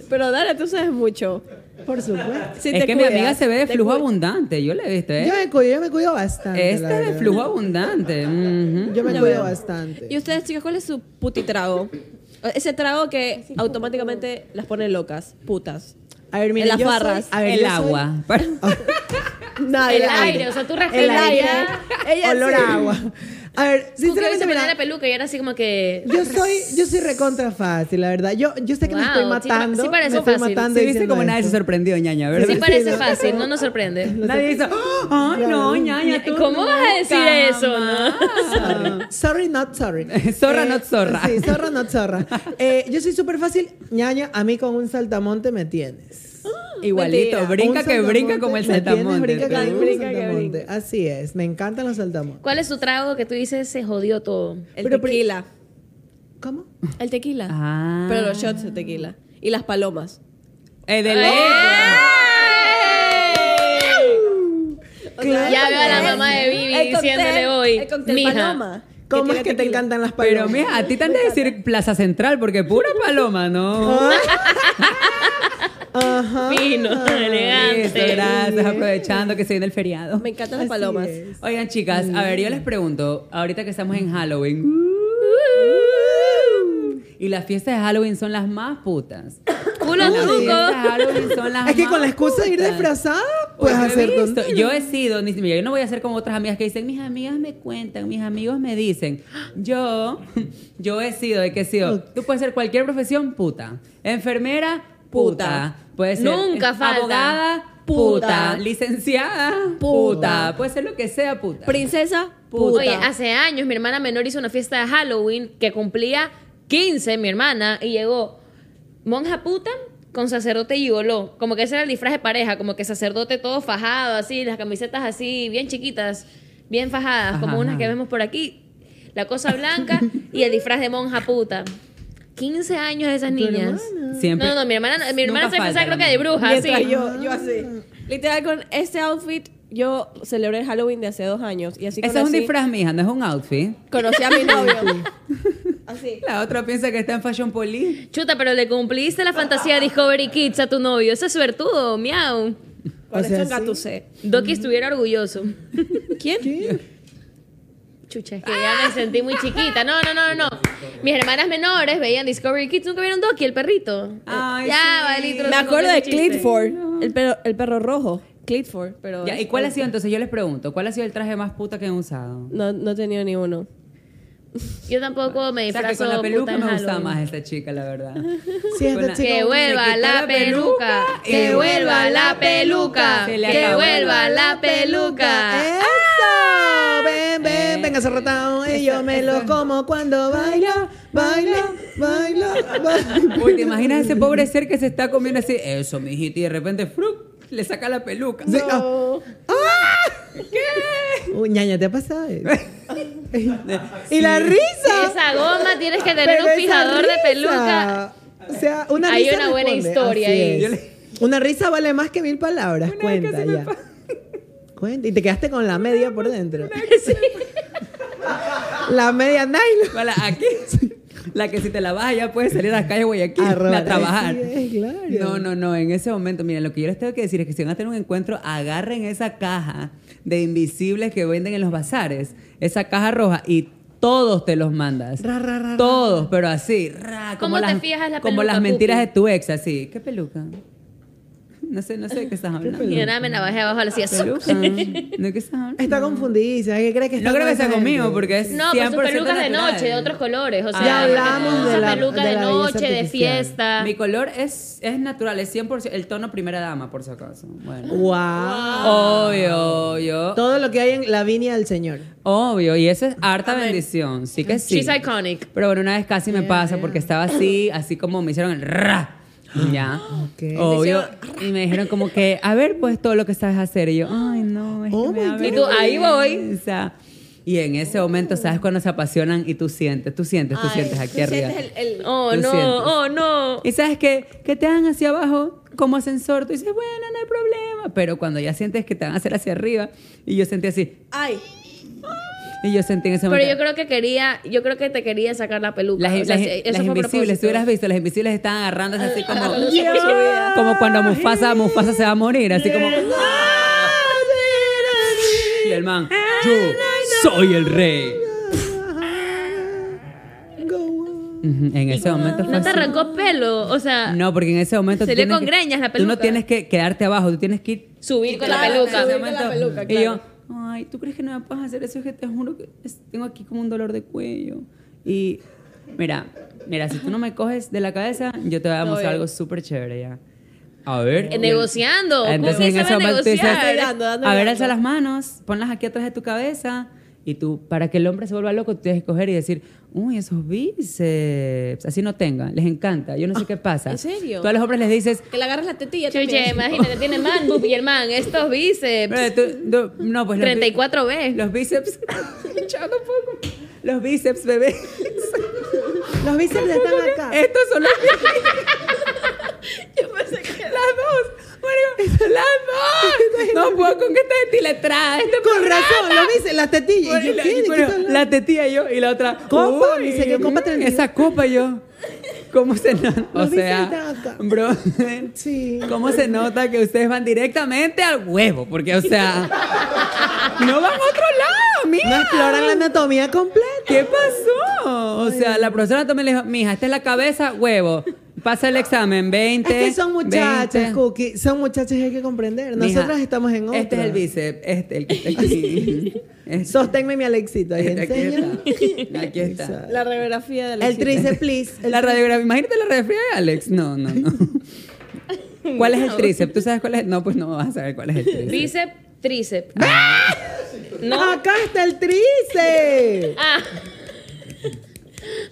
S3: Pero dale, tú sabes mucho.
S4: Por supuesto.
S3: Si
S6: es
S3: te
S6: que
S3: cuidas,
S6: mi amiga se ve de
S3: te
S6: flujo
S3: cuidas.
S6: abundante, yo la he visto,
S4: Yo
S6: ¿eh?
S4: me cuido, yo me cuido bastante. la
S6: Esta Este es de
S4: verdad.
S6: flujo abundante. ujú.
S4: Yo me
S3: Ya
S4: cuido
S3: veo.
S4: bastante.
S3: ¿Y ustedes, chicas, cuál es su putitrago? Ese trago que automáticamente las pone locas, putas.
S4: A ver, miren,
S3: en las
S4: yo soy-
S3: barras.
S4: a ver,
S6: el
S4: yo soy-
S6: agua.
S4: No,
S1: El aire, o sea, tú
S4: El
S1: respiras
S4: aire.
S1: ya.
S3: Ella
S4: olor
S3: sí.
S4: a agua. A ver,
S1: Sinceramente,
S4: sinceramente,
S1: me
S4: mira,
S1: la peluca y era así como que.
S4: yo soy, yo soy recontra fácil, la verdad. Yo, yo sé que me
S1: Wow,
S4: estoy
S1: sí pa- sí
S4: matando.
S1: parece
S4: me estoy
S1: fácil.
S4: matando
S6: Se viste
S4: diciendo
S6: como nadie se
S4: esto.
S6: sorprendió, ñaña,
S1: [LAUGHS]
S6: ¿verdad?
S1: Sí
S4: Sí,
S1: parece
S4: no.
S1: fácil, no nos sorprende.
S6: Nadie hizo, ay, no, ñaña, tú
S1: ¿Cómo vas a decir
S6: nunca
S1: eso, no?
S4: Sorry. Sorry, not sorry.
S6: Zorra, not zorra.
S4: Sí, zorra, not zorra. Eh, yo soy súper fácil. Ñaña, a mí con un saltamonte me tienes.
S6: Igualito,
S3: Mentira.
S6: brinca
S4: Un
S6: que brinca
S4: saltamonte
S6: como el
S4: me tienes,
S6: saltamonte.
S4: brinca que
S3: Ay,
S4: brinca,
S3: brinca que
S4: saltamonte.
S3: brinca.
S4: Así es, me encantan los saltamontes.
S1: ¿Cuál es tu trago que tú dices se jodió todo?
S3: El
S4: Pero- pero-
S3: tequila.
S4: ¿Cómo?
S3: El tequila.
S6: Ah.
S3: Pero los shots de tequila. Y las palomas.
S6: Eh, de ley.
S1: ¡Ey!
S4: Claro.
S1: Ya veo a la mamá de Vivi
S3: El cóctel-
S1: diciéndole hoy.
S3: El cóctel
S1: "Mija,
S3: paloma.
S4: ¿Cómo
S3: tiene
S4: es que te
S3: tequila.
S4: encantan las palomas?
S6: Pero mira, a ti te han de decir Plaza Central porque pura paloma, ¿no?
S4: [LAUGHS]
S6: [LAUGHS]
S4: Ajá.
S1: Fino,
S4: Ah,
S6: Listo,
S1: elegante.
S6: gracias, aprovechando que se viene el feriado.
S3: Me encantan
S4: Así
S3: las palomas.
S4: es.
S6: Oigan, chicas, a ver, yo les pregunto, ahorita que estamos en Halloween. Y las fiestas de Halloween son las más putas.
S1: Culo
S6: Las fiestas de
S1: truco.
S6: Halloween son las
S4: Es que
S6: más
S4: con la excusa de ir
S6: putas.
S4: disfrazada, puedes
S6: Pues,
S4: hacer
S6: he
S4: con-
S6: visto. Yo he sido, ni- mira, yo no voy a ser como otras amigas que dicen, mis amigas me cuentan, mis amigos me dicen. Yo, [LAUGHS] yo he sido, de que he sido. Tú puedes ser cualquier profesión, puta. Enfermera, puta.
S3: Puta.
S6: Puedes ser
S1: Nunca falta.
S6: abogada, puta.
S3: Puta.
S6: Licenciada, puta. Puede ser lo que sea, puta.
S3: Princesa, puta.
S1: Oye, hace años mi hermana menor hizo una fiesta de Halloween que cumplía 15, mi hermana, y llegó monja puta con sacerdote y voló. Como que ese era el disfraz de pareja, como que sacerdote todo fajado, así, las camisetas así, bien chiquitas, bien fajadas,
S6: Ajá,
S1: como unas
S6: ajá.
S1: que vemos por aquí. La cosa blanca y el disfraz de monja puta. 15 años de esas niñas.
S6: Siempre.
S1: No, no, mi hermana, mi hermana
S6: Nunca
S1: se disfrazaba,
S6: falta,
S1: creo que de
S6: hermano.
S1: bruja,
S3: Mientras
S1: así.
S3: yo, yo así. Literal, con este outfit, yo celebré el Halloween de hace dos años. Y así
S6: Ese es un
S3: conocí-
S6: disfraz, mija, no es un outfit.
S3: Conocí a mi novio. así.
S6: La otra piensa que está en Fashion Police.
S1: Chuta, pero le cumpliste la fantasía de Discovery Kids a tu novio. Ese es suertudo, miau.
S3: Con
S4: O sea,
S3: esto
S4: sí.
S3: engatusé.
S1: Doki estuviera orgulloso.
S3: ¿Quién?
S1: Chucha, es que ya me sentí muy chiquita. No, no, no, no. Mis hermanas menores veían Discovery Kids. ¿Nunca vieron Doki, el perrito?
S6: Ay,
S1: ya,
S6: sí.
S1: Valito, no
S3: Me
S1: se
S3: acuerdo
S1: copió
S3: de
S1: ese chiste.
S3: Clitford, el, perro, el perro rojo. Clitford, pero. este,
S6: Ya, ¿Y cuál ha sido? Entonces yo les pregunto, ¿cuál ha sido el traje más puta que han usado?
S3: No, no he tenido ni uno.
S1: Yo tampoco me
S6: O sea,
S1: disfrazo
S6: que con la
S1: puta
S6: peluca
S1: en
S6: me gusta
S1: Halloween.
S6: más esta chica, la verdad.
S4: Sí, esta
S6: Con la-
S4: chica-
S1: Que vuelva
S6: Se quitó
S1: la
S6: la
S1: peluca.
S6: peluca y
S1: Que vuelva la peluca.
S6: Se le
S1: Que
S6: acabó.
S1: vuelva la
S6: Ah.
S1: peluca.
S4: ¡Eso! Ven,
S6: Eh,
S4: ven, venga, cerratao. Y yo me lo como cuando baila, baila, baila, baila.
S6: Uy, ¿te imaginas ese pobre ser que se está comiendo así? Eso, mijita, y de repente, ¡fruc! Le saca la peluca.
S4: Sí, ah. ¡Ah! Uy, ñaña, ¿te ha pasado?
S6: [LAUGHS]
S4: y la risa.
S1: Esa goma tienes que tener un fijador de peluca.
S4: O sea, una
S1: Hay
S4: risa
S1: una buena
S4: responde.
S1: historia
S4: Así
S1: ahí.
S4: es.
S6: Yo le-
S4: Una risa vale más que mil palabras.
S6: vez
S4: Cuenta
S6: casi me
S4: ya.
S6: pasa.
S4: Cuenta. Y te quedaste con la media por dentro. La media nylon.
S6: Para aquí, [LAUGHS] la que si te la bajas ya puedes salir a las calles de Guayaquil
S4: A robar.
S6: a trabajar.
S4: Así es, claro.
S6: No, no, no, en ese momento, miren, lo que yo les tengo que decir es que si van a tener un encuentro, agarren esa caja de invisibles que venden en los bazares, esa caja roja y todos te los mandas.
S4: Ra, ra, ra, ra.
S6: todos, pero así, ra,
S1: ¿Cómo
S6: como
S1: te
S6: las-
S1: fijas la
S6: como
S1: peluca,
S6: las mentiras
S1: Pupi?
S6: de tu ex, así. ¿Qué peluca? No sé, no sé de qué estás hablando.
S1: Y de nada me la bajé abajo, le hacía
S6: Peluca.
S1: zup.
S6: ¿De qué estás hablando?
S4: Está confundidísima. ¿Qué crees que está
S6: No creo
S4: con
S6: que
S4: esa
S6: sea
S4: gente?
S6: conmigo porque
S1: [LAUGHS]
S6: es
S1: No,
S6: 100%
S1: pero son pelucas de
S6: natural.
S1: noche, de otros colores. O sea,
S4: Ya hablamos de
S1: esa
S4: la-
S1: peluca
S4: de
S1: de,
S4: la belleza
S1: noche, de
S4: artificial.
S1: fiesta.
S6: Mi color es, es natural, es 100% el tono primera dama, por si acaso. Bueno.
S4: Wow.
S6: Obvio, obvio.
S4: Todo lo que hay en la viña del Señor.
S6: Obvio, y eso es harta bendición, sí que sí.
S1: She's iconic.
S6: Pero bueno, una vez casi me pasa porque estaba así, así como me hicieron el ra. Ya. Obvio. Y me dijeron como que, a ver, pues todo lo que sabes hacer. Y yo, ay, no, es que
S4: Oh
S6: me
S4: my
S6: da
S4: God.
S1: Y tú, ahí voy.
S6: vergüenza". Y en ese momento, ¿sabes? Cuando se apasionan y tú sientes, tú sientes, tú sientes aquí arriba.
S1: Oh,
S6: Lo
S1: no,
S6: siento.
S1: oh, no.
S6: Y sabes que, que te dan hacia abajo como ascensor, tú dices, bueno, no hay problema. Pero cuando ya sientes que te van a hacer hacia arriba, y yo sentí así,
S3: Ay,
S6: y yo sentí en ese
S1: Pero
S6: momento.
S1: yo creo que quería, yo creo que te quería sacar la peluca.
S6: Las,
S1: O sea,
S6: las-
S1: sí, eso
S6: las
S1: fue a
S6: invisibles,
S1: propósito. Ah,
S6: tú hubieras visto, las invisibles estaban agarrándose así como,
S1: Yeah.
S6: [LAUGHS] como cuando Mufasa, Mufasa se va a morir, así como. "Ah". Y el man, yo soy el rey. Ujú, En ese momento fue
S1: No te
S6: así.
S1: arrancó pelo, o sea,
S6: No, porque en ese momento. tú
S1: Se le
S6: tienes
S1: con
S6: que-
S1: greñas la
S6: Tú
S1: peluca.
S6: no tienes que quedarte abajo, tú tienes que ir
S1: subir con la
S3: Claro,
S1: peluca.
S3: subir con la peluca,
S6: y yo,
S3: claro.
S6: ay, ¿tú crees que no me puedes hacer eso? Es que te juro que es- tengo aquí como un dolor de cuello. Y mira, mira, si tú no me coges de la cabeza, yo te voy a mostrar algo súper chévere ya. A ver.
S1: Eh, negociando, ¿cómo que sabe negociar?
S3: Dando, dando,
S6: a ver,
S3: dando.
S6: alza las manos, ponlas aquí atrás de tu cabeza. Y tú, para que el hombre se vuelva loco, tú tienes que coger y decir, uy, esos bíceps. Así no tenga, les encanta. Yo no sé qué pasa.
S3: ¿en serio?
S6: Tú a los hombres les dices,
S3: que le agarras la tetilla
S1: Chuche, imagínate, tiene man, boob, y el man, estos bíceps.
S6: Pero tú- tú- no, pues los bi-
S1: 34 veces.
S6: [LAUGHS] Los bíceps. Chao, tampoco. Los bíceps, bebé.
S4: Los bíceps están acá.
S6: [LAUGHS] Estos son los
S4: [LAUGHS]
S6: Las dos. Marico, las dos. No puedo con que esta destiletrada. Esto
S4: Con razón, los bíceps, las tetillas. ¿Y yo,
S6: la,
S4: ¿qué? ¿De qué
S6: bueno,
S4: estás hablando?
S6: la tetilla y yo y la otra
S4: Copa,
S6: uy, mm,
S4: ni sé qué copa tenía.
S6: esa copa y yo cómo se nota o
S4: Los
S6: sea
S4: bíceps de acá.
S6: bro
S4: Sí.
S6: cómo se nota que ustedes van directamente al huevo porque o sea no van a otro lado mira
S4: No exploran la anatomía completa.
S6: ¿Qué pasó? O sea, la profesora también le dijo, mija, esta es la cabeza, huevo. Pasa el examen, 20.
S4: Es que son muchachas,
S6: 20.
S4: Cookie. Son muchachas y hay que comprender.
S6: Mija,
S4: Nosotras estamos en otra.
S6: Este es el bíceps, este, el que está
S4: [LAUGHS]
S6: aquí. Este,
S4: Sosténme mi Alexito. Ahí
S6: este, [LAUGHS] aquí
S4: enseña.
S6: está. [LAUGHS] Aquí
S4: [LAUGHS]
S6: está.
S3: [LAUGHS]
S4: Exacto.
S3: La radiografía de la
S4: El tríceps, please. El-
S6: La radiografía, imagínate la radiografía de Alex. No, no, no.
S4: [LAUGHS]
S6: ¿Cuál es el tríceps? ¿Tú sabes cuál es? No, pues no vas a saber cuál es el tríceps.
S1: Bíceps, tríceps.
S6: ¡Ah!
S1: No.
S4: Acá está el tríceps.
S1: Ah.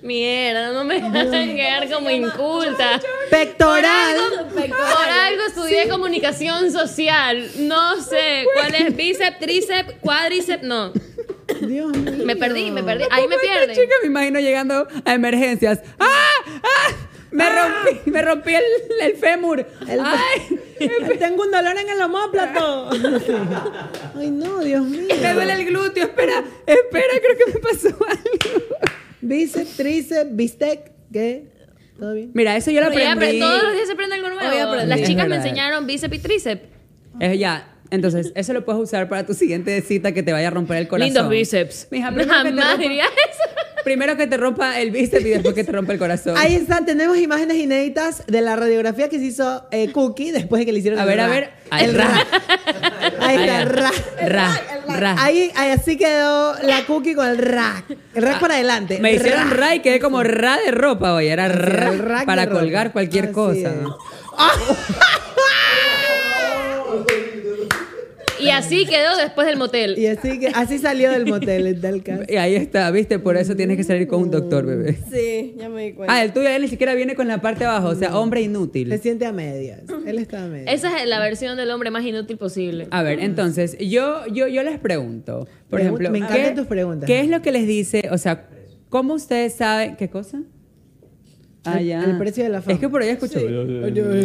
S1: Mierda, no me hagan quedar como inculta.
S4: Pectoral.
S1: Por algo estudié comunicación social. No sé cuál es bíceps, tríceps, cuádriceps. No,
S4: Dios mío.
S1: me perdí, me perdí. Ahí me
S6: ¿Cómo esta
S1: pierden.
S6: chica me imagino llegando a emergencias. ¡Ah! ¡Ah! Me rompí, me rompí el, el fémur.
S4: El- [LAUGHS]
S6: ¡Ay!
S4: Tengo un dolor en el
S6: [LAUGHS]
S4: homóplato. Ay, no, Dios mío.
S6: Me duele el glúteo, espera, espera, creo que me pasó algo.
S4: Bíceps, tríceps, bistec. ¿Qué? ¿Todo bien?
S6: Mira, eso yo lo
S1: Pero ya,
S6: aprendí.
S1: pero todos los días se prende algo
S6: Hoy
S1: nuevo.
S6: aprendí.
S1: Las
S6: Es
S1: chicas me
S6: verdad.
S1: enseñaron bíceps y tríceps.
S6: Eh, ya, entonces, eso lo puedes usar para tu siguiente cita que te vaya a romper el corazón.
S1: Lindos bíceps.
S6: Mija, primero, que te
S1: Jamás diría
S6: rompa,
S1: eso.
S6: primero que te rompa el bíceps y después que te rompa el corazón.
S4: Ahí están, tenemos imágenes inéditas de la radiografía que se hizo eh, Cookie después de que le hicieron
S6: A
S4: el
S6: ver, a
S4: ra.
S6: ver.
S4: El ra. Ahí está,
S6: Ahí,
S4: ra.
S6: ra, ra.
S4: Ahí, ahí así quedó la Cookie con el ra. El ra para adelante.
S6: Ah, Me hicieron
S4: Ra.
S6: ra y quedé como ra de ropa, oye, era ra,
S4: el rack de
S6: para
S4: ropa.
S6: colgar cualquier
S4: Así
S6: cosa.
S4: es.
S1: Y así quedó después del motel.
S4: Y así, que, así salió del motel,
S6: [LAUGHS]
S4: del caso.
S6: Y ahí está, ¿viste? Por eso tienes que salir con un doctor, bebé.
S3: Sí, ya me di cuenta.
S6: Ah, el tuyo él ni siquiera viene con la parte de abajo, o sea, hombre inútil.
S4: Se siente a medias. Él está a medias.
S1: Esa es la versión del hombre más inútil posible.
S6: A ver, entonces, yo, yo, yo les pregunto, por
S4: Pregun-
S6: ejemplo,
S4: Mm. me encantan tus preguntas.
S6: ¿qué es lo que les dice? O sea, ¿cómo ustedes saben qué cosa? Ah,
S4: El-
S6: ya.
S4: el precio de la fama.
S6: Es que por ahí escuché.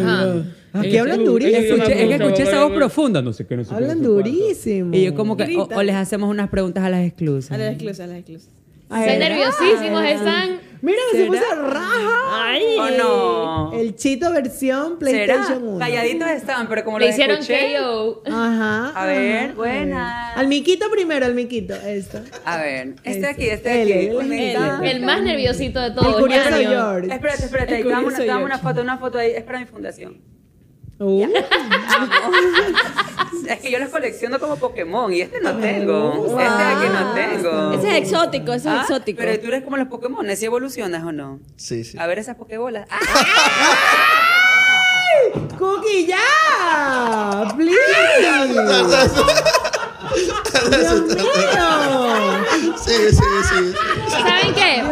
S1: Ah.
S4: Aquí hablan durísimo.
S6: Escuché- es que escuché esa voz profunda, no sé qué, no sé qué,
S4: Hablan
S6: no sé cuánto.
S4: durísimo.
S6: Y yo como que, o, o les hacemos unas preguntas a las exclusas.
S3: A las exclusas, a las exclusas.
S1: Están nerviosísimos,
S6: Ah.
S1: están.
S4: Mira, se puso raja.
S6: ¿O no?
S4: El Chito versión
S6: ¿Será?
S4: PlayStation 1.
S6: Calladitos estaban, pero como
S1: Le
S6: los
S1: hicieron
S6: escuché-
S1: KO.
S4: Ajá.
S6: A ver,
S4: ajá.
S6: buenas.
S4: Al miquito primero, al miquito. Esto.
S6: A ver, este
S4: Ese.
S6: aquí, este
S4: Él,
S6: aquí.
S4: él,
S6: Un
S4: él.
S6: momento.
S1: El más nerviosito de
S4: El
S1: todos.
S4: curioso
S1: Mario.
S4: George.
S6: Espérate, espérate,
S3: El
S6: dame una,
S3: curioso
S6: dame
S3: George.
S6: una foto, una foto ahí, es para mi fundación.
S4: Uh,
S6: Es que yo los colecciono como Pokémon y este no tengo. Este aquí no tengo.
S3: Ese es exótico, ese es
S6: Ah,
S3: exótico.
S6: Pero tú eres como los Pokémon, si evolucionas o no.
S7: Sí, sí.
S6: A ver esas Pokébolas. ¡Ah!
S4: Cookie, ya. Please.
S7: [LAUGHS]
S4: Dios mío.
S7: Sí, sí, sí.
S1: ¿Saben qué?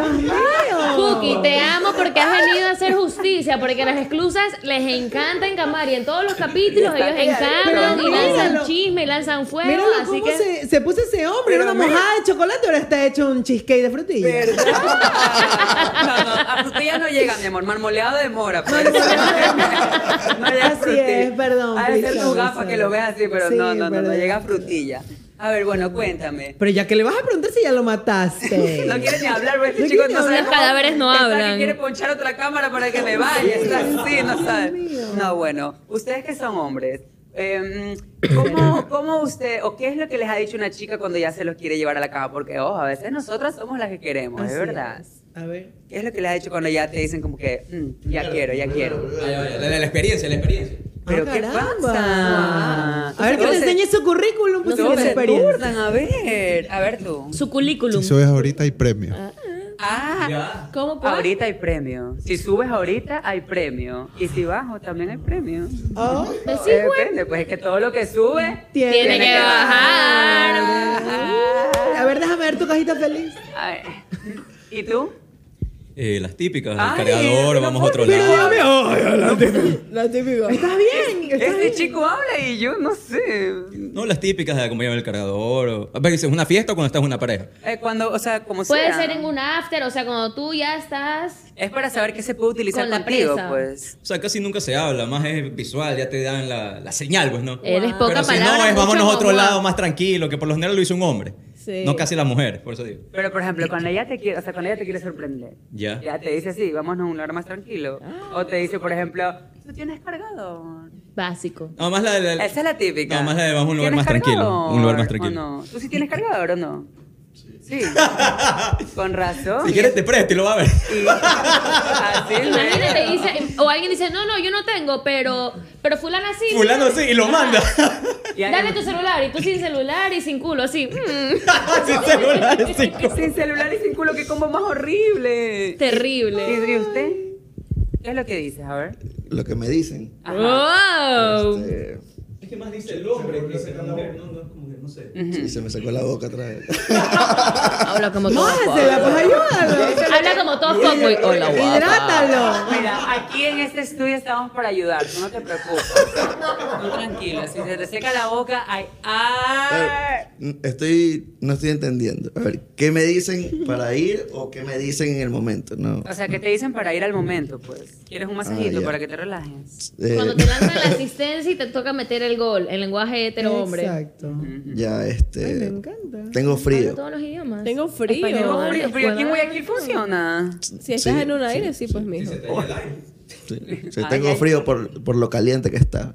S1: Cookie, te amo porque has venido a hacer justicia, porque las exclusas les encanta encamar y en todos los capítulos ellos encaman
S4: Pero
S1: y lanzan
S4: míralo.
S1: chisme y lanzan fuego,
S4: Míralo
S1: así
S4: cómo
S1: que...
S4: se, se puso ese hombre. Era
S6: Pero
S4: una
S6: mira.
S4: mojada de chocolate, ahora está hecho un cheesecake de frutilla.
S6: [LAUGHS] No, no, a frutilla no llega, mi amor. Marmoleado de mora. pues. [LAUGHS] No llega a
S4: Así
S6: frutilla.
S4: es, perdón,
S6: Ha de ser tu
S4: Cristian,
S6: gafa
S4: sí.
S6: que lo veas así, pero
S4: Sí,
S6: no, no, no, no
S4: perdón.
S6: llega a frutilla. A ver, bueno, cuéntame.
S4: Pero ya que le vas a preguntar si ya lo mataste.
S6: [LAUGHS] No quiere ni hablar, porque este
S4: No
S6: chico
S4: quiere
S6: no
S4: ni
S1: hablar.
S6: sabe. cómo-
S1: Los cadáveres no
S6: Está que
S1: hablan.
S6: quiere ponchar otra cámara para que me vaya. Está así, no sabe. No, bueno, ustedes que son hombres. eh, ¿cómo, ¿Cómo usted, o qué es lo que les ha dicho una chica cuando ya se los quiere llevar a la cama? Porque, ojo, a veces nosotras somos las que queremos, es
S4: Así
S6: verdad.
S4: es. A ver.
S6: ¿Qué es lo que les ha dicho cuando ya te dicen como que, mm, ya quiero, ya quiero?
S8: La, la- la experiencia, la experiencia.
S6: Pero
S4: Ah,
S6: ¿qué
S4: caramba.
S6: pasa?
S4: A ver, que te
S6: Entonces-
S4: enseñe su currículum, pues,
S6: Todos
S4: sin
S6: se
S4: experiencia.
S6: turnan, a ver, a ver tú.
S1: Su currículum.
S7: Eso es ahorita y premio.
S6: Ah,
S1: ¿Cómo pues? cuál?
S6: Ahorita hay premio. Si subes ahorita, hay premio. Y si bajo, también hay premio.
S4: Oh,
S1: Decís,
S6: Eh,
S1: güey,
S6: depende, pues es que todo lo que sube
S4: Tiene
S1: Tiene que bajar.
S4: A ver, déjame ver tu cajita feliz.
S6: Ay, ¿Y tú?
S8: Eh, las típicas,
S6: Ay,
S8: el cargador,
S6: no
S8: vamos a
S6: puedo
S8: otro
S6: creer.
S8: lado.
S3: La típica.
S4: ¿Estás bien? ¿Estás
S6: Este
S4: bien?
S6: chico habla y yo no sé.
S8: No, las típicas de acompañar el cargador. O... A ver, ¿es una fiesta o cuando estás en una pareja?
S6: Eh, cuando, o sea, como
S1: Puede
S6: sea.
S1: ser en un after, o sea, cuando tú ya estás...
S6: Es para saber qué se puede utilizar
S1: Con la
S6: contigo,
S1: presa.
S6: pues.
S8: O sea, casi nunca se habla, más es visual, ya te dan la, la señal, pues, ¿no?
S1: Él es poca
S8: Pero si no,
S1: palabra,
S8: es
S1: mucho
S8: vámonos a otro
S1: guaguá.
S8: lado más tranquilo, que por lo general lo hizo un hombre.
S3: Sí.
S8: No casi la mujer, por eso digo.
S6: Pero, por ejemplo, cuando ella te quiere, o sea, cuando ella te quiere sorprender.
S8: Ya.
S6: Ya te dice, sí, vámonos a un lugar más tranquilo.
S1: Ah.
S6: O te dice, por ejemplo, tú tienes cargador.
S1: Básico.
S8: Nada más la de la...
S6: Esa es la típica.
S8: No, más la de vamos a un lugar
S6: ¿Tienes
S8: más tranquilo,
S6: cargador
S8: un lugar más
S6: o
S8: tranquilo.
S6: no? ¿Tú sí tienes cargador o no? Sí. Con razón.
S8: [LAUGHS] Si quieres te presto y lo va a ver.
S6: Y- Así es.
S1: Imagínate, dice, o alguien dice, no, no, yo no tengo, pero, pero fulana sí.
S8: Fulano sí, y lo manda.
S1: [LAUGHS]
S6: Y ahí-
S1: Dale tu celular, y tú sin celular y sin culo, así. mm,
S8: Sin celular, sin co-
S6: Sin celular y sin culo, qué combo más horrible.
S1: terrible.
S6: ¿Y y usted? ¿Qué es lo que dices? A ver.
S7: Lo que me dicen.
S6: Ajá.
S1: Wow.
S7: este,
S8: Es que más dice el hombre, dice la mujer, no, no, como que no sé.
S7: sí, se me sacó la boca otra vez.
S1: Habla como todo.
S4: Mójasela, pues ayúdalo.
S1: Habla como todo fuckboy. Hola, guapa.
S4: Hidrátalo.
S6: Mira, aquí en este estudio estamos para ayudar, no te preocupes. Tú tranquila, si se te seca la boca, hay
S7: A
S8: Eh.
S6: ar.
S7: ver, Estoy, no estoy entendiendo. A ver, ¿qué me dicen para ir o qué me dicen en el momento? No.
S6: O sea, ¿qué te dicen para ir al momento, pues? ¿Quieres un masajito
S8: Ah,
S7: ya.
S6: para que te relajes?
S7: eh,
S1: Cuando te lanzan la asistencia y te toca meter el gol, en lenguaje hetero hombre. Mm.
S4: Exacto.
S7: ya, este.
S4: Ay, me encanta.
S7: Tengo
S1: Habla
S7: frío.
S1: todos los idiomas.
S3: Tengo frío.
S1: Español.
S6: Tengo frío, pero aquí en
S1: Ecuador.
S6: Guayaquil funciona.
S3: Si estás
S7: Sí,
S3: en un aire, sí, pues mijo.
S7: Sí, sí,
S1: Ah,
S6: Ay,
S7: tengo
S6: ay,
S7: frío por, por lo caliente que está.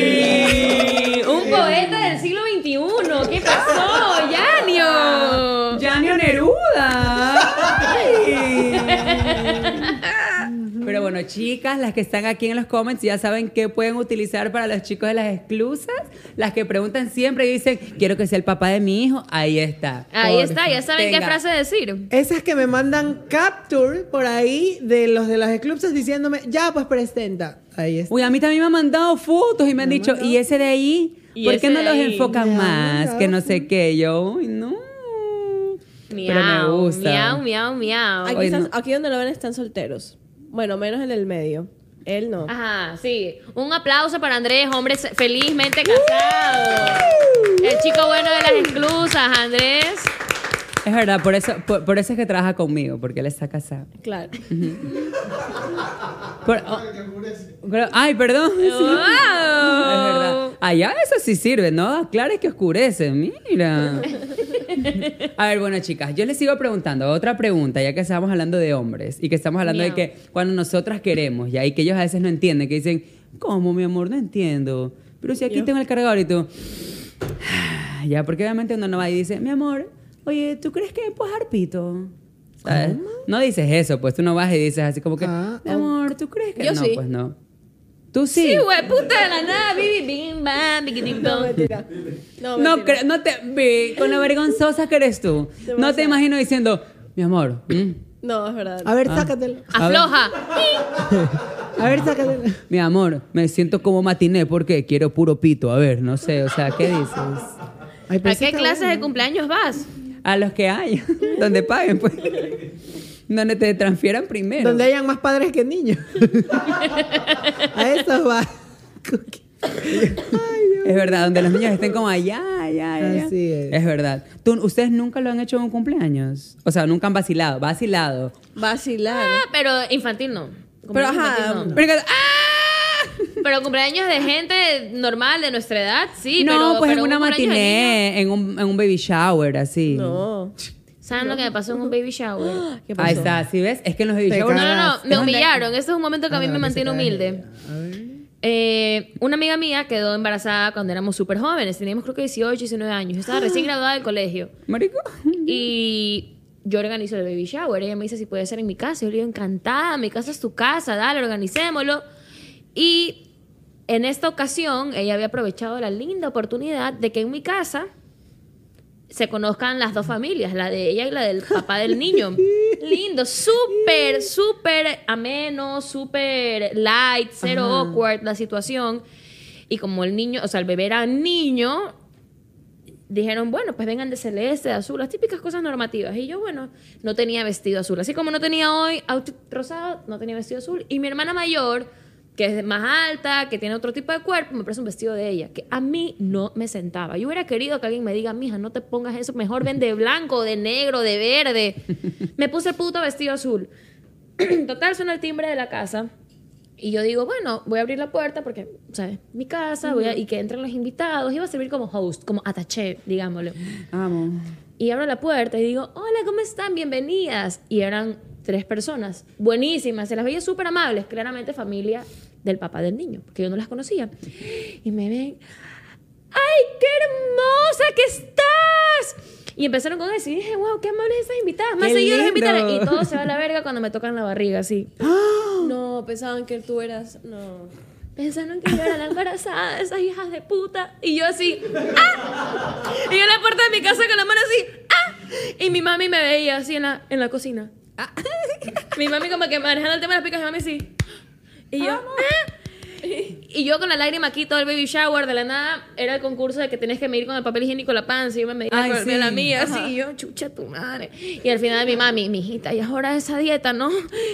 S1: ¡Ey! Un poeta del siglo XXI. ¿Qué pasó, Yanio?
S6: ¡Yanio Neruda! Ay. Pero bueno, chicas, las que están aquí en los comments ya saben qué pueden utilizar para los chicos de las exclusas. Las que preguntan siempre y dicen, quiero que sea el papá de mi hijo, ahí está.
S1: Ahí
S6: Por
S1: está, ya saben qué
S6: Tenga.
S1: frase decir.
S4: Esas que me mandan capture por ahí de los de las eclipses diciéndome, ya pues presenta. Ahí está.
S6: Uy, a mí también me han mandado fotos y me han dicho, ¿y ese de ahí?
S1: ¿Y
S6: ¿Por qué
S1: ese
S6: no
S1: de
S6: los
S1: ahí?
S6: enfocan
S4: Me han
S6: más?
S4: mandado
S6: Que no sé qué. Yo, uy, no. Pero me
S1: Miau,
S6: gusta.
S1: miau, miau, miau.
S3: Aquí,
S6: Hoy
S3: están-
S6: no.
S3: aquí donde lo ven están solteros. Bueno, menos en el medio. Él no.
S1: Ajá, sí. Un aplauso para Andrés, hombre se- felizmente casado. El chico bueno de las exclusas, Andrés.
S6: Es verdad, por eso, por, por eso es que trabaja conmigo, porque él está casado. [LAUGHS]
S3: Claro.
S6: Por- oh, creo- ay, perdón. [LAUGHS] Sí.
S1: ¡Wow!
S6: Es [LAUGHS] verdad. Allá eso sí sirve, ¿no? Claro es que oscurece, mira. A ver, bueno, chicas, yo les sigo preguntando otra pregunta, ya que estábamos hablando de hombres y que estamos hablando
S1: Miau.
S6: de que cuando nosotras queremos, ya, y que ellos a veces no entienden, que dicen, ¿cómo, mi amor? No entiendo. Pero si aquí tengo el cargador y tú, [SIGHS] ya, porque obviamente uno no va y dice, mi amor, oye, ¿tú crees que me puedes dar pito? ¿sabes? No dices eso, pues tú no vas y dices así como que,
S4: Ah,
S6: mi amor, ¿tú crees que
S3: Yo
S6: no?
S3: sí.
S6: Pues no. Tú sí.
S1: Sí, güey, puta de la nada, bibi, bim, bam, biquitín,
S3: No,
S1: bam.
S3: mentira. No,
S6: No,
S3: mentira.
S6: cre- no te ve con la vergonzosa que eres tú. No te imagino diciendo, mi amor. mm,
S3: No, es verdad.
S4: A
S1: Ah.
S4: ver, sácatelo.
S1: Afloja.
S4: A ver, sácatelo.
S6: Mi amor, me siento como matiné porque quiero puro pito. A ver, no sé, o sea, ¿qué dices?
S4: Ay, pero
S1: ¿A
S4: sí
S1: qué
S4: está
S1: clases
S4: bueno.
S1: de cumpleaños vas?
S6: A los que hay, [LAUGHS] donde paguen, pues. Donde te transfieran primero.
S4: Donde hayan más padres que
S1: [LAUGHS]
S4: niños. a eso va.
S6: Es verdad, donde los niños estén como allá, allá, allá.
S4: Así es.
S6: Es verdad. Tú- ¿Ustedes nunca lo han hecho en un cumpleaños? O sea, nunca han vacilado, vacilado.
S3: Vacilar.
S1: Ah, pero infantil no.
S3: Pero
S1: Cumpleaños
S3: ajá.
S1: infantil no.
S6: Pero, ¡ah!
S1: [LAUGHS] Pero cumpleaños de gente normal, de nuestra edad, sí.
S6: no,
S1: pero,
S6: pues
S1: pero
S6: en
S1: un
S6: una
S1: cumpleaños de niño-
S6: matiné, en un, en un baby shower, así.
S3: No.
S1: ¿Saben lo que me pasó en un baby shower?
S3: ¿Qué
S6: Ahí
S3: pasó?
S6: está, ¿sí ves? Es que en los baby
S4: Te
S6: showers...
S1: No, no, no, me
S6: Es donde-
S1: humillaron. Este es un momento que a mí
S6: Ah,
S1: me
S6: que se
S1: mantiene
S6: cae.
S1: humilde. Eh, una amiga mía quedó embarazada cuando éramos súper jóvenes. Teníamos creo que 18, 19 años. Yo estaba recién graduada del colegio.
S6: Marico.
S1: Y yo organizo el baby shower. Ella me dice si puede ser en mi casa. Yo le digo, encantada, mi casa es tu casa, dale, organicémoslo. Y en esta ocasión, ella había aprovechado la linda oportunidad de que en mi casa se conozcan las dos familias, la de ella y la del papá del niño. Lindo, súper, súper ameno, súper light, cero awkward la situación. Y como el niño, o sea, el bebé era niño, dijeron, bueno, pues vengan de celeste, de azul, las típicas cosas normativas. Y yo, bueno, no tenía vestido azul. Así como no tenía hoy outfit rosado, no tenía vestido azul. Y mi hermana mayor, que es más alta, que tiene otro tipo de cuerpo, me presta un vestido de ella, que a mí no me sentaba. Yo hubiera querido que alguien me diga, mija, no te pongas eso, mejor ven de blanco, de negro, de verde. Me puse el puto vestido azul. [CLEARS THROAT] Total, suena el timbre de la casa. Y yo digo, bueno, voy a abrir la puerta porque, ¿sabes? Mi casa, voy a- y que entren los invitados. Iba a servir como host, como attaché, digámoslo.
S6: [LAUGHS] Amo.
S1: Y abro la puerta y digo, hola, ¿cómo están? Bienvenidas. Y eran tres personas, buenísimas, se las veía súper amables, claramente familia del papá del niño, porque yo no las conocía. Y me ven, ¡ay, qué hermosa que estás! Y empezaron con eso y dije, wow, qué amables esas invitadas, más
S6: ¡Qué
S1: seguido las
S6: lindo!
S1: invitaré. Y todo se va a la verga cuando me tocan la barriga,
S6: [GASPS]
S1: así.
S3: No, pensaban que tú eras. No.
S1: Pensaron que yo era la embarazada de esas hijas de puta. Y yo así, ¡ah! Y yo en la puerta de mi casa con la mano así, ¡ah! Y mi mami me veía así en la, en la cocina. ¡Ah! Mi mami como que manejando el tema de las picas, mi mami así. Y yo, ¡ah! Y yo con la lágrima aquí, todo el baby shower, de la nada, era el concurso de que tenías que medir con el papel higiénico la panza. Y yo me medía
S6: Ay,
S1: con
S6: sí.
S1: la mía, así. Y yo, chucha tu madre. Y al final mi mami, mi hijita, ya es hora de esa dieta, ¿no?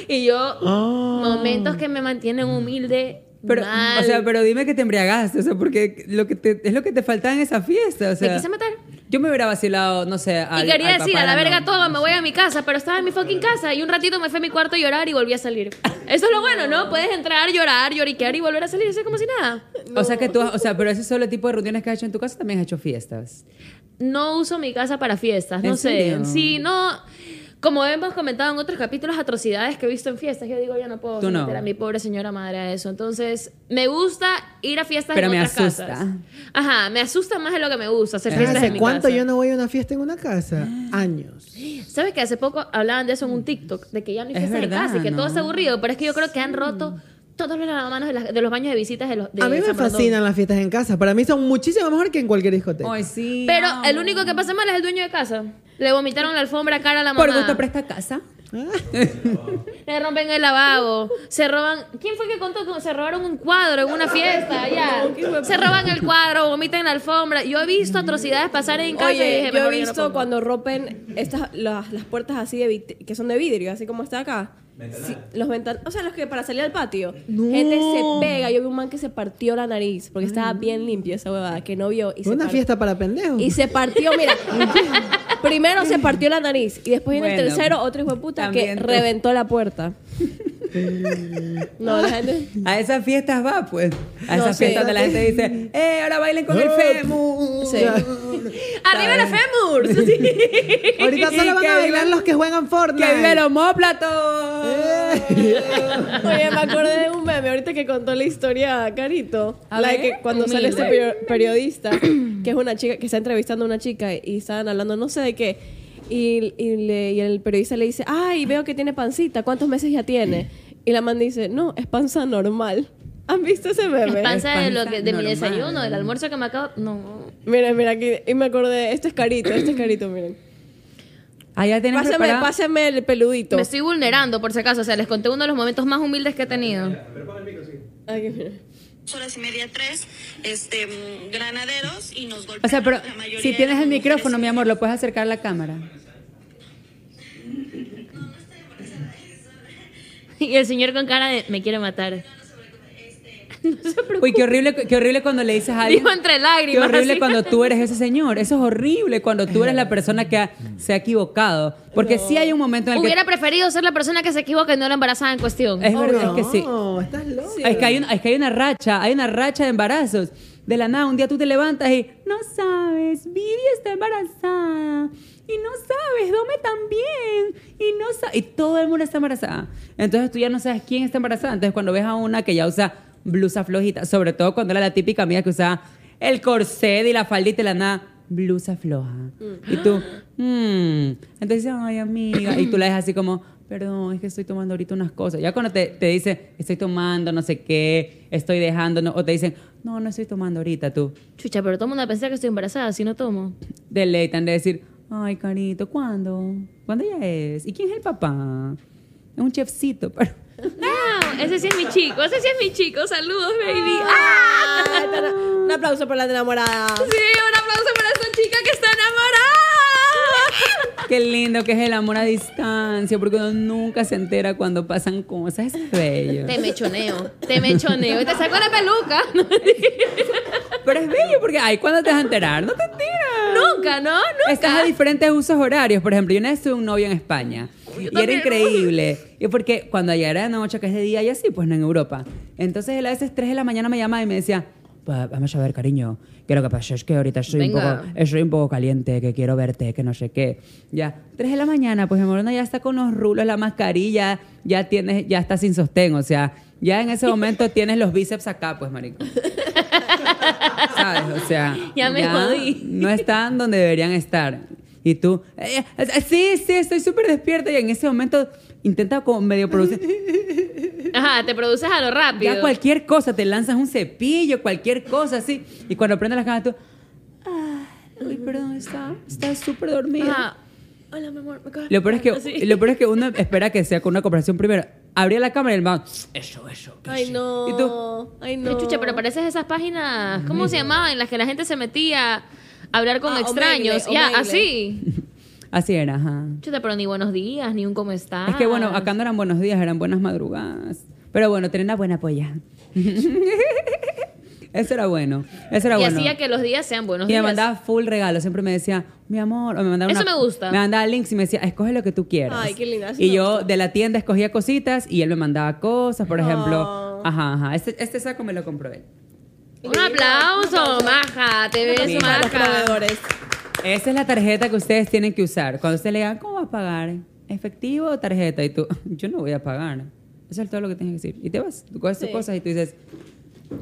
S1: Y yo, momentos que me mantienen humilde.
S6: Pero,
S1: mal.
S6: o sea, pero dime que te embriagaste, o sea, porque lo que te- es lo que te faltaba en esa fiesta, o sea.
S1: quise matar.
S6: Yo me hubiera vacilado, no sé, al,
S1: y quería
S6: al
S1: decir,
S6: papá
S1: a la
S6: de
S1: verga
S6: Aarón.
S1: todo, me voy a mi casa, pero estaba en mi fucking casa y un ratito me fui a mi cuarto a llorar y volví a salir. Eso es lo bueno, ¿no? Puedes entrar, llorar, lloriquear y volver a salir, eso es como si nada.
S6: O sea que tú, o sea, pero ese solo tipo de reuniones que has hecho en tu casa también has hecho fiestas.
S1: No uso mi casa para fiestas, no
S6: ¿En
S1: sé.
S6: serio?
S1: Sí, no. Como hemos comentado en otros capítulos, atrocidades que he visto en fiestas, yo digo, yo no puedo
S6: Tú no.
S1: someter a mi pobre señora madre a eso. Entonces, me gusta ir a fiestas
S6: Pero
S1: en
S6: me
S1: otras
S6: asusta.
S1: casas. Ajá, me asusta más de lo que me gusta hacer fiestas en
S4: ¿Hace
S1: mi
S4: cuánto
S1: casa.
S4: yo no voy a una fiesta en una casa?
S6: Ah.
S4: Años.
S1: ¿Sabes que hace poco hablaban de eso en un TikTok? De que ya no hay
S6: Es
S1: fiestas en
S6: verdad,
S1: casa y que
S6: ¿no?
S1: todo es aburrido. Pero es que yo creo que han roto todos los lavamanos de, las- de los baños de visitas de los de
S4: a mí me
S1: San Borondón.
S4: fascinan las fiestas en casa. Para mí son muchísimo mejor que en cualquier discoteca.
S6: Ay, sí.
S1: Pero
S6: amo.
S1: el único que pasa mal es el dueño de casa. Le vomitaron la alfombra cara a la mamá.
S6: por gusto presta casa.
S4: Ah,
S6: [LAUGHS]
S1: Le rompen el lavabo. Se roban... ¿Quién fue que contó que se robaron un cuadro en una fiesta? Ya. Se roban el cuadro, vomitan la alfombra. Yo he visto atrocidades pasar en casa y
S3: Oye,
S1: dije,
S3: yo
S1: mejor
S3: he
S1: no
S3: visto
S1: pongo.
S3: cuando rompen estas, las, las puertas así de vit- que son de vidrio, así como está acá. Sí, los ventan o sea, los que para salir al patio. Gente se pega. Yo vi un man que se partió la nariz porque estaba bien limpio esa huevada, que no vio. Y se
S4: una
S3: par-
S4: fiesta para pendejos.
S3: Y se partió, mira. primero se partió la nariz y después en el
S6: Bueno,
S3: tercero otro hijo de puta que
S6: también tú.
S3: reventó la puerta. no, la gente.
S6: A esas fiestas va, pues. A
S3: No
S6: esas
S3: sé.
S6: fiestas donde la gente dice, ¡eh, ahora bailen con el fémur! [LAUGHS]
S3: Sí.
S1: ¡Arriba la fémur! Sí.
S4: Ahorita
S6: Y
S4: solo van
S6: que
S4: a bailar
S6: vivan-
S4: los que juegan Fortnite.
S6: ¡Que
S4: [LAUGHS]
S6: vive [LAUGHS] el homóplato!
S1: Eh.
S3: Oye, me acordé de un meme ahorita que contó la historia Carito.
S6: A
S3: la de
S6: ver.
S3: que cuando sale
S1: Humilde.
S3: este perio- periodista, que es una chica que está entrevistando a una chica y estaban hablando no sé de qué. Y, y le- y el periodista le dice, ay, veo que tiene pancita, ¿cuántos meses ya tiene? Y la man dice, no, es panza normal. ¿Han visto ese meme?
S1: Es panza de,
S6: panza
S1: lo que, de mi
S6: normal.
S1: desayuno, del almuerzo que me acabo. No.
S3: Mira, mira, aquí, y me acordé, esto es carito, esto es carito, miren.
S6: Allá tenemos
S3: Pásame,
S6: Ah, preparado.
S3: pásame el peludito.
S1: Me estoy vulnerando, por si acaso. O sea, les conté uno de los momentos más humildes que he tenido.
S3: Aquí, mira.
S2: Dos horas y media, tres, este, mm, granaderos y nos golpearon.
S6: O sea, pero
S2: La mayoría
S6: si tienes el
S2: eran mujeres.
S6: micrófono, mi amor, lo puedes acercar a la cámara.
S1: Y el señor con cara de me quiere matar.
S6: Uy, qué horrible, qué horrible cuando le dices a alguien.
S1: Dijo entre lágrimas,
S6: Qué horrible
S1: así.
S6: cuando tú eres ese señor. Eso es horrible cuando tú eres la persona que ha- se ha equivocado. Porque sí hay un momento en
S1: [LAUGHS]
S6: el
S1: Hubiera
S6: que.
S1: preferido ser la persona que se equivoca y no la embarazada en cuestión.
S6: Es verdad, es que sí.
S4: No, estás loco.
S6: Es que, hay una, es que hay una racha, hay una racha de embarazos. De la nada, un día tú te levantas y no sabes, Vivi está embarazada. Y no sabes, Dome también. Y no sa- Y todo el mundo está embarazada. Entonces tú ya no sabes quién está embarazada. Entonces cuando ves a una que ya usa blusa flojita, sobre todo cuando era la típica amiga que usaba el corset y la faldita y la nada, blusa floja. Y tú, mm. Entonces, ay, amiga. Y tú la dejas así como, perdón, es que estoy tomando ahorita unas cosas. Ya cuando te, te dice, estoy tomando no sé qué, estoy dejando, no- o te dicen, no, no estoy tomando ahorita, tú.
S1: Chucha, pero todo el mundo va a pensar que estoy embarazada si no tomo.
S6: Deleitan de decir, ay, carito, ¿cuándo? ¿Cuándo ya es? ¿Y quién es el papá? Es un chefcito, [LAUGHS] pero...
S1: No, ese sí es mi chico, ese sí es mi chico. Saludos, baby.
S3: Ah,
S1: ¡Ah!
S3: está- Un aplauso para la enamorada.
S1: Sí, un aplauso para esta chica que está enamorada.
S6: Qué lindo que es el amor a distancia, porque uno nunca se entera cuando pasan cosas. Es bello.
S1: Te mechoneo, te mechoneo y te saco la peluca. [LAUGHS] No,
S6: Pero es bello porque, ay, ¿cuándo te vas a enterar? No te enteras.
S1: nunca, ¿no? Nunca.
S6: Estás a diferentes usos horarios. Por ejemplo, yo una vez tuve un novio en España. Y era
S1: también.
S6: increíble. Y porque cuando allá era de noche, que es de día y así, pues no en Europa. Entonces él a veces 3 de la mañana me llamaba y me decía, "Pa, vamos a ver, cariño, que lo que pasa es que ahorita estoy un,
S1: Venga.
S6: poco, estoy un poco caliente, que quiero verte, que no sé qué. Ya, 3 de la mañana, pues mi amor, uno ya está con los rulos, la mascarilla, ya tienes, ya está sin sostén. O sea, ya en ese momento tienes los bíceps acá, pues, marico. ¿Sabes? O sea,
S1: [LAUGHS] Ya me jodí.
S6: No están donde deberían estar. Y tú, eh, eh, sí, sí, estoy súper despierta y en ese momento intenta como
S1: [LAUGHS]
S6: medio producir.
S1: Ajá, te produces a lo rápido.
S6: Ya cualquier cosa, te lanzas un cepillo, cualquier cosa así. Y cuando prendes las cámaras tú, "Ay, uy, perdón, está está súper dormida.
S1: Ajá.
S3: Hola, mi amor, me acabas
S6: Lo peor, es que,
S1: Así.
S6: lo peor es que uno espera que sea con una conversación primero. Abría la cámara y el man, eso, eso. que
S3: Ay,
S6: sí".
S3: no.
S6: Y tú,
S3: Ay, no.
S1: Pero chucha, pero pareces esas páginas, ¿cómo se llamaban? En las que la gente se metía a hablar con
S3: Ah,
S1: extraños.
S3: Omegle,
S1: ya,
S3: Omegle.
S1: así.
S6: así era, ajá.
S1: Chuta, pero ni buenos días, ni un cómo estás.
S6: Es que bueno, acá
S1: Ah.
S6: no eran buenos días, eran buenas madrugadas. Pero bueno, tenía una buena polla. [LAUGHS] eso era bueno. Eso era
S1: Y
S6: bueno.
S1: hacía que los días sean buenos
S6: y me
S1: días.
S6: mandaba full regalo. Siempre me decía, mi amor, o me mandaba
S1: Eso
S6: una-
S1: me gusta.
S6: Me mandaba links y me decía, escoge lo que tú quieras.
S3: Ay, qué linda, eso
S6: Y
S3: me
S6: yo
S3: gusta.
S6: de la tienda escogía cositas y él me mandaba cosas, por ejemplo. Ajá, ajá. Este, este saco me lo compró él.
S1: Un aplauso, maja, te ves
S6: aplauso para
S3: los
S1: maja. [LAUGHS]
S3: proveedores.
S6: Esa es la tarjeta que ustedes tienen que usar. Cuando usted le diga, ¿cómo vas a pagar? ¿Efectivo o tarjeta? Y tú, yo no voy a pagar. Eso es todo lo que tienes que decir. Y te vas, tú coges tus
S3: Sí.
S6: cosas y tú dices,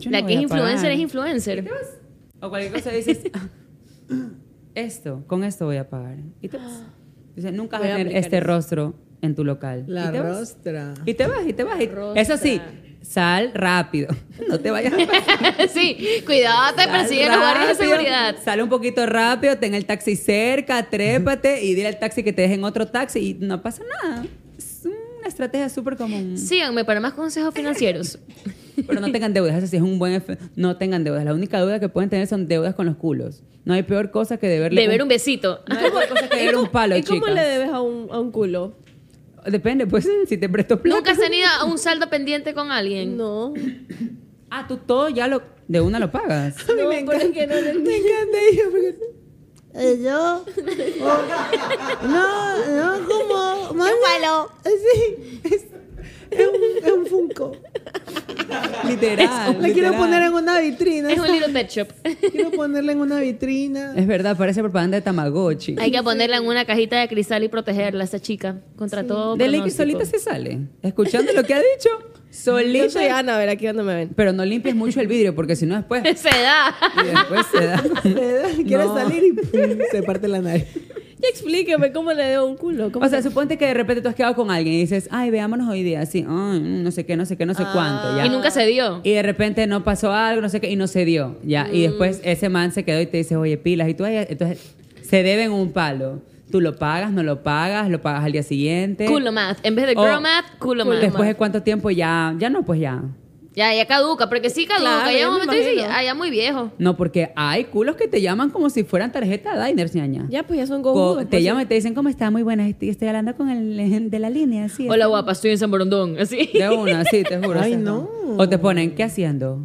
S6: yo
S1: La
S6: no
S1: que
S6: voy
S1: es
S6: a
S1: influencer
S6: pagar.
S1: es
S6: Y te
S1: influencer. [LAUGHS]
S6: vas. O cualquier cosa dices, [LAUGHS] esto, con esto voy a pagar. Y te vas. Dices, nunca vas
S3: Voy
S6: a
S3: a
S6: tener
S3: aplicar
S6: este
S3: eso.
S6: rostro en tu local.
S4: La
S6: y te vas.
S4: rostra.
S6: [LAUGHS] Y te vas, y te vas. y- Eso sí, sal rápido. [LAUGHS] No te vayas a pasar.
S1: sí, cuidado, te persiguen los guardias de
S6: Rápido,
S1: seguridad.
S6: Sale un poquito rápido, ten el taxi cerca, trépate y dile al taxi que te dejen otro taxi y no pasa nada. Es una estrategia súper común.
S1: Síganme para más consejos
S6: [LAUGHS]
S1: financieros.
S6: Pero no tengan deudas, eso sí es un buen efe- No tengan deudas. La única deuda que pueden tener son deudas con los culos. No hay peor cosa que deberle.
S1: De ver un
S6: [LAUGHS]
S1: besito.
S6: No hay peor cosa que deber un palo,
S3: ¿Y cómo
S6: chicas.
S3: le debes a un, a un culo?
S6: Depende, pues, [LAUGHS] si te presto plata.
S1: ¿Nunca has tenido un saldo pendiente con alguien?
S3: No.
S6: Ah, tú todo ya lo. De una lo pagas.
S1: [LAUGHS]
S3: A mí me encanta. no le
S4: Me encanta ella porque...
S2: Eh, Yo,
S4: No, no,
S6: [LAUGHS]
S4: como...
S2: yo
S4: Mami,
S2: palo.
S4: Sí, es, es un, es un Funko.
S6: literal.
S4: La quiero
S6: Ah, literal.
S4: poner en una vitrina.
S1: Es un little pet shop.
S6: [LAUGHS]
S4: Quiero ponerla en una vitrina. [LAUGHS]
S6: Es verdad, parece propaganda de Tamagotchi.
S1: Hay que ponerla en una cajita de cristal y protegerla a esta chica contra todo.
S6: De ley que
S1: pronóstico.
S6: solita se sale. Escuchando lo que ha dicho,
S3: Yo soy
S6: solita.
S3: Ana, a ver, aquí donde me ven.
S6: Pero no limpies mucho el vidrio porque si no después.
S1: [LAUGHS] se da.
S6: y después se da.
S4: Quiere
S6: No. [LAUGHS]
S4: salir y pum, se parte la nariz.
S3: Y explíqueme cómo le debo un culo. ¿Cómo
S6: O sea,
S3: se-
S6: suponte que de repente tú has quedado con alguien y dices, ay, veámonos hoy día, así, ay, mm, no sé qué, no sé qué, no sé cuánto. Ya.
S1: Y nunca se dio.
S6: Y de repente no pasó algo, no sé qué, y no se dio. Ya. Y después ese man se quedó y te dice, oye, pilas. Y tú, ay, entonces, se deben un palo. Tú lo pagas, no lo pagas, lo pagas al día siguiente.
S1: Culo math. En vez de
S6: O-
S1: girl math, culo math.
S6: Después de cuánto tiempo ya, ya no, pues ya.
S1: Ya, ya caduca, porque sí caduca.
S3: Claro,
S1: ya
S3: yo
S1: un
S3: me
S1: momento dice,
S3: imagino.
S1: ah, ya muy viejo.
S6: No, porque hay culos que te llaman como si fueran tarjeta diners, ñaña.
S3: Ya, pues ya son
S6: Co-
S3: go
S6: te llaman y te dicen, ¿cómo está? Muy buenas, estoy, estoy hablando con el de la línea, así.
S1: Hola
S6: así.
S1: guapa, estoy en San Borondón.
S6: [LAUGHS]
S1: Así.
S6: De una, sí, te juro.
S4: Ay,
S6: o sea,
S4: no.
S6: O te ponen, ¿qué haciendo?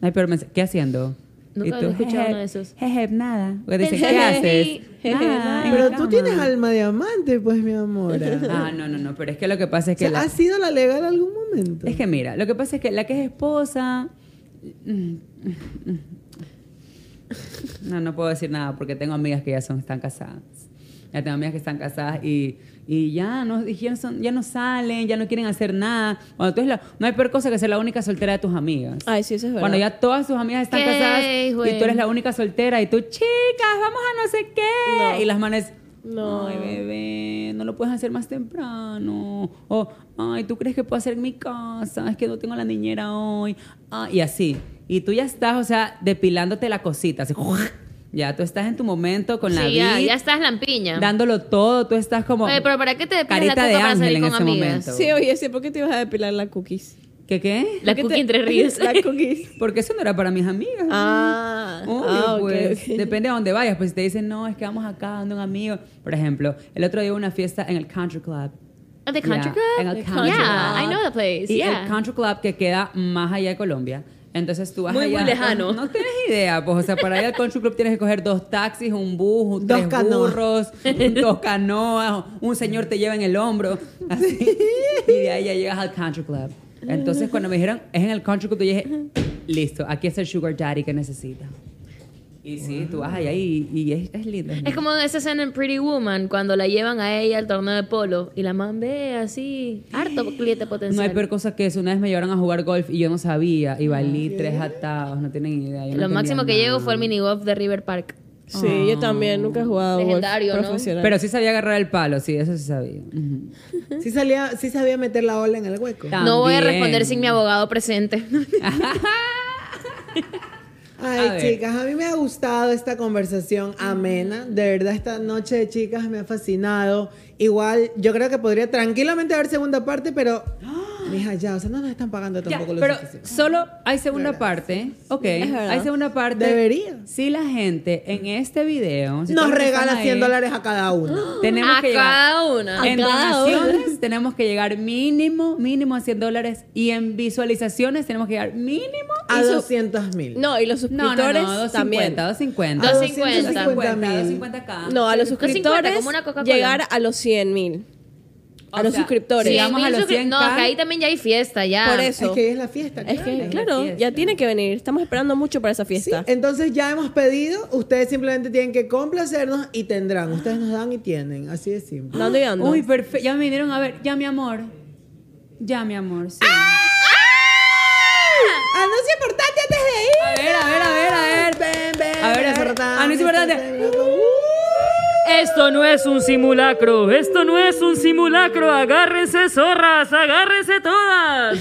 S6: Ay, pero me- ¿qué haciendo?
S1: Nunca había escuchado uno de esos.
S6: Jeje, nada. O te dicen, ¿qué
S1: Jeje,
S6: haces?
S1: jeje,
S6: Nada, en
S4: Pero
S6: la
S4: tú
S6: cama".
S4: tienes alma de amante, pues, mi amor.
S6: Ah, no, no, no. Pero es que lo que pasa es que... la-
S4: ¿Ha sido la legal algún momento?
S6: Es que mira, lo que pasa es que la que es esposa... No, no puedo decir nada porque tengo amigas que ya son, están casadas. Ya tengo amigas que están casadas y, y ya, no, y ya, no son- ya no salen, ya no quieren hacer nada. Cuando tú eres la- no hay peor cosa que ser la única soltera de tus amigas.
S3: Ay, sí, eso es verdad.
S6: Cuando ya todas tus amigas están
S1: Qué
S6: casadas
S1: güey.
S6: y tú eres la única soltera y tú, chicas, vamos a no sé qué. Y las manes, no.
S3: No.
S6: ay, bebé, no lo puedes hacer más temprano. O, ay, ¿tú crees que puedo hacer en mi casa? Es que no tengo la niñera hoy. Ah, y así. Y tú ya estás, o sea, depilándote la cosita. así, [LAUGHS] ya tú estás en tu momento con la
S1: Sí,
S6: vida.
S1: ya, ya estás lampiña.
S6: Dándolo todo, tú estás como.
S1: Oye, pero ¿para qué te depilas la
S6: carita de
S1: cuca para
S6: ángel
S1: salir
S6: en
S1: con
S6: ese
S1: amigas?
S6: momento?
S3: Sí, oye, sí, ¿por qué te ibas a depilar las cookies?
S6: ¿Qué qué?
S1: La
S3: ¿Por qué
S1: cookie
S3: te- [LAUGHS]
S1: entre ríos.
S3: las cookies.
S6: Porque eso no era para mis amigas.
S3: Ah,
S6: Obvio,
S3: ah, ok,
S6: pues.
S3: ok.
S6: Depende de dónde vayas. Pues si te dicen, no, es que vamos acá donde un amigo. Por ejemplo, el otro día hubo una fiesta en el Country Club.
S1: At the country
S6: Yeah,
S1: club?
S6: En el
S1: Yeah,
S6: Country Club.
S1: I know the place.
S6: Y
S1: yeah.
S6: el Country Club que queda más allá de Colombia. Entonces tú vas
S1: Muy,
S6: allá, Ah,
S1: muy lejano.
S6: No, tienes idea, pues. O sea, para ir al Country Club tienes que coger dos taxis, un bus, un-
S4: Dos
S6: tres
S4: canoas.
S6: burros,
S4: [LAUGHS]
S6: dos canoas, un señor te lleva en el hombro. Así. Y de ahí ya llegas al Country Club. Entonces cuando me dijeron, es en el Country Club, yo dije, listo, aquí es el Sugar Daddy que necesita. Y sí, tú vas allá y, y es, es lindo.
S1: Es como esa escena en Pretty Woman cuando la llevan a ella al torneo de polo y la man ve así, harto cliente
S6: No
S1: potencial.
S6: hay peor cosa que eso. Una vez me llevaron a jugar golf y yo no sabía.
S4: Ah,
S6: Y valí tres atados. No tienen idea. yo no
S1: Lo
S6: entendía
S1: máximo que
S6: nada.
S1: llego fue el minigolf de River Park.
S3: Sí, yo también nunca he jugado golf
S1: Legendario, ¿no?
S3: profesional.
S6: Pero sí sabía agarrar el palo. Sí, eso sí sabía. Ujú.
S4: Sí, salía, sí sabía meter la ola en el hueco.
S6: Ta-
S1: No voy a
S6: También.
S1: responder sin mi abogado presente. [LAUGHS]
S6: A
S4: Ay,
S6: ver.
S4: chicas, a mí me ha gustado esta conversación amena. De verdad, esta noche de chicas me ha fascinado. Igual, yo creo que podría tranquilamente haber segunda parte,
S6: [GASPS]
S4: pero. Mija, ya, o sea, no nos están pagando
S6: Ya,
S4: tampoco los
S6: pero
S4: suficiente.
S6: solo hay segunda parte. Ok.
S3: verdad.
S6: Hay segunda parte.
S4: Debería.
S6: Si la gente en este video. si todos
S4: Nos
S6: los que
S4: regala
S6: están
S4: 100
S6: ahí,
S4: dólares a cada
S6: [GASPS]
S4: uno.
S6: Tenemos
S1: a
S6: que llegar.
S1: cada una.
S6: En
S3: cada
S6: donaciones tenemos que llegar mínimo, mínimo a 100 dólares. Y en visualizaciones tenemos que llegar mínimo
S4: A 200 mil.
S3: No, y los
S6: No, no,
S3: suscriptores
S6: no, 250,
S3: también. Ah,
S6: 250.
S1: A 250.
S6: 250, 250 cada.
S3: No, a los
S1: 250,
S3: suscriptores
S1: como una Coca-Cola.
S3: llegar a los 100 mil.
S6: O
S3: A los
S6: sea,
S3: suscriptores.
S6: sí, Llegamos a los 100K.
S1: No, que ahí también ya hay fiesta, ya.
S3: Por
S4: Es que es la fiesta.
S3: Es que,
S6: la
S3: claro,
S6: fiesta.
S3: ya tiene que venir. Estamos esperando mucho para esa
S4: Sí,
S3: fiesta.
S4: entonces ya hemos pedido, ustedes simplemente tienen que complacernos y tendrán. Ustedes nos dan y tienen, así de simple.
S3: Dando y dando.
S6: Uy, perfecto. Ya me vinieron a ver. Ya, mi amor. Ya, mi amor. Sí.
S4: Ah, Anuncio importante antes de ir.
S6: A ver, a ver, a ver, a ver.
S4: Ven, ven,
S6: A ver, Ah,
S4: ven,
S6: a ver.
S4: verdad,
S6: Anuncio
S4: verdad.
S6: importante.
S4: Uh.
S10: Esto no es un simulacro, esto no es un simulacro. Agárrense zorras, agárrense todas.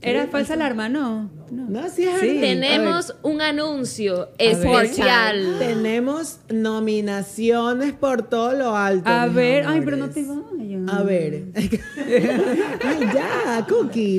S6: Era falsa alarma, ¿no? No.
S4: No, sí, es
S6: Sí.
S4: verdad.
S1: Tenemos un anuncio
S6: ver.
S1: especial.
S4: Tenemos nominaciones por todo lo alto.
S6: A
S4: mis
S6: ver. Ay,
S4: amores.
S6: pero no te Mm. vayas.
S4: A ver. [LAUGHS] Ay, ya, Cookie.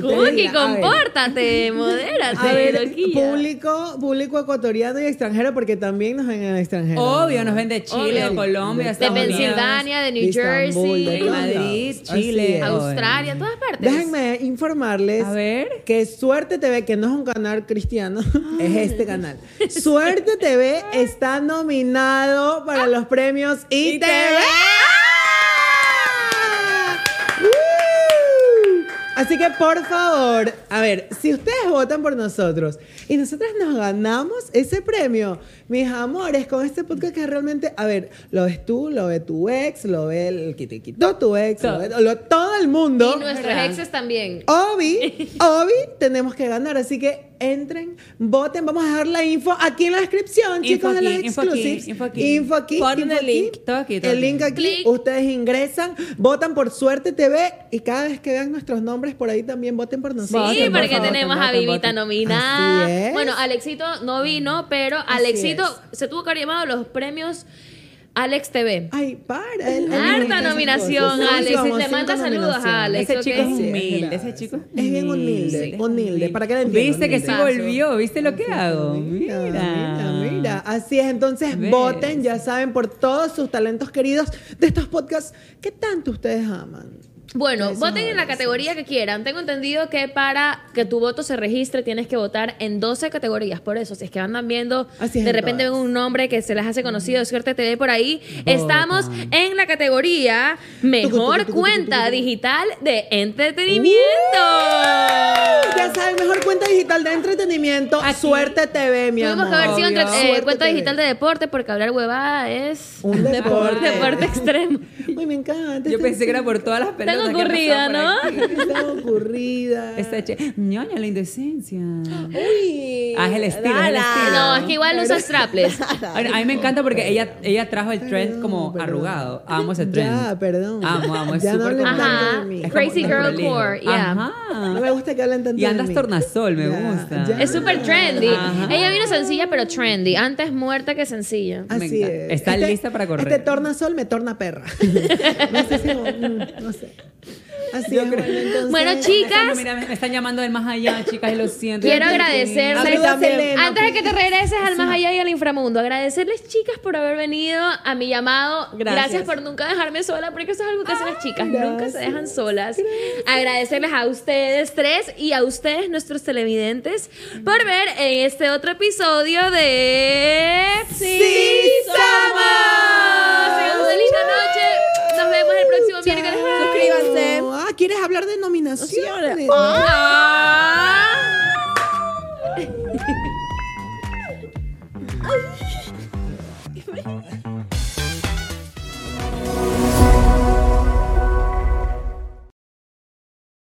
S1: Cookie,
S4: tranquila. A ver.
S1: compórtate,
S4: [LAUGHS]
S1: modérate,
S4: A ver,
S1: loquilla.
S4: público, público ecuatoriano y extranjero, porque también nos ven en el extranjero.
S6: Obvio, nos ven de Chile,
S1: Obvio.
S6: de Colombia,
S1: de
S6: Estados Unidos,
S1: Pensilvania, de New
S4: De Estambul,
S1: Jersey,
S4: de todos
S6: Madrid,
S4: lados. Así
S6: Chile.
S4: es.
S1: Australia, todas partes.
S4: Déjenme informarles
S6: A ver.
S4: que Suerte TV, que no es un canal cristiano, [LAUGHS] es este canal. Suerte TV está nominado para los premios ITV. ¡Uh! Así que por favor, a ver, si ustedes votan por nosotros y nosotras nos ganamos ese premio, mis amores, con este podcast que realmente, a ver, lo ves tú, lo ve tu ex, lo ve el que te quitó tu ex, lo ve lo- todo el mundo.
S1: Y nuestros exes también.
S6: [LAUGHS]
S4: Obi, Obi, tenemos que ganar, así que entren, voten, vamos a dejar la info aquí en la descripción,
S6: Info
S4: chicos, de las
S6: aquí, info aquí,
S4: exclusives.
S6: info aquí.
S4: Info aquí,
S6: Pon
S4: info
S6: el
S4: aquí.
S6: link, todo aquí, todo
S4: el
S6: aquí.
S4: link aquí,
S1: Clic.
S4: ustedes ingresan, votan por Suerte TV y cada vez que vean nuestros nombres por ahí también voten por
S1: Sí,
S4: nosotros.
S6: Voten, por
S1: porque
S6: favor,
S1: tenemos
S6: voten,
S1: a Vivita
S6: voten.
S1: nominada.
S4: Así es.
S1: Bueno, Alexito no vino, pero Alexito se tuvo que haber llamado los premios Alex TV.
S4: Ay, para. él- él le gusta
S1: Harta
S4: esas
S1: nominación,
S4: cosas.
S1: Alex.
S4: Cinco,
S1: Le
S4: cinco
S1: manda saludos a
S4: nominaciones.
S1: Alex.
S6: Ese
S1: ¿ok?
S6: chico es
S4: Sí,
S6: humilde,
S4: es
S6: ese chico es
S4: Es bien humilde,
S6: humilde.
S4: humilde, para que le entiendan.
S6: Viste que sí
S1: Paso.
S6: volvió, viste lo que hago.
S4: Mira,
S6: Mira,
S4: mira, mira. Así es, entonces
S6: ¿Ves?
S4: voten, ya saben, por todos sus talentos queridos de estos podcasts que tanto ustedes aman.
S1: Bueno,
S4: Eso
S1: voten en la
S4: es.
S1: categoría que quieran. Tengo entendido que para que tu voto se registre tienes que votar en 12 categorías. Por eso, si es que andan viendo,
S4: Así es,
S1: de
S4: en
S1: repente ven
S4: todas.
S1: un nombre que se les hace conocido, de suerte te ve por ahí. Estamos en la categoría Mejor Cuenta Digital de Entretenimiento.
S4: Ya saben, mejor cuenta digital de entretenimiento.
S6: Aquí.
S4: Suerte TV, mi amor.
S1: Tuvimos que haber sido entre- eh,
S4: Suerte
S1: cuenta
S4: TV.
S1: digital de deporte porque hablar huevada es
S4: Un deporte.
S1: deporte extremo.
S4: Uy, me encanta.
S6: Yo
S4: esta [LAUGHS]
S6: pensé que era por todas las pelotas. que
S1: ocurrida,
S6: pasaban por
S1: ¿no?
S6: aquí.
S4: Está ocurrida.
S6: Está che. Ñoña, la indecencia. [GASPS]
S4: Uy.
S6: Haz Ah, el estilo, haz el
S4: Dala.
S6: estilo.
S1: Ah, No, es que igual usas traples.
S6: Ahora, A mí me encanta porque ella, ella trajo el trend como
S4: perdón.
S6: arrugado. Amo ese trend.
S4: Ya, perdón.
S6: Amo, amo. Es
S4: Ya no
S6: súper
S4: hablen
S6: como-
S4: tanto
S1: Ajá.
S4: de mí.
S6: es como
S1: Crazy Girl
S6: desprolijo.
S1: Core, yeah.
S6: Ajá.
S4: No me gusta que hablen tanto
S6: Y
S4: de
S6: andas
S4: mí.
S6: tornasol, me
S4: Ya,
S6: gusta.
S4: ya.
S1: Es súper trendy.
S6: Ajá.
S1: Ella vino sencilla, pero trendy. Antes muerta que sencilla.
S6: Me
S4: Así
S6: encanta.
S4: es.
S6: Está lista para correr.
S4: Este tornasol me torna
S6: [LAUGHS]
S4: perra. no sé si como, mm, no sé. Así es, bueno, entonces-
S1: Bueno,
S6: Me
S1: chicas,
S6: están- mira, me están llamando del más allá, chicas, y lo siento.
S1: quiero
S4: A
S6: Ya-
S1: agradecerles.
S4: mí también.
S1: Antes de que te regreses al más allá y al inframundo, agradecerles, chicas, por haber venido a mi llamado. Gracias,
S3: Gracias.
S1: por nunca dejarme sola, porque eso es algo que hacen las chicas. Nunca se
S4: gracias.
S1: dejan solas. Agradecerles a ustedes tres y a ustedes, nuestros televidentes, por ver en este otro episodio de.
S4: ¡Sí somos!
S1: Tengan una linda noche. Nos vemos el próximo miércoles.
S3: Suscríbanse.
S4: Ah, ¿quieres hablar de nominaciones?
S1: Ah.